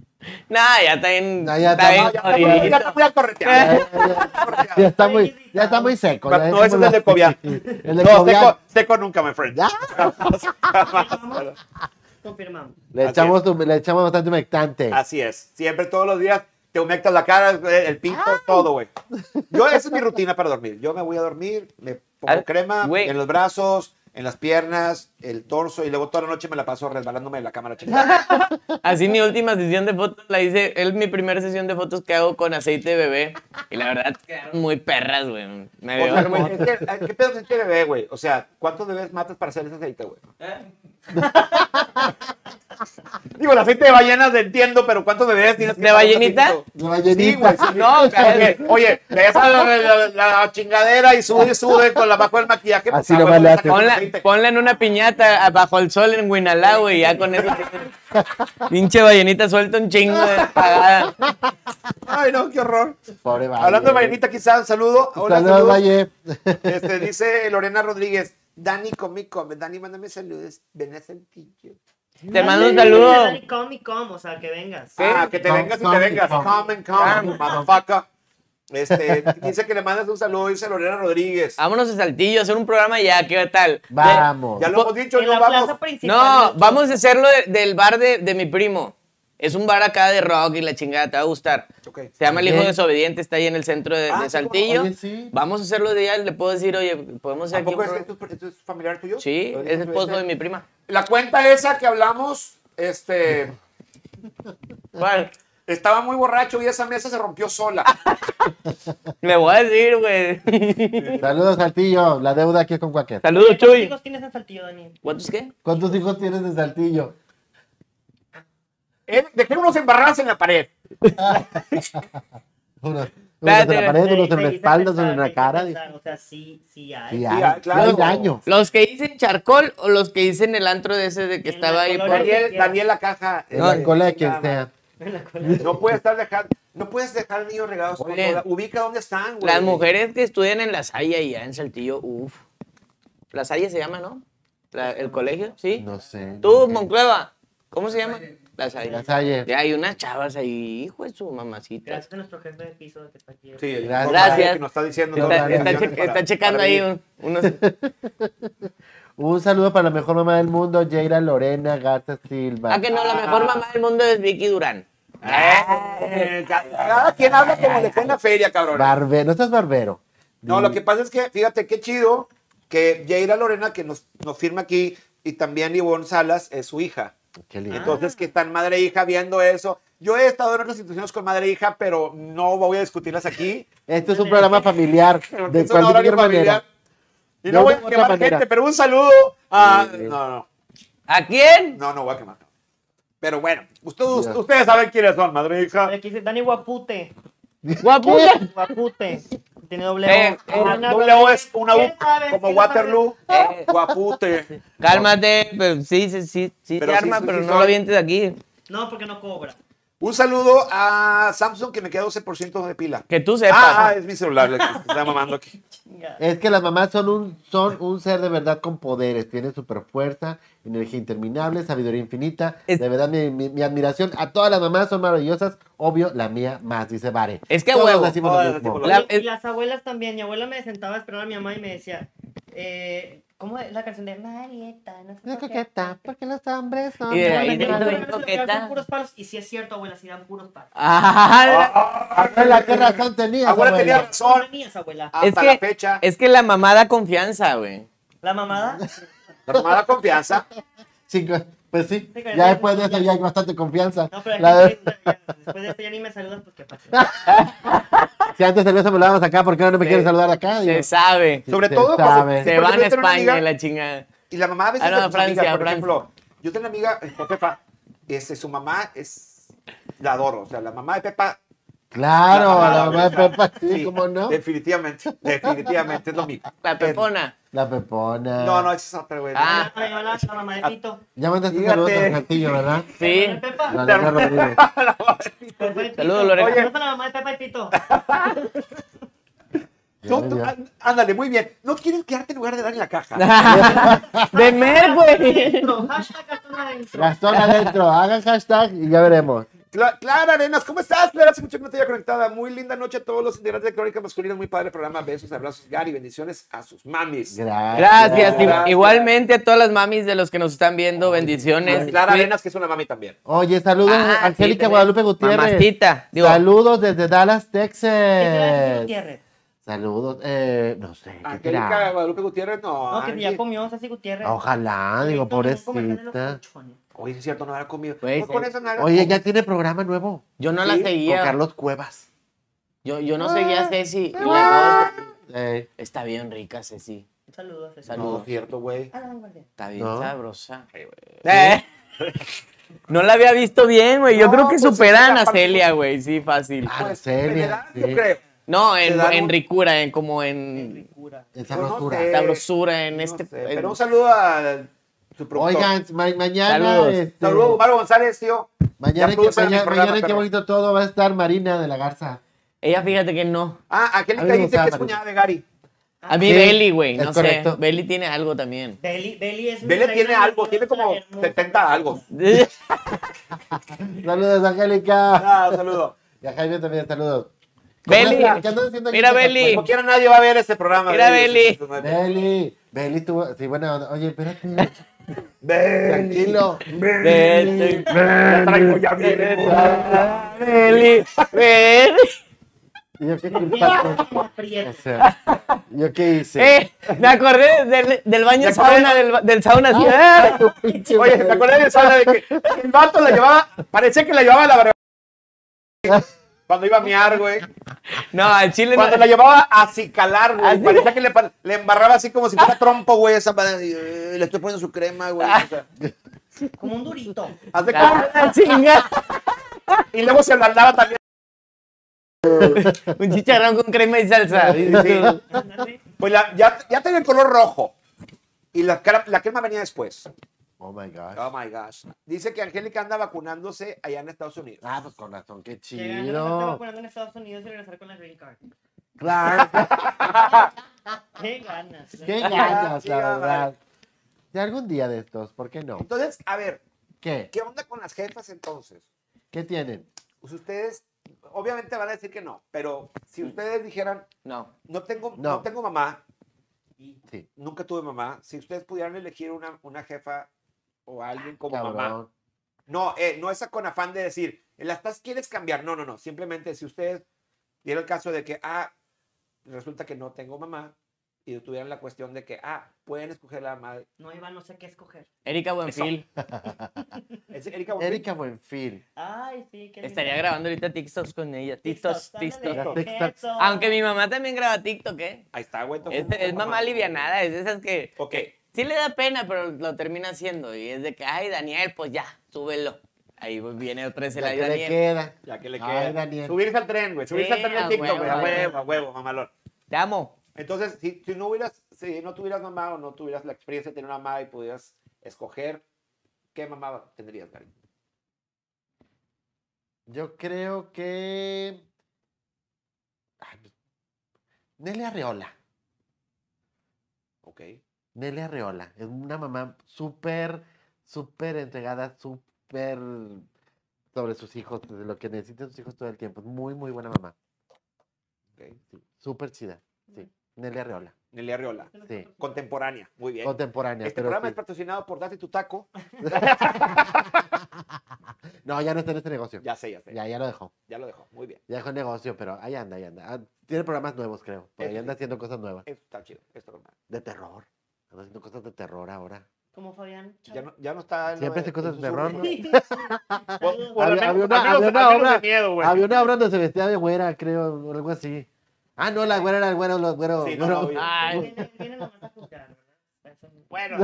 Speaker 3: nah, ya está bien.
Speaker 2: Nah, ya
Speaker 3: está
Speaker 2: está-
Speaker 3: bien Eh.
Speaker 5: No, ya está muy-
Speaker 3: jodidito.
Speaker 5: ya está muy acorreteado.
Speaker 2: Ya, ya- ya está muy, ya está muy seco. ya
Speaker 5: No, ese es el de Cobian.
Speaker 2: El de
Speaker 5: No,
Speaker 2: Cobian.
Speaker 5: seco, seco nunca, my friend.
Speaker 2: Ya.
Speaker 4: Confirmamos.
Speaker 2: Le
Speaker 5: Así
Speaker 2: echamos, tu- le echamos bastante humectante.
Speaker 5: Así es. Siempre, todos los días, te humectas la cara, eh, el pinto, todo, güey. Yo, esa es mi rutina para dormir. Yo me voy a dormir, me pongo
Speaker 3: Ah,
Speaker 5: crema
Speaker 3: güey.
Speaker 5: en los brazos, en las piernas, el torso, y luego toda la noche me la paso resbalándome de la cámara, chingada.
Speaker 3: Así mi última sesión de fotos la hice, es mi primera sesión de fotos que hago con aceite de bebé. Y la verdad quedaron muy perras, güey. Me
Speaker 5: O sea,
Speaker 3: veo.
Speaker 5: güey, es que- ¿Qué pedo que tiene bebé, güey? O sea, ¿cuántos bebés matas para hacer ese aceite, güey?
Speaker 3: ¿Eh?
Speaker 5: Digo, el aceite de ballenas entiendo, pero ¿cuántos bebés tienes que
Speaker 3: ¿De
Speaker 5: para un
Speaker 3: ballenita?
Speaker 5: aceitito?
Speaker 2: La ballenita.
Speaker 5: Sí, güey, sí.
Speaker 3: No,
Speaker 5: O sea, que, oye, le das a la, la- la chingadera y sube, sube con la bajo el maquillaje.
Speaker 2: Así
Speaker 5: ah,
Speaker 2: nomás le
Speaker 5: güey, saca
Speaker 2: haces.
Speaker 5: un
Speaker 3: Ponla,
Speaker 5: aceite.
Speaker 3: ponla en una piñata bajo el sol en Guinalá, güey, ya con eso. Pinche ballenita suelta un chingo de pagada.
Speaker 5: Ay, no, qué horror.
Speaker 2: Pobre Valle.
Speaker 5: Hablando de ballenita, quizás un saludo. Hola,
Speaker 2: Pues Saludos,
Speaker 5: saludos.
Speaker 2: Valle.
Speaker 5: Este, dice Lorena Rodríguez. Dani, comí, come. Dani, mándame saludos. Ven a sentillo.
Speaker 3: Te mando un
Speaker 4: Dale,
Speaker 3: saludo.
Speaker 4: dale, Come y come, o sea, que vengas.
Speaker 5: Ah, que te
Speaker 2: Come,
Speaker 5: vengas y
Speaker 2: come,
Speaker 5: te vengas.
Speaker 2: come.
Speaker 5: Come and come, motherfucker. Este, dice que le mandas un saludo, dice Lorena Rodríguez.
Speaker 3: Vámonos a Saltillo a hacer un programa ya, ¿qué tal?
Speaker 2: Vamos.
Speaker 3: pues,
Speaker 5: Ya lo hemos dicho,
Speaker 4: en
Speaker 5: no
Speaker 4: la
Speaker 5: vamos.
Speaker 4: plaza principal.
Speaker 3: No,
Speaker 4: del-
Speaker 3: vamos a hacerlo de- del bar de, de mi primo. Es un bar acá de rock y la chingada, te va a gustar.
Speaker 5: Ok.
Speaker 3: Se llama El Hijo
Speaker 2: Ok.
Speaker 3: Desobediente, está ahí en el centro de,
Speaker 5: Ah,
Speaker 3: de
Speaker 5: sí,
Speaker 3: Saltillo.
Speaker 2: oye, sí.
Speaker 3: Vamos a hacerlo de día, le puedo decir, oye, podemos hacer aquí
Speaker 5: ¿Tampoco
Speaker 3: un
Speaker 5: es,
Speaker 3: pro-
Speaker 5: esto, esto es familiar tuyo?
Speaker 3: Sí,
Speaker 5: ¿Lo
Speaker 3: es
Speaker 5: dices
Speaker 3: esposo
Speaker 5: tú,
Speaker 3: de
Speaker 5: este?
Speaker 3: mi prima.
Speaker 5: La cuenta esa que hablamos, este,
Speaker 3: ¿Cuál?
Speaker 5: estaba muy borracho y esa mesa se rompió sola.
Speaker 3: Le voy a decir, güey.
Speaker 2: Saludos, Saltillo. La deuda aquí es con Cuaquet.
Speaker 3: Saludos,
Speaker 4: ¿Cuántos
Speaker 3: Chuy.
Speaker 4: hijos tienes en Saltillo, Dani?
Speaker 3: ¿Cuántos qué?
Speaker 2: ¿Cuántos hijos tienes de Saltillo?
Speaker 5: Eh, Dejémonos embarrados en la pared.
Speaker 2: Unos, unos en la pared, unos en la espalda, unos en la cara.
Speaker 4: dice. O sea, sí, sí hay.
Speaker 2: Sí,
Speaker 5: Sí,
Speaker 2: hay, sí
Speaker 5: claro.
Speaker 2: hay daño.
Speaker 3: ¿Los que dicen charcol o los que dicen el antro de ese de que
Speaker 4: En la
Speaker 3: estaba ahí?
Speaker 4: colonia.
Speaker 3: por-
Speaker 5: Daniel, Daniel la caja. eh,
Speaker 2: No, en cola de
Speaker 5: nada
Speaker 2: quien
Speaker 5: más.
Speaker 2: sea.
Speaker 5: No puedes estar dejando, no puedes dejar niños regados con
Speaker 3: Oye,
Speaker 5: toda- Ubica dónde están, güey.
Speaker 3: Las mujeres que estudian en La Salle allá en Saltillo, uff. La Salle se llama, ¿no? La- el colegio, ¿sí?
Speaker 2: No sé.
Speaker 3: Tú, Moncleva, ¿cómo se llama? La Salle.
Speaker 2: La Salle.
Speaker 3: Ya hay unas chavas ahí, hijo de su mamacita.
Speaker 4: Gracias a nuestro jefe de piso que está aquí.
Speaker 5: Sí, el
Speaker 2: Gracias.
Speaker 5: compadre que nos está diciendo
Speaker 3: Está,
Speaker 2: dólares,
Speaker 5: dónde
Speaker 3: está
Speaker 5: están
Speaker 3: che-
Speaker 5: millones para-
Speaker 3: está checando
Speaker 5: para
Speaker 3: ahí
Speaker 5: vivir.
Speaker 3: un- unos...
Speaker 2: Un saludo para la mejor mamá del mundo, Jaira Lorena Garza Silva.
Speaker 3: Ah, que no, la mejor mamá del mundo es Vicky Durán.
Speaker 2: Ah.
Speaker 5: Eh, ca- Cada quien habla como le fue en la feria, cabrón.
Speaker 2: Barbe- no estás barbero.
Speaker 5: No, lo que pasa es que, fíjate qué chido que Jaira Lorena, que nos, nos firma aquí, y también Ivonne Salas, es su hija.
Speaker 2: Qué lindo.
Speaker 5: Entonces, que están madre e hija viendo eso. Yo he estado en otras instituciones con madre e hija, pero no voy a discutirlas aquí.
Speaker 2: Este es un programa familiar.
Speaker 5: porque
Speaker 2: De
Speaker 5: es un horario
Speaker 2: cualquier manera.
Speaker 5: familiar. Y
Speaker 2: De
Speaker 5: no voy
Speaker 2: una
Speaker 5: a
Speaker 2: u otra
Speaker 5: quemar
Speaker 2: manera.
Speaker 5: gente, pero un saludo a...
Speaker 2: Sí.
Speaker 5: No, no,
Speaker 3: ¿A quién?
Speaker 5: no, no voy a quemar. Pero bueno, ustedes,
Speaker 2: Ya.
Speaker 5: ustedes saben quiénes son, madre e hija.
Speaker 4: Aquí dice Dani Guapute.
Speaker 3: Guaputa.
Speaker 4: Guapute. Tiene doble
Speaker 3: Eh,
Speaker 4: O. Ah, Ana
Speaker 5: Doble O es una U,
Speaker 4: ¿Quién sabe?
Speaker 5: como
Speaker 4: ¿Quién sabe?
Speaker 5: Waterloo,
Speaker 3: Eh.
Speaker 5: guapute.
Speaker 3: Cálmate, pero sí, sí, sí, sí
Speaker 5: Pero
Speaker 3: te
Speaker 5: sí,
Speaker 3: arma,
Speaker 5: sí,
Speaker 3: pero
Speaker 5: sí
Speaker 3: no
Speaker 5: soy.
Speaker 3: lo vientes aquí.
Speaker 4: No, porque no cobra.
Speaker 5: Un saludo a Samsung que me queda 12% de pila.
Speaker 3: Que tú sepas.
Speaker 5: Ah, ah, es mi celular, le- se está mamando aquí.
Speaker 4: Chingada.
Speaker 2: Es que las mamás son un, son un ser de verdad con poderes. Tienen super fuerza, energía interminable, sabiduría infinita.
Speaker 3: Es-
Speaker 2: De verdad, mi, mi- mi admiración a todas las mamás son maravillosas. Obvio, la mía más, dice Vare.
Speaker 3: Es que a
Speaker 2: Todos
Speaker 3: huevo.
Speaker 2: decimos
Speaker 5: Todas
Speaker 2: lo mismo.
Speaker 5: decimos
Speaker 3: La-
Speaker 4: Oye, y
Speaker 3: es-
Speaker 4: las abuelas también. Mi abuela me sentaba a esperar a mi mamá y me decía, eh, ¿cómo es la canción de Marieta? No
Speaker 2: No
Speaker 4: sé
Speaker 2: es
Speaker 4: por qué.
Speaker 2: coqueta, porque los hombres son...
Speaker 3: Y de ahí
Speaker 2: tan
Speaker 3: te-
Speaker 4: Pero
Speaker 2: malos.
Speaker 4: no sé por qué,
Speaker 3: Coqueta.
Speaker 4: dan puros palos. Y sí es cierto, abuela, sí dan puros palos.
Speaker 3: Ah,
Speaker 2: Abuela, ¿qué razón tenías,
Speaker 5: Abuela
Speaker 2: abuela?
Speaker 5: tenía
Speaker 4: Son
Speaker 5: razón
Speaker 4: mías, abuela.
Speaker 5: hasta
Speaker 3: Es que-
Speaker 5: la fecha.
Speaker 3: es que la mamá da confianza, güey.
Speaker 4: La mamada.
Speaker 5: La mamá da confianza.
Speaker 2: Sí, pues sí,
Speaker 4: Sí, pero
Speaker 2: ya
Speaker 4: no-
Speaker 2: después de eso ya hay bastante confianza.
Speaker 4: No, pero
Speaker 2: La-
Speaker 4: aquí, ya, después de esto ya ni me saludas, pues qué pasa.
Speaker 2: Si antes de eso me lo damos acá, ¿por qué ahora no me
Speaker 3: Se-
Speaker 2: quieres saludar acá?
Speaker 3: Se
Speaker 2: Digo,
Speaker 3: sabe.
Speaker 5: Sobre
Speaker 2: se
Speaker 5: todo
Speaker 2: sabe.
Speaker 5: cuando-
Speaker 3: Se van
Speaker 5: Porque
Speaker 3: a
Speaker 5: yo tengo una
Speaker 3: España
Speaker 5: amiga-
Speaker 3: y la chingada.
Speaker 5: Y la mamá a veces.
Speaker 3: Ah, no,
Speaker 5: de sus
Speaker 3: Francia,
Speaker 5: amigas, por
Speaker 3: Francia.
Speaker 5: ejemplo, yo tengo una amiga, eh, con Pepa, este, su mamá es. La adoro. O sea, la mamá de Pepa.
Speaker 2: Claro,
Speaker 5: mamá
Speaker 2: la mamá de Pepa, sí,
Speaker 5: sí,
Speaker 2: ¿cómo no?
Speaker 5: Definitivamente, definitivamente es lo mismo.
Speaker 3: La pepona.
Speaker 2: La Pepona.
Speaker 5: No, no, esa es otra, güey.
Speaker 3: Ah.
Speaker 4: Ay, hola, la mamá de Tito.
Speaker 2: Ya mandaste
Speaker 5: Fíjate.
Speaker 2: saludos al Cantillo, ¿verdad?
Speaker 3: Sí.
Speaker 4: Hola, Pepa.
Speaker 2: La Lorena Rodríguez.
Speaker 4: Pues, güey, Tito.
Speaker 3: Saludos, Lorena.
Speaker 4: Saludos a la mamá de Pepa y Tito.
Speaker 5: Tú- tú- á- ándale, muy bien. No quieres quedarte en lugar de dar en la caja.
Speaker 3: De mer, güey.
Speaker 4: Adentro, hashtag Gastón adentro.
Speaker 2: Gastón adentro, hagan hashtag y ya veremos.
Speaker 5: Cla- Clara Arenas, ¿cómo estás? Clara, hace mucho que no te había conectada. Muy linda noche a todos los integrantes de Crónica Masculina. Muy padre programa. Besos, abrazos, Gary. Bendiciones a sus mamis.
Speaker 2: Gracias.
Speaker 3: Gracias.
Speaker 5: Gracias.
Speaker 3: Igualmente a todas las mamis de los que nos están viendo, bendiciones.
Speaker 5: Clara Arenas, que es una mami también.
Speaker 2: Oye, saludos
Speaker 3: Ah,
Speaker 2: a Angélica
Speaker 3: sí,
Speaker 2: Guadalupe Gutiérrez.
Speaker 3: Mamacita, digo.
Speaker 2: saludos desde Dallas,
Speaker 4: ¿Qué será de
Speaker 2: Texas.
Speaker 4: Gutiérrez?
Speaker 2: Saludos, eh, no sé, ¿qué
Speaker 5: Angélica
Speaker 2: será?
Speaker 5: Guadalupe Gutiérrez, no.
Speaker 4: No, que si
Speaker 5: Angie.
Speaker 4: ya comió Ceci Gutiérrez.
Speaker 2: Ojalá, digo,
Speaker 4: Ahorita un ¿eh? comentario de los
Speaker 2: pobrecita.
Speaker 4: colchones.
Speaker 5: Oye, es cierto, no era comido.
Speaker 3: Güey,
Speaker 5: No,
Speaker 3: sí.
Speaker 5: con eso no era
Speaker 2: Pues, Oye,
Speaker 5: comido.
Speaker 2: ya tiene programa nuevo
Speaker 3: Yo no la
Speaker 5: Sí,
Speaker 2: con
Speaker 3: seguía.
Speaker 2: Carlos Cuevas.
Speaker 3: Yo, yo no seguía a Ceci. y la cosa-
Speaker 2: Eh,
Speaker 3: Está bien rica, Ceci.
Speaker 4: Un saludo Ah, a Ceci.
Speaker 3: Salud.
Speaker 5: No, es cierto, güey.
Speaker 4: A la vanguardia.
Speaker 3: Está bien
Speaker 2: ¿No?
Speaker 3: sabrosa. Eh. No la había visto bien, güey. Yo
Speaker 5: No,
Speaker 3: creo que
Speaker 5: pues es que
Speaker 3: superan a
Speaker 5: aparte-
Speaker 3: Celia, güey. Sí, fácil.
Speaker 2: Ah,
Speaker 5: Pues,
Speaker 2: Celia,
Speaker 5: me dan,
Speaker 2: sí.
Speaker 5: yo creo.
Speaker 3: No, en,
Speaker 5: te dan
Speaker 3: en
Speaker 5: un-
Speaker 3: ricura, en como en
Speaker 4: Ricura.
Speaker 2: esa
Speaker 5: Pues no
Speaker 2: rosura.
Speaker 5: sé,
Speaker 3: sabrosura, en
Speaker 5: no
Speaker 3: este.
Speaker 5: sé,
Speaker 3: en-
Speaker 5: Pero un saludo a su productor.
Speaker 2: Oigan, este, ma- mañana,
Speaker 3: Saludos.
Speaker 2: este,
Speaker 5: Saludos, Omar González, tío.
Speaker 2: mañana,
Speaker 5: Ya
Speaker 2: que,
Speaker 5: producen mi
Speaker 2: mañana-
Speaker 5: programa,
Speaker 2: mañana qué
Speaker 5: perro.
Speaker 2: bonito todo va a estar Marina de la Garza.
Speaker 3: Ella fíjate que no.
Speaker 5: Ah,
Speaker 2: A
Speaker 5: Angélica
Speaker 2: mí me
Speaker 5: dice
Speaker 2: gustaba
Speaker 5: que es
Speaker 2: María.
Speaker 5: cuñada de Gary.
Speaker 3: A mí
Speaker 2: Sí,
Speaker 3: Beli, güey.
Speaker 2: es
Speaker 3: No
Speaker 2: correcto.
Speaker 3: sé. Beli tiene algo también.
Speaker 4: Beli, Beli es mi
Speaker 5: Vele
Speaker 4: reina
Speaker 5: tiene
Speaker 4: de
Speaker 5: algo,
Speaker 4: toda
Speaker 5: tiene como
Speaker 4: la hermosa
Speaker 5: 70 algo.
Speaker 2: Saludos, Angélica.
Speaker 5: Ah, un saludo.
Speaker 2: Y a Jaime también, saludos. ¿Cómo
Speaker 3: Beli.
Speaker 2: estás? ¿Qué andas haciendo aquí?
Speaker 3: Mira,
Speaker 2: Pues,
Speaker 3: Beli.
Speaker 5: Como quiera, nadie va a ver este programa.
Speaker 3: Mira,
Speaker 5: Beli.
Speaker 2: Beli, Beli tuvo, sí, buena onda. Oye, espérate. Tranquilo.
Speaker 3: Vete.
Speaker 5: Ya traigo, ya viene.
Speaker 3: Eli, ven.
Speaker 2: ¿Y yo qué culpa
Speaker 4: como
Speaker 2: tengo?
Speaker 4: aprieto.
Speaker 2: O sea, ¿yo qué hice?
Speaker 3: Eh, me acordé del, del baño
Speaker 5: ¿Te acuerdas?
Speaker 3: sauna, del, ba- del sauna. así, ah.
Speaker 2: Pinche
Speaker 5: Oye,
Speaker 2: madre.
Speaker 5: ¿te acuerdas de esa de que el vato la llevaba, parecía que la llevaba a la barba cuando iba a miar, güey.
Speaker 3: No, al chile no.
Speaker 5: Cuando la llevaba a cicalar, güey.
Speaker 3: Así.
Speaker 5: Parecía que le, pa- le embarraba así como si fuera trompo, güey, esa madre. Y, eh, Le estoy poniendo su crema, güey. O sea,
Speaker 4: Como un durito.
Speaker 5: haz de cuenta.
Speaker 3: Ah, chinga.
Speaker 5: Y luego se la lava también.
Speaker 3: Un chicharrón con crema y salsa. dices tú.
Speaker 4: Ándale.
Speaker 5: Pues la- ya, ya tenía el color rojo. Y la, cara- la crema venía después.
Speaker 2: Oh my gosh.
Speaker 5: Oh my gosh. Dice que Angélica anda vacunándose allá en Estados Unidos.
Speaker 2: Ah, pues con razón, qué
Speaker 4: Llegando, me estaba
Speaker 2: chido.
Speaker 4: vacunando en Estados Unidos y regresar con la green card.
Speaker 2: Claro, pues,
Speaker 4: Qué ganas.
Speaker 2: qué ganas,
Speaker 5: chido,
Speaker 2: la
Speaker 5: madre.
Speaker 2: verdad. Y algún día de estos, ¿por qué no?
Speaker 5: Entonces, a ver,
Speaker 2: ¿Qué?
Speaker 5: ¿qué onda con las jefas entonces?
Speaker 2: ¿Qué tienen?
Speaker 5: Pues ustedes, obviamente van a decir que no, pero si ustedes dijeran,
Speaker 3: No.
Speaker 5: no tengo, no.
Speaker 2: No.
Speaker 5: tengo mamá,
Speaker 2: Sí,
Speaker 5: nunca tuve mamá, si ustedes pudieran elegir una, una jefa o alguien como mamá.
Speaker 2: cabrón.
Speaker 5: No, eh, no esa con afán de decir, la estás, quieres cambiar. No, no, no. Simplemente si ustedes diera el caso de que, ah, resulta que no tengo mamá, y tuvieran la cuestión de que, ah, pueden escoger la madre.
Speaker 4: No, Iván, no sé qué escoger.
Speaker 3: Erika Buenfil
Speaker 5: Es Erika Buenfil.
Speaker 2: Erika Buenfil.
Speaker 4: Ay, sí, qué lindo.
Speaker 3: estaría grabando ahorita TikToks con ella. TikToks,
Speaker 4: Tistos,
Speaker 3: TikToks.
Speaker 2: ándale.
Speaker 3: Aunque mi mamá también graba TikTok, ¿eh?
Speaker 5: Ahí está, güey. entonces,
Speaker 3: Es, es mamá alivianada, es de esas que
Speaker 5: Ok.
Speaker 3: sí le da pena, pero lo termina haciendo. Y es de que, ay, Daniel, pues ya, súbelo. Ahí viene otra vez el
Speaker 2: La
Speaker 3: ay,
Speaker 2: que le
Speaker 3: Daniel.
Speaker 2: queda.
Speaker 5: Ya que le
Speaker 2: Ay,
Speaker 5: queda.
Speaker 2: Daniel.
Speaker 5: Subirse al tren, güey. Subirse
Speaker 3: Sí,
Speaker 5: al tren de
Speaker 3: a
Speaker 5: TikTok, güey. A
Speaker 3: huevo,
Speaker 5: huevo, a huevo, mamalón.
Speaker 3: Te amo.
Speaker 5: Entonces, si, si no hubieras, si no tuvieras mamá o no tuvieras la experiencia de tener una mamá y pudieras escoger, ¿qué mamá tendrías, Gary?
Speaker 2: Yo creo que. Ay, pues, Nelly Arreola.
Speaker 5: Ok.
Speaker 2: Nelly Arreola. Es una mamá súper, súper entregada, súper sobre sus hijos, de lo que necesitan sus hijos todo el tiempo. Es muy, muy buena mamá.
Speaker 5: ok.
Speaker 2: Sí, súper chida. Sí. Nelly Arreola.
Speaker 5: Nelly Arriola.
Speaker 2: Sí.
Speaker 5: Contemporánea. Muy bien.
Speaker 2: Contemporánea.
Speaker 5: este
Speaker 2: pero
Speaker 5: programa
Speaker 2: sí.
Speaker 5: es patrocinado por Date tu Taco.
Speaker 2: No, ya no está en este negocio.
Speaker 5: Ya sé, ya sé. Ya,
Speaker 2: Ya, ya lo dejó.
Speaker 5: lo dejó. Muy bien.
Speaker 2: Ya dejó el negocio, pero ahí anda, ahí anda. Ah, tiene programas nuevos, creo. Por ahí
Speaker 5: Eso
Speaker 2: anda
Speaker 5: sí.
Speaker 2: haciendo cosas nuevas.
Speaker 5: Eso está chido. Esto, normal.
Speaker 2: De terror. Anda haciendo cosas de terror ahora.
Speaker 4: Como Fabián. Chávez.
Speaker 5: Ya no, ya no está. en lo
Speaker 2: Siempre
Speaker 5: de-
Speaker 2: hace cosas
Speaker 5: en
Speaker 2: de
Speaker 5: susurro,
Speaker 2: terror,
Speaker 5: ¿no?
Speaker 2: ¿no?
Speaker 5: Por- por lo
Speaker 2: Había,
Speaker 5: menos-
Speaker 2: había una, había
Speaker 5: al menos- al
Speaker 2: una
Speaker 5: menos de
Speaker 2: obra,
Speaker 5: miedo, güey.
Speaker 2: había una obra donde se vestía de güera, creo, o algo así. Ah, no, la güera era el güero, los güero,
Speaker 5: Sí, no,
Speaker 2: güero.
Speaker 5: no, obvio.
Speaker 3: Ay,
Speaker 4: Viene- viene nomás a juzgar, ¿verdad? Eso es-
Speaker 5: Bueno,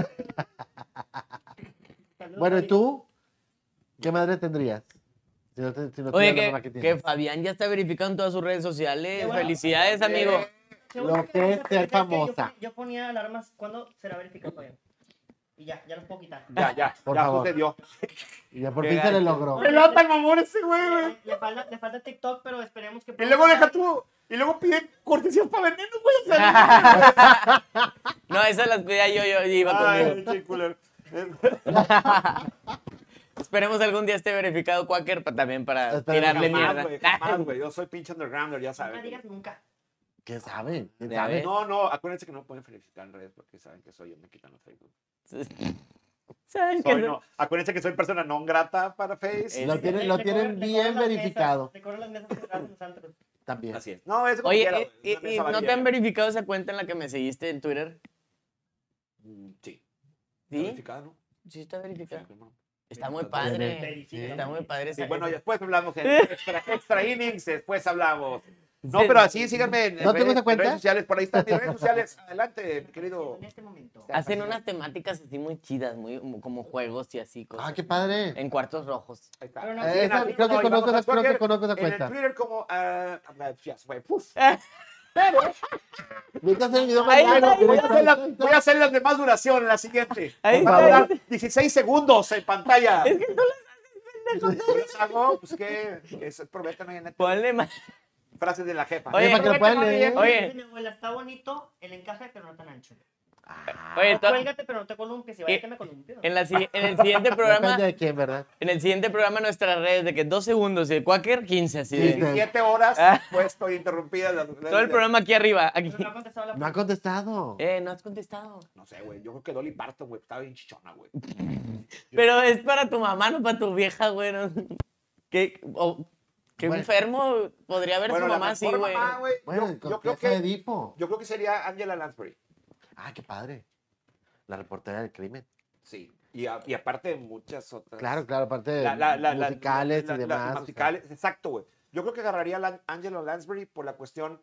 Speaker 4: Saludos,
Speaker 2: Bueno, ¿y
Speaker 4: Fabián.
Speaker 2: tú? ¿Qué madre tendrías? Si no, te- si no
Speaker 3: Oye,
Speaker 2: tuvieras la mamá
Speaker 3: que, que
Speaker 2: tienes.
Speaker 3: Fabián ya está verificando en todas sus redes sociales.
Speaker 4: Qué bueno.
Speaker 3: Felicidades, amigo.
Speaker 5: eh,
Speaker 4: Qué bueno
Speaker 2: Lo que
Speaker 4: me
Speaker 2: es
Speaker 4: dices,
Speaker 2: ser
Speaker 4: porque yo-
Speaker 2: famosa.
Speaker 4: Yo, ponía alarmas cuando será verificado Fabián. Y ya, ya los puedo quitar.
Speaker 2: Mm.
Speaker 5: Ya, ya.
Speaker 2: Por
Speaker 5: ya
Speaker 2: favor.
Speaker 5: sucedió.
Speaker 2: Y ya por
Speaker 5: Qué
Speaker 2: fin se le
Speaker 5: gacho.
Speaker 2: logró.
Speaker 5: Pelota el mamón ese, güey, güey.
Speaker 4: Le, le falta, le falta TikTok, pero esperemos que.
Speaker 5: Y luego deja tú. Y luego pide cortesías para veneno, güey. O sea,
Speaker 3: No, esas las pedía yo, yo iba conmigo.
Speaker 5: Ay, qué culero.
Speaker 3: Esperemos algún día esté verificado Quaker pa- también para
Speaker 2: Espero que
Speaker 3: tirarle
Speaker 5: Jamás,
Speaker 3: mierda.
Speaker 5: güey, jamás, güey. Yo soy pinche undergrounder, ya
Speaker 4: No me
Speaker 5: sabes.
Speaker 4: digas nunca.
Speaker 2: ¿Qué saben? ¿Qué
Speaker 3: Ya
Speaker 2: saben?
Speaker 3: ves.
Speaker 5: No, no, acuérdense que no pueden felicitar en redes porque saben que soy yo, me quitan los Facebook.
Speaker 3: ¿Saben
Speaker 5: Soy,
Speaker 3: qué?
Speaker 5: no. Acuérdense que soy persona non grata para Face.
Speaker 3: Eh,
Speaker 2: Lo tienen, lo tienen bien verificado
Speaker 4: Recuerdo las mesas que grabaron los antros.
Speaker 2: también.
Speaker 5: Así es. No, eso como
Speaker 3: Oye,
Speaker 5: quiera,
Speaker 3: eh,
Speaker 5: güey,
Speaker 3: eh,
Speaker 5: una
Speaker 3: eh,
Speaker 5: mesa
Speaker 3: ¿no te
Speaker 5: variada.
Speaker 3: han verificado esa cuenta en la que me seguiste en Twitter?
Speaker 5: Mm, Sí. ¿Está
Speaker 3: Sí,
Speaker 5: verificado, no?
Speaker 3: sí está verificado.
Speaker 5: Sí, no.
Speaker 3: Está muy
Speaker 5: Está
Speaker 3: padre.
Speaker 4: verificado.
Speaker 3: Está muy padre.
Speaker 5: Sí,
Speaker 3: esa
Speaker 5: bueno,
Speaker 3: cuenta.
Speaker 5: después hablamos en extra, extra innings, después hablamos. No, pero así síganme en,
Speaker 2: ¿No tengo esa cuenta?
Speaker 5: redes sociales, por ahí están mis redes sociales. Adelante, querido.
Speaker 4: En este momento.
Speaker 3: Hacen unas temáticas así muy chidas, muy como- como juegos y así cosas.
Speaker 2: Ah, qué padre.
Speaker 3: En cuartos rojos.
Speaker 5: Ahí está.
Speaker 4: Pero no,
Speaker 5: Así
Speaker 2: Eh,
Speaker 5: en
Speaker 2: esa-
Speaker 5: así,
Speaker 2: creo,
Speaker 5: no,
Speaker 2: que
Speaker 5: y vamos
Speaker 2: conozco,
Speaker 5: a
Speaker 2: esa- creo que
Speaker 5: Twitter.
Speaker 2: conozco esa
Speaker 5: En el
Speaker 2: cuenta.
Speaker 5: Twitter como... ah, ah, yes, güey, puf.
Speaker 2: Vete a hacer el video más
Speaker 3: Ahí
Speaker 2: largo,
Speaker 3: está, ahí
Speaker 5: Voy a,
Speaker 2: directo.
Speaker 5: hacer la, voy a hacer las de más duración, la siguiente.
Speaker 3: Ahí
Speaker 5: Va a
Speaker 3: está.
Speaker 5: durar 16 segundos en pantalla. Es que tú las haces, pendejo. Yo las hago, pues que, que se prometen ahí en la-
Speaker 3: Ponle más.
Speaker 5: frases de la jefa.
Speaker 3: Oye,
Speaker 2: para que lo puedan leer.
Speaker 3: oye.
Speaker 4: Dice mi abuela, está bonito el encaje, pero no tan ancho.
Speaker 3: Oye,
Speaker 5: Ah,
Speaker 4: O
Speaker 3: to-
Speaker 4: cuélgate, pero no te columpies. Si vaya, que me columpio.
Speaker 3: en, la si- en el siguiente programa,
Speaker 2: Depende de quién, ¿verdad?
Speaker 3: en el siguiente programa nuestras redes de que dos segundos y el Quaker 15 así de-
Speaker 5: 17 horas
Speaker 3: Ah.
Speaker 5: puesto y interrumpida. la- la-
Speaker 3: Todo el
Speaker 5: la-
Speaker 3: programa aquí arriba. Aquí.
Speaker 4: Pero no ha contestado la
Speaker 2: No ha contestado.
Speaker 3: Eh, no has contestado.
Speaker 5: No sé, güey. Yo creo que Dolly Parton, güey, estaba bien chichona, güey.
Speaker 3: Pero es para tu mamá, no para tu vieja, güey. ¿no? ¿Qué, o- qué
Speaker 2: Bueno.
Speaker 3: enfermo podría haber
Speaker 5: Bueno,
Speaker 3: su
Speaker 5: la
Speaker 3: mamá así,
Speaker 5: mejor
Speaker 3: güey?
Speaker 5: mamá, güey,
Speaker 2: Bueno,
Speaker 5: yo-
Speaker 2: con
Speaker 5: yo creo
Speaker 2: pieza de
Speaker 5: que-
Speaker 2: Edipo.
Speaker 5: Yo creo que sería Angela Lansbury.
Speaker 2: Ah, qué padre. La reportera del crimen.
Speaker 5: Sí. Y, a- y aparte de muchas otras.
Speaker 2: Claro, claro, aparte de
Speaker 5: La- la- la- la-
Speaker 2: musicales
Speaker 5: la-
Speaker 2: y
Speaker 5: la-
Speaker 2: demás. o sea.
Speaker 5: musicales, exacto, güey. Yo creo que agarraría a Lan- Angela Lansbury por la cuestión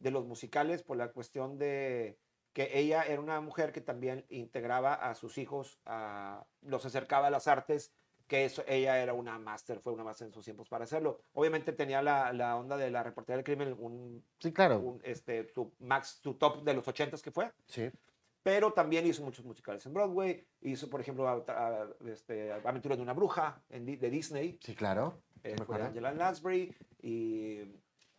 Speaker 5: de los musicales, por la cuestión de que ella era una mujer que también integraba a sus hijos, a- los acercaba a las artes, que eso, ella era una máster, fue una máster en sus tiempos para hacerlo. Obviamente tenía la, la onda de la reportera del crimen, un,
Speaker 2: Sí, claro.
Speaker 5: un, este, tu max, tu top de los 80 que fue
Speaker 2: Sí.
Speaker 5: pero también hizo muchos musicales en Broadway. Hizo, por ejemplo, a- a- este, Aventuras de una bruja en Di- de Disney,
Speaker 2: Sí, claro.
Speaker 5: eh,
Speaker 2: me
Speaker 5: fue
Speaker 2: acuerdo.
Speaker 5: Angela Lansbury, y,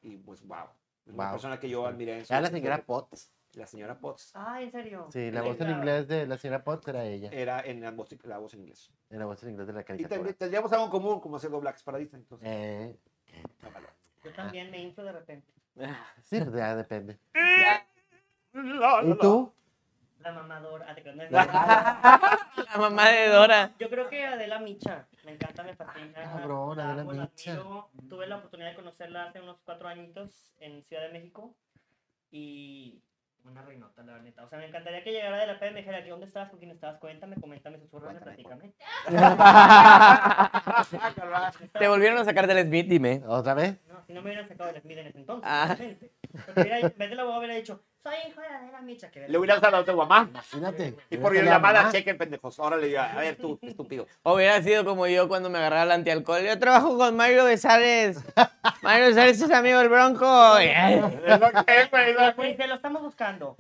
Speaker 5: y pues, wow. Es una
Speaker 2: Wow.
Speaker 5: persona que yo admiré. en su-
Speaker 2: Era la señora Potts.
Speaker 5: La señora Potts
Speaker 4: Ah, ¿en serio?
Speaker 2: Sí, la
Speaker 4: Sí,
Speaker 2: voz en
Speaker 4: claro.
Speaker 2: inglés de la señora Potts era ella.
Speaker 5: era en la voz, la voz en inglés.
Speaker 2: En la voz en inglés de la
Speaker 5: Eh. Y
Speaker 2: caricatura.
Speaker 5: ten- tendríamos algo en común, como hacer doblajes para Disney. Entonces,
Speaker 2: Eh,
Speaker 4: Yo también me inflo de repente.
Speaker 2: sí, pues ya depende.
Speaker 5: La, la,
Speaker 2: ¿Y
Speaker 5: la.
Speaker 2: tú?
Speaker 4: La mamadora. Ah, te creo, no es-
Speaker 3: La mamá de Dora.
Speaker 4: Yo creo que Adela Micha, me encanta, me fascina.
Speaker 2: Ah, cabrón,
Speaker 4: la
Speaker 2: Adela
Speaker 4: amo, la
Speaker 2: Micha.
Speaker 4: admiro. Tuve la oportunidad de conocerla hace unos cuatro añitos en Ciudad de México y una reinota, la neta. O sea, me encantaría que llegara de la P y me dijera, "¿Qué, ¿dónde estabas? ¿Con quién estabas? Cuéntame, coméntame, susurrame, platícame.
Speaker 3: Te volvieron a sacar del Smith, dime.
Speaker 2: ¿Otra vez?
Speaker 4: No, si no me hubieran sacado de las midas en ese entonces,
Speaker 3: Ah.
Speaker 4: obviamente. Porque hubiera- en vez de la boba hubiera dicho, soy hijo de Adela Micha. Que
Speaker 5: Le hubieras dado a tu mamá.
Speaker 2: Imagínate.
Speaker 5: Y por llamada, chequen, pendejos. Órale, ya. A ver, tú, estúpido.
Speaker 3: O hubiera sido como yo cuando me agarraba el antialcohol. Yo trabajo con Mario Besares. Mario Besares es amigo del Bronco.
Speaker 4: Güey, te Pues, lo estamos buscando.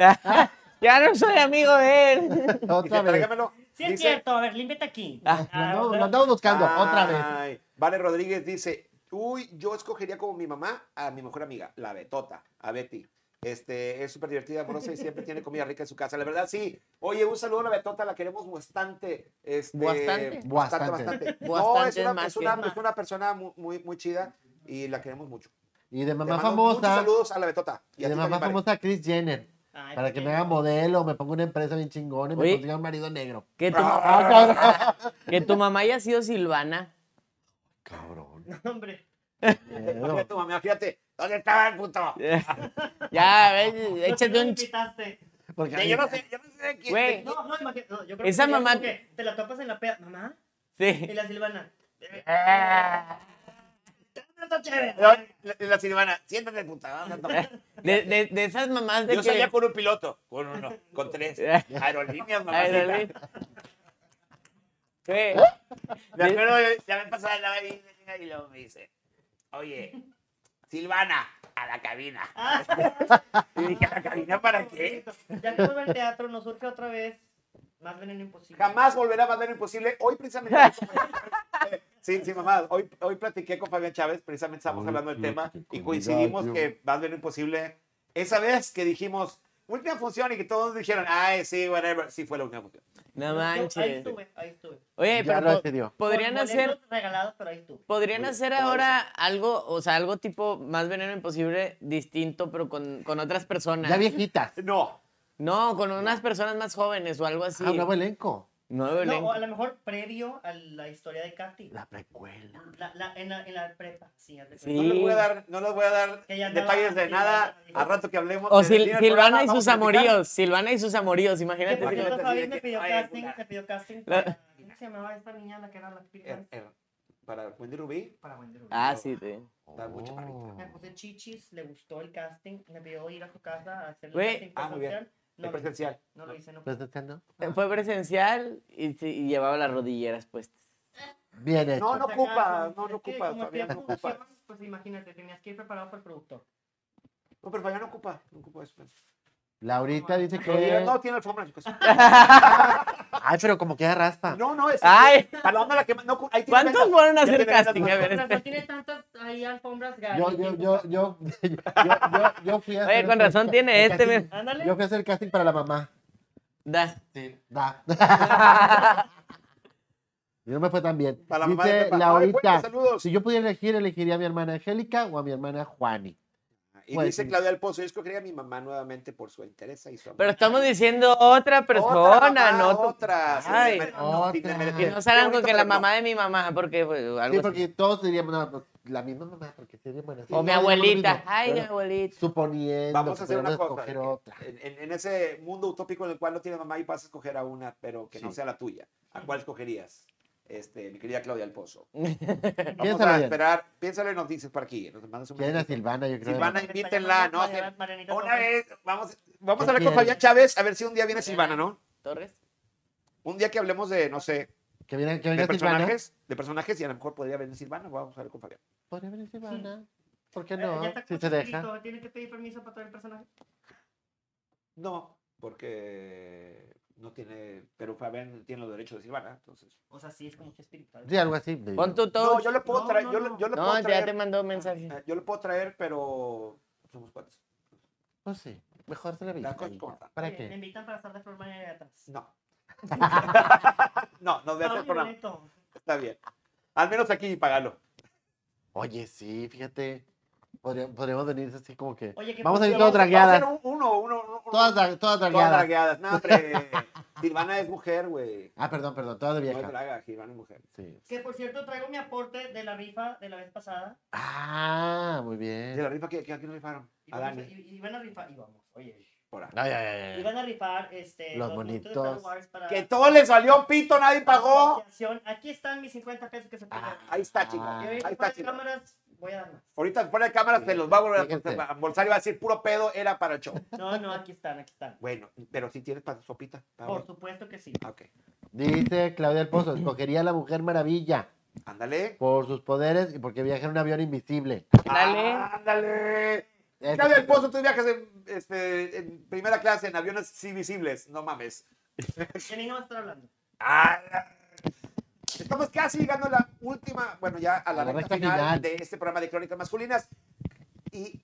Speaker 3: ya no soy amigo de él.
Speaker 2: Otra
Speaker 5: Dice,
Speaker 2: vez.
Speaker 5: tráigamelo.
Speaker 4: Sí, es
Speaker 5: Dice-
Speaker 4: cierto, a ver, límpiate aquí.
Speaker 3: Ah,
Speaker 4: Ah,
Speaker 2: Lo andamos-
Speaker 4: pero-
Speaker 2: lo andamos buscando. Otra vez.
Speaker 5: Ay, Vale Rodríguez dice, uy, yo escogería como mi mamá a mi mejor amiga, la Betota, a Betty. Este, es súper divertida, amorosa y siempre tiene comida rica en su casa. La verdad, sí. Oye, un saludo a la Betota, la queremos bastante. Este,
Speaker 3: Bastante.
Speaker 5: Bastante,
Speaker 2: Bastante.
Speaker 5: bastante. No,
Speaker 3: Bastante
Speaker 5: es una,
Speaker 3: más
Speaker 5: es una-
Speaker 3: que-
Speaker 5: es una persona mu- muy, muy chida y la queremos mucho.
Speaker 2: Y de
Speaker 5: Te
Speaker 2: mamá
Speaker 5: mando Muchos
Speaker 2: famosa.
Speaker 5: saludos a la Betota.
Speaker 2: Y
Speaker 5: a
Speaker 2: de
Speaker 5: ti
Speaker 2: mamá
Speaker 5: también, Vale.
Speaker 2: famosa a Chris Jenner.
Speaker 4: Ay, pues,
Speaker 2: Para que me
Speaker 4: porque-
Speaker 2: haga modelo, me ponga una empresa bien chingona y me
Speaker 3: Oye.
Speaker 2: consiga un marido negro.
Speaker 3: Que tu,
Speaker 2: Ah,
Speaker 3: Ah, que tu mamá haya sido Silvana.
Speaker 2: Cabrón.
Speaker 4: Hombre,
Speaker 5: Oye, tu mamá, fíjate, ¿dónde estaba el puto?
Speaker 3: Ya, ves,
Speaker 4: tú
Speaker 3: échate
Speaker 4: me
Speaker 3: un... ch-
Speaker 4: invitaste.
Speaker 2: Porque
Speaker 5: Yo no sé, yo no sé quién.
Speaker 3: Güey,
Speaker 4: No, no, imagínate. no, yo
Speaker 3: Esa
Speaker 4: creo que sería
Speaker 3: mamá
Speaker 4: como que te la topas en la peda. Mamá,
Speaker 3: sí.
Speaker 4: y la Silvana.
Speaker 5: La, la silvana, siéntate, puta. vamos a tomar.
Speaker 3: De, de- de esas mamás de
Speaker 5: Yo
Speaker 3: que...
Speaker 5: salía con un piloto, con uno, con tres. Aerolíneas,
Speaker 3: Ay,
Speaker 5: mamacita.
Speaker 3: Loli. Güey,
Speaker 5: Me acuerdo, de- la vez pasada la vi y luego me dice, oye, Silvana, a la cabina.
Speaker 3: Ah.
Speaker 5: Y dije, ¿a la cabina para qué?
Speaker 4: Ya que vuelve al teatro, nos surge otra vez más veneno imposible.
Speaker 5: Jamás volverá a Bandera Imposible. Hoy precisamente... Sí, sí, mamá. Hoy, hoy platiqué con Fabián Chávez, precisamente estábamos
Speaker 2: Ay,
Speaker 5: hablando del
Speaker 2: qué
Speaker 5: tema y
Speaker 2: comida,
Speaker 5: coincidimos
Speaker 2: Dios.
Speaker 5: que Bandera Imposible, esa vez que dijimos, última función y que todos dijeron, ay, sí, whatever, sí fue la última función.
Speaker 3: no
Speaker 4: Yo- Ahí
Speaker 3: manches.
Speaker 4: estuve, ahí estuve.
Speaker 3: Oye,
Speaker 2: Ya
Speaker 3: Eh, pero
Speaker 2: lo
Speaker 3: po-
Speaker 2: accedió.
Speaker 3: podrían
Speaker 4: Con
Speaker 3: hacer...
Speaker 4: boletos regalados, pero ahí estuve.
Speaker 3: Podrían hacer ahora algo, o sea, algo tipo más veneno imposible, distinto, pero con, con otras personas.
Speaker 2: Ya viejitas.
Speaker 5: No,
Speaker 3: No, con unas personas más jóvenes o algo así.
Speaker 2: Ah, un nuevo elenco.
Speaker 3: Nuevo
Speaker 4: No,
Speaker 3: elenco.
Speaker 4: o a lo mejor previo a la historia de Katy.
Speaker 2: La precuela.
Speaker 4: La- la- en, la, en la prepa, sí, ya te
Speaker 3: Sí.
Speaker 5: No les voy a dar, no les voy a dar
Speaker 4: Que ya andaba
Speaker 5: detalles de
Speaker 4: Silvana
Speaker 5: nada.
Speaker 4: también.
Speaker 5: Al rato que hablemos.
Speaker 3: O
Speaker 5: de-
Speaker 3: Sil-
Speaker 5: del día del programa,
Speaker 3: Silvana y
Speaker 5: vamos
Speaker 3: sus
Speaker 5: a platicar.
Speaker 3: amoríos. Silvana y sus amoríos,
Speaker 4: Que por
Speaker 3: imagínate.
Speaker 5: Imagínate,
Speaker 4: cierto,
Speaker 5: así de
Speaker 4: Fabi me
Speaker 5: que,
Speaker 4: pidió
Speaker 5: ay,
Speaker 4: casting,
Speaker 5: puta.
Speaker 4: me pidió casting
Speaker 3: La-
Speaker 4: para... ¿Cómo se llamaba esta niña la que era la
Speaker 5: Er-
Speaker 4: pirata?
Speaker 5: er, Para Wendy Rubí,
Speaker 4: Para Wendy Rubio.
Speaker 3: Ah, sí, te-
Speaker 2: Oh.
Speaker 5: está muy chaparrita.
Speaker 4: Me puse chichis, le gustó el casting, me pidió ir a su casa a hacer el
Speaker 3: Güey.
Speaker 4: casting
Speaker 5: Ah, muy bien. pues,
Speaker 4: presencial.
Speaker 5: de
Speaker 4: No, lo hice, no
Speaker 5: presencial.
Speaker 4: lo hice, no.
Speaker 2: ¿Lo estás haciendo?
Speaker 3: Fue presencial y, sí, y llevaba las rodilleras puestas.
Speaker 2: Bien hecho.
Speaker 5: No, no ocupa,
Speaker 4: Acá,
Speaker 5: no, no
Speaker 4: es que
Speaker 5: ocupa,
Speaker 4: como
Speaker 5: Fabián
Speaker 4: hacían
Speaker 5: no ocupa.
Speaker 4: funciones, Pues imagínate, tenías que ir preparado para el productor.
Speaker 5: No, pero Fabián no ocupa, no ocupa
Speaker 3: Eh.
Speaker 5: eso.
Speaker 2: Laurita dice que.
Speaker 5: Rodríguez No, tiene alfombra en su casa.
Speaker 2: Ay, pero como queda raspa.
Speaker 5: No, no, es. este,
Speaker 3: Ay.
Speaker 5: Para la onda la que no ocu- ahí tiene
Speaker 3: ¿Cuántos
Speaker 5: ventas.
Speaker 3: fueron a
Speaker 5: Ya
Speaker 3: hacer
Speaker 5: tiene ventas,
Speaker 3: casting?
Speaker 5: ¿no?
Speaker 3: A ver,
Speaker 4: Pero
Speaker 3: espera.
Speaker 4: no tiene tantas ahí alfombras
Speaker 2: Yo,
Speaker 4: gary,
Speaker 2: yo,
Speaker 4: tipo,
Speaker 2: yo, yo, yo, yo, yo, yo fui a
Speaker 3: Oye,
Speaker 2: hacer
Speaker 3: con
Speaker 2: el
Speaker 3: razón
Speaker 2: ca-
Speaker 3: tiene
Speaker 2: el
Speaker 3: este,
Speaker 2: casting-
Speaker 4: Ándale.
Speaker 2: Yo fui a hacer el casting para la mamá.
Speaker 3: Da.
Speaker 2: Da. Y no me fue tan bien.
Speaker 5: Para la mamá de
Speaker 2: Dice
Speaker 5: Pepa.
Speaker 2: la
Speaker 5: Ay, güey, pues,
Speaker 2: horita.
Speaker 5: saludos.
Speaker 2: Si yo pudiera elegir, elegiría a mi hermana Angélica o a mi hermana Juani.
Speaker 5: Y
Speaker 2: Pues,
Speaker 5: dice
Speaker 2: sí.
Speaker 5: Claudia Alpozo, yo escogería a mi mamá nuevamente por su interés y su amor.
Speaker 3: Pero estamos diciendo otra persona,
Speaker 5: mamá,
Speaker 3: no tu-
Speaker 5: Otra. sí,
Speaker 3: Ay,
Speaker 5: me- no, sí,
Speaker 2: otra.
Speaker 5: me merecí.
Speaker 3: que no
Speaker 5: Qué
Speaker 3: salgan con
Speaker 5: bonito,
Speaker 3: que la
Speaker 5: pero no.
Speaker 3: mamá de mi mamá, porque pues, algo
Speaker 2: Sí,
Speaker 3: así.
Speaker 2: porque todos diríamos, no, pues, la misma mamá, porque sería buena.
Speaker 3: O mi abuelita. Ay, mi abuelita.
Speaker 2: Suponiendo
Speaker 5: Vamos
Speaker 2: que
Speaker 5: a hacer una
Speaker 2: podemos
Speaker 5: cosa. de
Speaker 2: escoger
Speaker 5: que
Speaker 2: otra.
Speaker 5: En, en- en ese mundo utópico en el cual no tiene mamá y vas a escoger a una, pero que no
Speaker 2: Sí.
Speaker 5: sea la tuya. ¿A cuál escogerías? Este, mi querida Claudia Alpozo. Vamos
Speaker 2: Piénsalo
Speaker 5: a
Speaker 2: bien.
Speaker 5: esperar. Piénsalo y nos dices por aquí. Nos mandas un
Speaker 2: ¿Quién a
Speaker 5: mensajito.
Speaker 2: Silvana? Yo creo.
Speaker 5: Silvana, invítenla. No,
Speaker 4: Marianita, Marianita,
Speaker 5: una
Speaker 4: Tomás.
Speaker 5: vez, vamos, vamos
Speaker 2: ¿Qué
Speaker 5: a hablar con
Speaker 2: quiere?
Speaker 5: Fabián Chávez, a ver si un día viene Silvana, ¿no?
Speaker 3: Torres.
Speaker 5: Un día que hablemos de, no sé,
Speaker 2: Que viene, que
Speaker 5: de
Speaker 2: venga Silvana.
Speaker 5: personajes, de personajes y a lo mejor podría venir Silvana, vamos a hablar con Fabián.
Speaker 2: Podría venir Silvana. ¿Por qué
Speaker 4: Eh,
Speaker 2: no?
Speaker 4: ya está
Speaker 2: Si
Speaker 4: como
Speaker 2: se deja.
Speaker 4: escrito, Tienes que pedir permiso para todo el personaje.
Speaker 5: No, porque no tiene, pero Fabián tiene los derechos de Silvana, entonces.
Speaker 4: O sea, sí, es como que espiritual.
Speaker 2: Sí, algo así.
Speaker 3: Pon tu
Speaker 5: No,
Speaker 3: touch.
Speaker 5: yo le puedo
Speaker 4: No,
Speaker 5: traer,
Speaker 4: no,
Speaker 5: yo, le-
Speaker 4: no.
Speaker 5: yo le
Speaker 3: No,
Speaker 5: puedo
Speaker 3: ya
Speaker 5: traer,
Speaker 3: te mandó un mensaje.
Speaker 5: eh, yo le puedo traer, pero somos cuates.
Speaker 2: Pues sí. Mejor se la
Speaker 5: Las
Speaker 2: visita.
Speaker 5: cosas
Speaker 2: y
Speaker 5: como
Speaker 2: ya.
Speaker 5: están.
Speaker 2: ¿Para
Speaker 4: Sí, Me
Speaker 2: qué?
Speaker 4: Eh, invitan para estar de forma de atrás.
Speaker 5: No. no, nos ve
Speaker 4: Ah,
Speaker 5: hasta el programa.
Speaker 4: Violeto.
Speaker 5: Está bien. Al menos aquí y pagalo.
Speaker 2: Oye, sí, fíjate. Podría- Podríamos venir así como que.
Speaker 4: Oye, ¿qué
Speaker 2: Vamos a ir
Speaker 4: función?
Speaker 2: todas dragueadas.
Speaker 5: Vamos a hacer un- Uno, uno, uno. uno.
Speaker 2: Todas, dra- todas
Speaker 5: Todas
Speaker 2: dragueadas.
Speaker 5: dragueadas. No, hombre. Silvana es mujer, güey.
Speaker 2: Ah, perdón, perdón. Todas de
Speaker 5: No es
Speaker 2: vieja.
Speaker 5: draga, Silvana es mujer.
Speaker 2: Sí.
Speaker 4: Que por cierto, traigo mi aporte de la rifa de la vez pasada.
Speaker 2: Ah, muy
Speaker 5: De
Speaker 2: bien.
Speaker 5: la rifa que, que aquí no rifaron. A
Speaker 4: Iban a,
Speaker 5: Dani.
Speaker 4: i- iban a rifar, y vamos, oye.
Speaker 5: Por ahí.
Speaker 2: Ay, ay, ay, ay.
Speaker 4: Iban a rifar este,
Speaker 2: Los
Speaker 4: monitos de
Speaker 2: bonitos.
Speaker 4: Star Wars para
Speaker 5: Que todo le salió un pito, nadie pagó.
Speaker 4: asociación. Aquí están mis 50 pesos que se perdieron.
Speaker 5: Ahí está, chico.
Speaker 2: Ah.
Speaker 4: Y
Speaker 5: Ahí
Speaker 4: ahorita
Speaker 5: está,
Speaker 4: fuera de
Speaker 5: chico.
Speaker 4: cámaras voy a dar más.
Speaker 5: Ahorita fuera de cámara se los va a volver
Speaker 2: Fíjense.
Speaker 5: a- a bolsar y va a decir puro pedo, era para el show.
Speaker 4: No, no, aquí están, aquí están.
Speaker 5: Bueno, pero si tienes para sopita. para-
Speaker 4: Por supuesto que sí.
Speaker 5: Ah, ok.
Speaker 2: Dice Claudia El Pozo, escogería a la Mujer Maravilla
Speaker 5: Ándale.
Speaker 2: por sus poderes y porque viaja en un avión invisible.
Speaker 3: Dale.
Speaker 5: Ándale.
Speaker 2: Eso
Speaker 5: Claudia
Speaker 2: sí.
Speaker 5: del Pozo, tú viajas en, este, en primera clase en aviones sí visibles. No mames.
Speaker 4: De mí no vas a estar hablando.
Speaker 5: Ah. Estamos casi llegando a la última, bueno, ya a la,
Speaker 2: A la recta
Speaker 5: recta final,
Speaker 2: final.
Speaker 5: de este programa de Crónicas Masculinas. ¿Y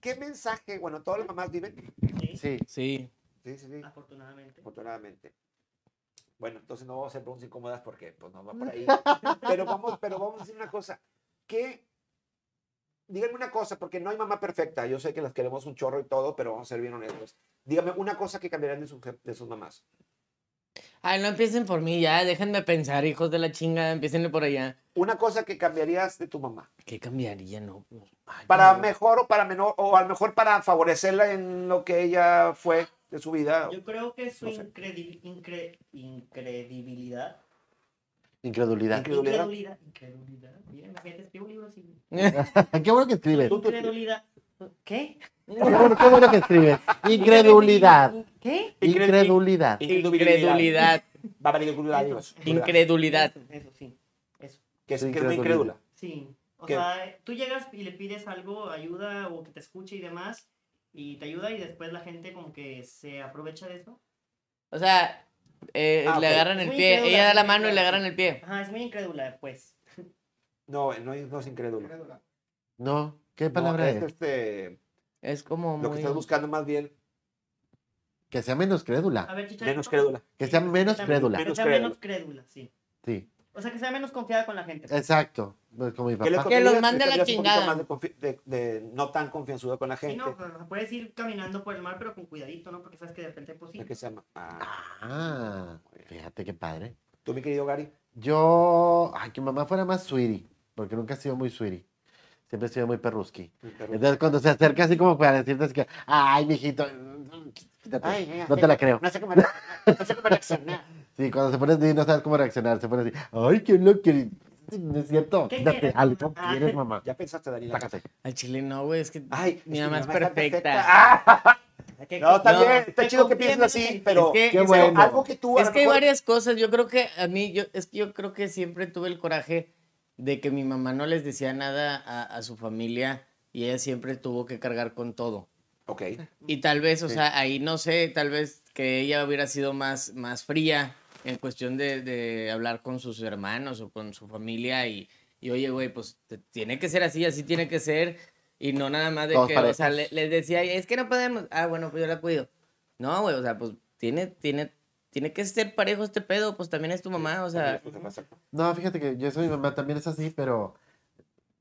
Speaker 5: qué mensaje? Bueno, todas las mamás viven.
Speaker 4: Sí,
Speaker 2: Sí.
Speaker 3: Sí.
Speaker 5: Sí, sí, sí.
Speaker 4: afortunadamente.
Speaker 5: Afortunadamente. Bueno, entonces no vamos a hacer preguntas incómodas porque pues no va por ahí. pero vamos, pero vamos a decir una cosa. ¿Qué? Díganme una cosa, porque no hay mamá perfecta. Yo sé que las queremos un chorro y todo, pero vamos a ser bien honestos. Díganme una cosa que cambiarán de, sus jef- de sus mamás.
Speaker 3: Ay, no empiecen por mí ya. Déjenme pensar, hijos de la chingada. Empiecenle por allá.
Speaker 5: Una cosa que cambiarías de tu mamá.
Speaker 3: ¿Qué cambiaría, no? Ay,
Speaker 5: Para
Speaker 3: no.
Speaker 5: mejor o para menor, o a lo mejor para favorecerla en lo que ella fue de su vida.
Speaker 4: Yo creo que su
Speaker 5: No sé.
Speaker 4: incredi- incre- incredibilidad.
Speaker 2: Incredulidad.
Speaker 5: Incredulidad.
Speaker 4: Incredulidad. Incredulidad. Bien, la gente escribe un libro así.
Speaker 2: Qué bueno que escribes.
Speaker 4: Incredulidad. ¿Qué?
Speaker 2: Qué bueno, qué bueno que escribes. Incredulidad.
Speaker 4: ¿Qué?
Speaker 2: Incredulidad.
Speaker 3: Incredulidad.
Speaker 5: Va a haber incredulidad. Dios.
Speaker 3: Incredulidad.
Speaker 4: Eso, eso, sí. Eso.
Speaker 5: Que es, que es muy
Speaker 2: Incredulidad.
Speaker 5: incrédula.
Speaker 4: Sí. O
Speaker 5: ¿Qué?
Speaker 4: sea, tú llegas y le pides algo, ayuda o que te escuche y demás, y te ayuda, y después la gente como que se aprovecha de eso.
Speaker 3: O sea, eh,
Speaker 5: Ah,
Speaker 3: le
Speaker 5: ok.
Speaker 3: agarran el
Speaker 4: Muy
Speaker 3: pie.
Speaker 4: incrédula,
Speaker 3: Ella da la
Speaker 4: muy
Speaker 3: mano y le
Speaker 4: incrédula.
Speaker 3: agarran el pie.
Speaker 4: Ajá, es muy incrédula, pues.
Speaker 5: No, no, es- no es incrédula.
Speaker 2: No, ¿qué
Speaker 5: No,
Speaker 2: palabra
Speaker 5: es
Speaker 2: es?
Speaker 5: este,
Speaker 3: Es como
Speaker 5: lo que
Speaker 3: muy...
Speaker 5: estás buscando más bien,
Speaker 2: Que sea menos
Speaker 4: A
Speaker 2: crédula.
Speaker 4: ver, chicharito.
Speaker 5: menos crédula.
Speaker 2: Que sea menos crédula.
Speaker 4: Que
Speaker 5: Menos
Speaker 4: sea
Speaker 5: crédula.
Speaker 4: menos crédula, sí.
Speaker 2: Sí,
Speaker 4: O sea, que sea menos confiada con la gente.
Speaker 2: exacto. Pues como mi
Speaker 5: Que le
Speaker 2: papá.
Speaker 3: Que los
Speaker 5: consideras-
Speaker 3: mande a la
Speaker 5: le consideras un
Speaker 3: chingada.
Speaker 5: poquito más de, confi- de- de no tan confianzudo con la
Speaker 4: Sí,
Speaker 5: gente.
Speaker 4: no, pero puedes ir caminando por el mar, pero con cuidadito, ¿no? Porque sabes que de repente, pues sí.
Speaker 5: de que sea ma- ah.
Speaker 2: Ah, fíjate qué padre.
Speaker 5: Tú, mi querido Gary,
Speaker 2: Yo, ay, que mi mamá fuera más sweetie, porque nunca he sido muy sweetie. Siempre he sido muy perrusqui.
Speaker 5: me interrumpo.
Speaker 2: Entonces, cuando se acerca así como para decirte, así que, ay, mijito, quítate,
Speaker 5: Ay, ay,
Speaker 2: no
Speaker 5: ay.
Speaker 2: te la creo.
Speaker 5: no sé cómo, no sé cómo reaccionar.
Speaker 2: Sí, cuando se pone así, no sabes cómo reaccionar. Se pone así, ay, qué lo que. No es cierto,
Speaker 4: ¿Qué
Speaker 2: quítate
Speaker 4: quieres,
Speaker 2: algo.
Speaker 4: mamá?
Speaker 2: ¿Quieres, mamá?
Speaker 5: Ya pensaste, Daniela.
Speaker 2: Sácate.
Speaker 3: Al chile no, güey. Es que
Speaker 5: Ay,
Speaker 3: mi
Speaker 5: es que
Speaker 3: mamá es
Speaker 5: está
Speaker 3: perfecta.
Speaker 5: Ah,
Speaker 4: Que
Speaker 5: no, está
Speaker 3: No,
Speaker 5: bien, está
Speaker 4: que
Speaker 5: chido que
Speaker 4: confíen
Speaker 5: pienses
Speaker 4: en
Speaker 5: así,
Speaker 4: ti.
Speaker 5: pero
Speaker 3: Es que-
Speaker 2: Qué
Speaker 5: pero
Speaker 2: bueno.
Speaker 5: algo que tú a
Speaker 3: Es
Speaker 5: lo
Speaker 3: que hay
Speaker 5: mejor-
Speaker 3: varias cosas. Yo creo que a mí, yo, es que yo creo que siempre tuve el coraje de que mi mamá no les decía nada a, a su familia y ella siempre tuvo que cargar con todo.
Speaker 5: Ok,
Speaker 3: Y tal vez, o
Speaker 5: Sí.
Speaker 3: sea, ahí no sé, tal vez que ella hubiera sido más, más fría en cuestión de, de hablar con sus hermanos o con su familia y, y, oye, güey, pues te- tiene que ser así, así tiene que ser. Y no nada más de
Speaker 2: Todos
Speaker 3: que, o sea,
Speaker 2: parejos.
Speaker 3: le- les decía, es que no podemos. Ah, bueno, pues yo la cuido. No, güey, o sea, pues tiene, tiene, tiene que ser parejo este pedo, pues también es tu mamá, o sea,
Speaker 2: No, fíjate que yo soy mi mamá, también es así, pero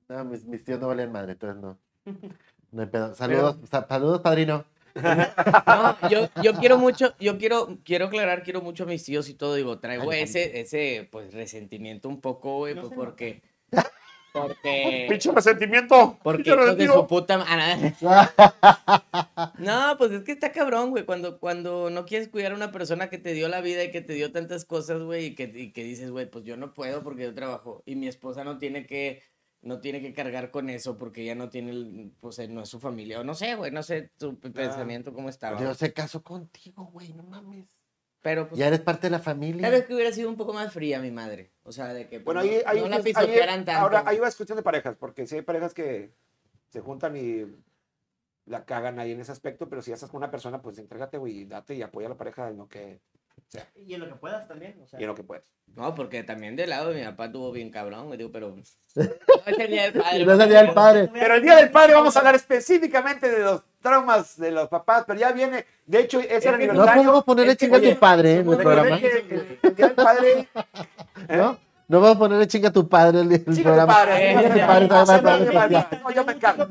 Speaker 2: no, mis, mis tíos no valen madre, entonces no. No hay pedo. Saludos, sa- saludos, padrino.
Speaker 3: no, yo, yo quiero mucho, yo quiero, quiero aclarar, quiero mucho a mis tíos y todo, digo, traigo ese, ese, pues, resentimiento un poco, güey, pues, porque, porque,
Speaker 5: ¡Pinche resentimiento!
Speaker 3: porque
Speaker 5: ¡Pinche
Speaker 3: hijos de su
Speaker 5: resentido!
Speaker 3: puta ma- ah, nada. No, pues es que está cabrón, güey. Cuando, cuando no quieres cuidar a una persona que te dio la vida y que te dio tantas cosas, güey, y que, y que dices, güey, pues yo no puedo porque yo trabajo. Y mi esposa no tiene que, no tiene que cargar con eso porque ella no tiene, el- pues eh, no es su familia. O no sé, güey, no sé tu p- pensamiento cómo estaba.
Speaker 2: Dios se casó contigo, güey, no mames.
Speaker 3: Pero pues,
Speaker 2: Ya eres parte de la
Speaker 3: tal vez
Speaker 2: familia.
Speaker 3: que hubiera sido un poco más fría mi madre. O sea, de que pues,
Speaker 5: Bueno,
Speaker 3: no,
Speaker 5: ahí, ahí,
Speaker 3: no la
Speaker 5: ahí-
Speaker 3: pisotearan tanto.
Speaker 5: Ahora, ahí
Speaker 3: güey.
Speaker 5: va es cuestión de parejas, porque si hay parejas que se juntan y la cagan ahí en ese aspecto, pero si ya estás con una persona, pues entrégate, güey, y date y apoya a la pareja en lo que,
Speaker 4: Y en lo que puedas también, o sea.
Speaker 5: y en lo que puedes.
Speaker 3: No, porque también del lado de mi papá tuvo bien cabrón, güey, digo, pero... No es el día del padre.
Speaker 2: Y no es el día del padre.
Speaker 5: Pero el Día del Padre vamos a hablar específicamente de los traumas de los papás, pero ya viene, de hecho, ese
Speaker 3: Es
Speaker 5: era
Speaker 3: que
Speaker 5: el
Speaker 3: no
Speaker 2: No
Speaker 5: aniversario.
Speaker 2: podemos ponerle
Speaker 3: es que,
Speaker 2: chinga a
Speaker 3: oye,
Speaker 2: tu padre en el
Speaker 3: somos
Speaker 2: programa,
Speaker 5: Recuerden que El Día del Padre,
Speaker 2: ¿no? No vamos a ponerle chinga a tu padre en el
Speaker 5: chica tu
Speaker 2: programa.
Speaker 5: padre.
Speaker 3: Eh,
Speaker 5: el
Speaker 2: el padre,
Speaker 5: padre,
Speaker 2: el padre,
Speaker 5: el
Speaker 2: el padre.
Speaker 5: padre. No, yo me encargo.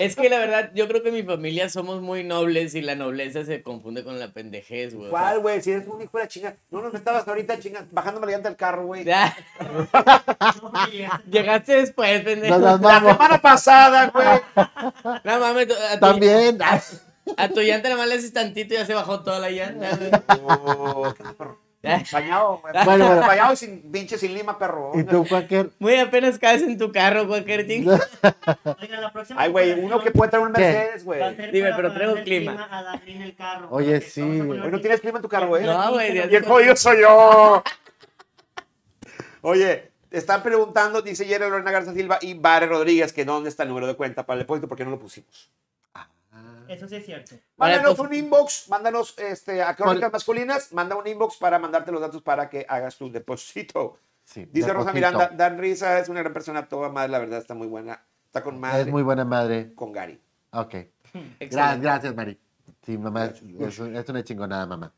Speaker 3: Es que la verdad, yo creo que mi familia somos muy nobles y la nobleza se confunde con la pendejez, güey. o sea,
Speaker 5: ¿eh? ¿Cuál, güey? Si eres un hijo de la chinga. No nos estabas ahorita chinga, bajándome la llanta del carro, güey.
Speaker 3: ya, llegaste después, pendejo.
Speaker 2: Nos las
Speaker 5: La
Speaker 2: vamos.
Speaker 5: semana pasada, güey.
Speaker 3: No mames, tú- a tu,
Speaker 2: También.
Speaker 3: a tu llanta nada más le haces tantito y ya se bajó toda la llanta, güey.
Speaker 5: Oh, qué perro. Bañado, güey.
Speaker 2: Bueno, bueno.
Speaker 5: Bañado y sin pinche, sin lima, perro.
Speaker 2: Y tú, Quaker.
Speaker 3: Muy apenas caes en tu carro, cualquier ting.
Speaker 4: Oigan, la próxima
Speaker 5: Ay, güey, uno que puede traer un
Speaker 2: ¿Qué?
Speaker 5: Mercedes, güey.
Speaker 4: va a ser
Speaker 3: Dime,
Speaker 4: para
Speaker 3: pero
Speaker 4: pagarle
Speaker 3: traigo
Speaker 4: el
Speaker 3: clima.
Speaker 4: a David en el carro.
Speaker 2: Oye,
Speaker 4: Porque
Speaker 2: sí,
Speaker 4: vamos a
Speaker 2: güey.
Speaker 5: Hoy
Speaker 4: poner
Speaker 5: no tienes clima en tu carro, ¿eh? güey.
Speaker 3: No, güey, Dios
Speaker 5: Y el jodido soy yo. Oye, están preguntando, dice Jerry Lorena Garza Silva y Bare Rodríguez, que dónde está el número de cuenta para el depósito, porque no lo pusimos.
Speaker 4: Eso sí es cierto.
Speaker 3: Vale,
Speaker 5: Mándanos
Speaker 3: pues-
Speaker 5: un inbox, mándanos este, a Crónicas Masculinas, manda un inbox para mandarte los datos para que hagas tu depósito.
Speaker 2: Sí,
Speaker 5: Dice Rosa
Speaker 2: Despacito.
Speaker 5: Miranda, Dan Risa es una gran persona, toda madre, la verdad está muy buena. Está con madre,
Speaker 2: Es muy buena madre.
Speaker 5: con Gary.
Speaker 2: Ok. Gracias,
Speaker 3: Excelente.
Speaker 2: gracias, Mari. Sí, mamá, es, es un- es una chingonada, mamá.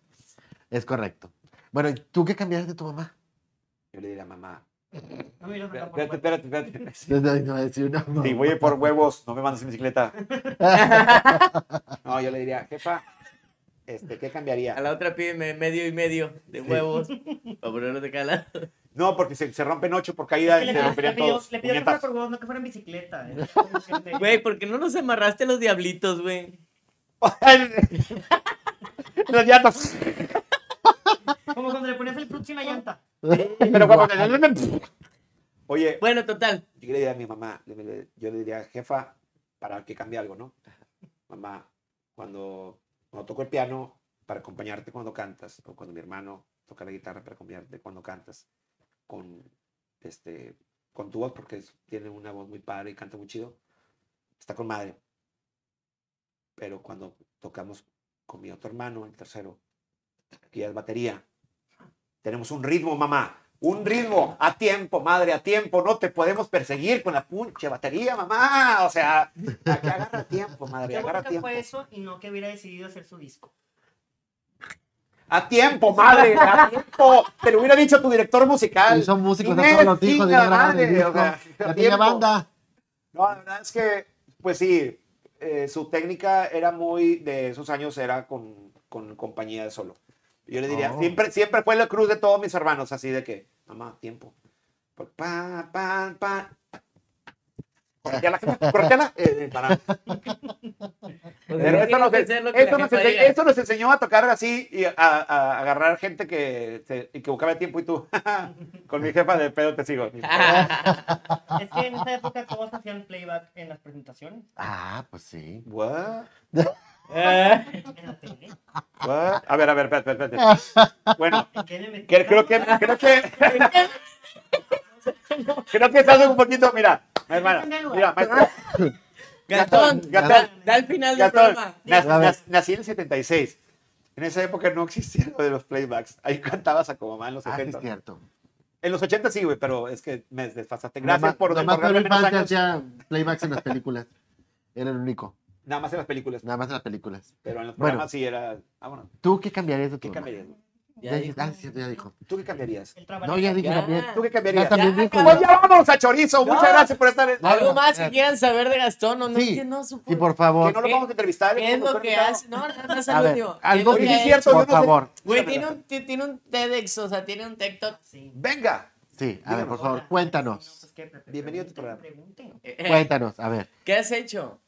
Speaker 2: Es correcto. Bueno, ¿y ¿tú qué cambiaste de tu mamá?
Speaker 5: Yo le diré a mamá.
Speaker 4: No me lo
Speaker 5: Espérate, espérate, espérate.
Speaker 2: No, no, no, es una mamá.
Speaker 5: Si voy a ir por huevos, no me mandas en bicicleta. No, yo le diría, jefa, este, ¿qué
Speaker 3: A
Speaker 5: cambiaría?
Speaker 3: la otra pídeme medio y medio de huevos para ponerlo de cada lado.
Speaker 5: No, porque se, se rompen ocho por
Speaker 4: Es
Speaker 5: caída
Speaker 4: que le,
Speaker 5: y se
Speaker 4: pidió- le
Speaker 5: romperían
Speaker 4: pidió,
Speaker 5: todos.
Speaker 4: le pidió que fuera
Speaker 5: puñetas.
Speaker 4: por huevos, no que fuera en bicicleta. eh.
Speaker 3: Güey, ¿por qué no nos amarraste los diablitos, güey?
Speaker 5: Las llantas.
Speaker 4: Como cuando le ponías el clutch en la llanta.
Speaker 5: Pero cuando Oye,
Speaker 3: Bueno, total.
Speaker 5: yo le diría a mi mamá, le- le- yo le diría, jefa, para que cambie algo, ¿no? Mamá, cuando, cuando toco el piano, para acompañarte cuando cantas, o cuando mi hermano toca la guitarra para acompañarte cuando cantas, con, este, con tu voz, porque es- tiene una voz muy padre y canta muy chido, está con madre. Pero cuando tocamos con mi otro hermano, el tercero, que ya es batería, tenemos un ritmo, mamá. Un ritmo a tiempo, madre, a tiempo. No te podemos perseguir con la punche batería, mamá. O sea, aquí agarra tiempo, madre,
Speaker 4: Qué bueno
Speaker 5: agarra
Speaker 4: que
Speaker 5: tiempo.
Speaker 4: fue eso y no que hubiera decidido hacer su disco.
Speaker 5: A tiempo, madre, a tiempo. Te lo hubiera dicho tu director musical.
Speaker 2: Y son músicos,
Speaker 5: Inés,
Speaker 2: a todos los hijos de
Speaker 5: chinga
Speaker 2: la madre.
Speaker 5: madre,
Speaker 2: disco.
Speaker 5: o sea,
Speaker 2: Ya tenía
Speaker 5: a tiempo.
Speaker 2: banda.
Speaker 5: No, la verdad es que, pues sí, eh, su técnica era muy, de esos años era con, con compañía de solo. Yo le diría,
Speaker 2: Oh.
Speaker 5: siempre, siempre fue la cruz de todos mis hermanos, así de que, mamá, tiempo. Por Pa, pa, pa. Correteala, jefa, correteala, eh, para.
Speaker 3: Pues,
Speaker 5: Pero
Speaker 3: no
Speaker 5: esto nos,
Speaker 3: quieres hacer lo que la
Speaker 5: esto nos
Speaker 3: jefa
Speaker 5: ense-
Speaker 3: diga.
Speaker 5: esto nos enseñó a tocar así y a, a agarrar gente que se equivocaba de tiempo y tú, con mi jefa de pedo te sigo.
Speaker 4: Es que en esa época todos hacían playback en las presentaciones.
Speaker 2: Ah, pues sí.
Speaker 5: What?
Speaker 4: En la tele.
Speaker 5: What? A ver, a ver, espérate, espérate, espérate. Bueno,
Speaker 4: ¿En qué me metí?
Speaker 5: que- creo que, creo que, creo que estás un poquito, mira, mi hermana, mira, maestra,
Speaker 3: Gastón,
Speaker 5: Gastón,
Speaker 3: da el final del
Speaker 5: Gastón,
Speaker 3: programa.
Speaker 5: nac-
Speaker 2: A ver.
Speaker 5: nac- nací en el 76. En esa época no existía lo de los playbacks. Ahí cantabas a como mamá en los
Speaker 2: Ah, sí
Speaker 5: 70.
Speaker 2: es cierto.
Speaker 5: En los 80 sí, güey, pero es que me desfasaste. Gracias por
Speaker 2: Nomás
Speaker 5: otorgarme
Speaker 2: Pedro
Speaker 5: menos
Speaker 2: Infante
Speaker 5: años.
Speaker 2: hacía playbacks en las películas. Era el único.
Speaker 5: Nada más en las películas.
Speaker 2: Nada más en las películas.
Speaker 5: Pero en los
Speaker 2: Bueno.
Speaker 5: programas sí era. Ah, bueno.
Speaker 2: ¿Tú qué cambiarías de tu
Speaker 5: ¿Qué
Speaker 2: mamá?
Speaker 5: cambiarías?
Speaker 2: Ya,
Speaker 3: Ya
Speaker 2: dije-
Speaker 3: dijo.
Speaker 2: ah, sí, cierto, ya dijo.
Speaker 5: ¿Tú qué cambiarías?
Speaker 4: El trabajo.
Speaker 2: No, ya dije
Speaker 3: Ya.
Speaker 2: también.
Speaker 5: ¿Tú qué
Speaker 2: Ah, Ya
Speaker 5: cambiarías?
Speaker 2: también
Speaker 3: Ya,
Speaker 2: dijo.
Speaker 5: Pues ya vámonos a chorizo. Muchas
Speaker 3: No.
Speaker 5: gracias por estar.
Speaker 2: No,
Speaker 3: ¿Algo
Speaker 2: no,
Speaker 3: más que
Speaker 2: espérate.
Speaker 3: quieran saber de Gastón o no?
Speaker 2: Sí.
Speaker 3: Es que no supo-
Speaker 2: Sí, por
Speaker 5: Que
Speaker 2: favor.
Speaker 5: no lo
Speaker 3: ¿Qué?
Speaker 5: vamos a entrevistar.
Speaker 3: ¿Qué es lo
Speaker 5: doctor
Speaker 3: que
Speaker 5: invitado.
Speaker 3: hace? No, nada más
Speaker 2: A
Speaker 3: al
Speaker 2: ver,
Speaker 3: último. ¿Qué es
Speaker 2: algo
Speaker 3: lo
Speaker 5: Sí,
Speaker 3: que
Speaker 5: sí,
Speaker 3: ha
Speaker 5: es
Speaker 3: hecho?
Speaker 5: cierto, yo
Speaker 2: Por
Speaker 5: no sé.
Speaker 2: favor.
Speaker 3: Güey,
Speaker 5: Escúchame,
Speaker 3: tiene
Speaker 5: doctor.
Speaker 3: un, ti- tiene un TEDx, o sea, tiene un TikTok.
Speaker 4: Sí.
Speaker 5: Venga.
Speaker 2: Sí, a ver, por
Speaker 5: Díganos.
Speaker 2: favor,
Speaker 4: No,
Speaker 2: cuéntanos.
Speaker 4: pues, ¿qué? Pre- pre-
Speaker 5: Bienvenido a tu
Speaker 4: pregunten,
Speaker 5: programa.
Speaker 4: pregunten.
Speaker 3: Eh, eh,
Speaker 2: Cuéntanos, a ver.
Speaker 3: ¿Qué has hecho?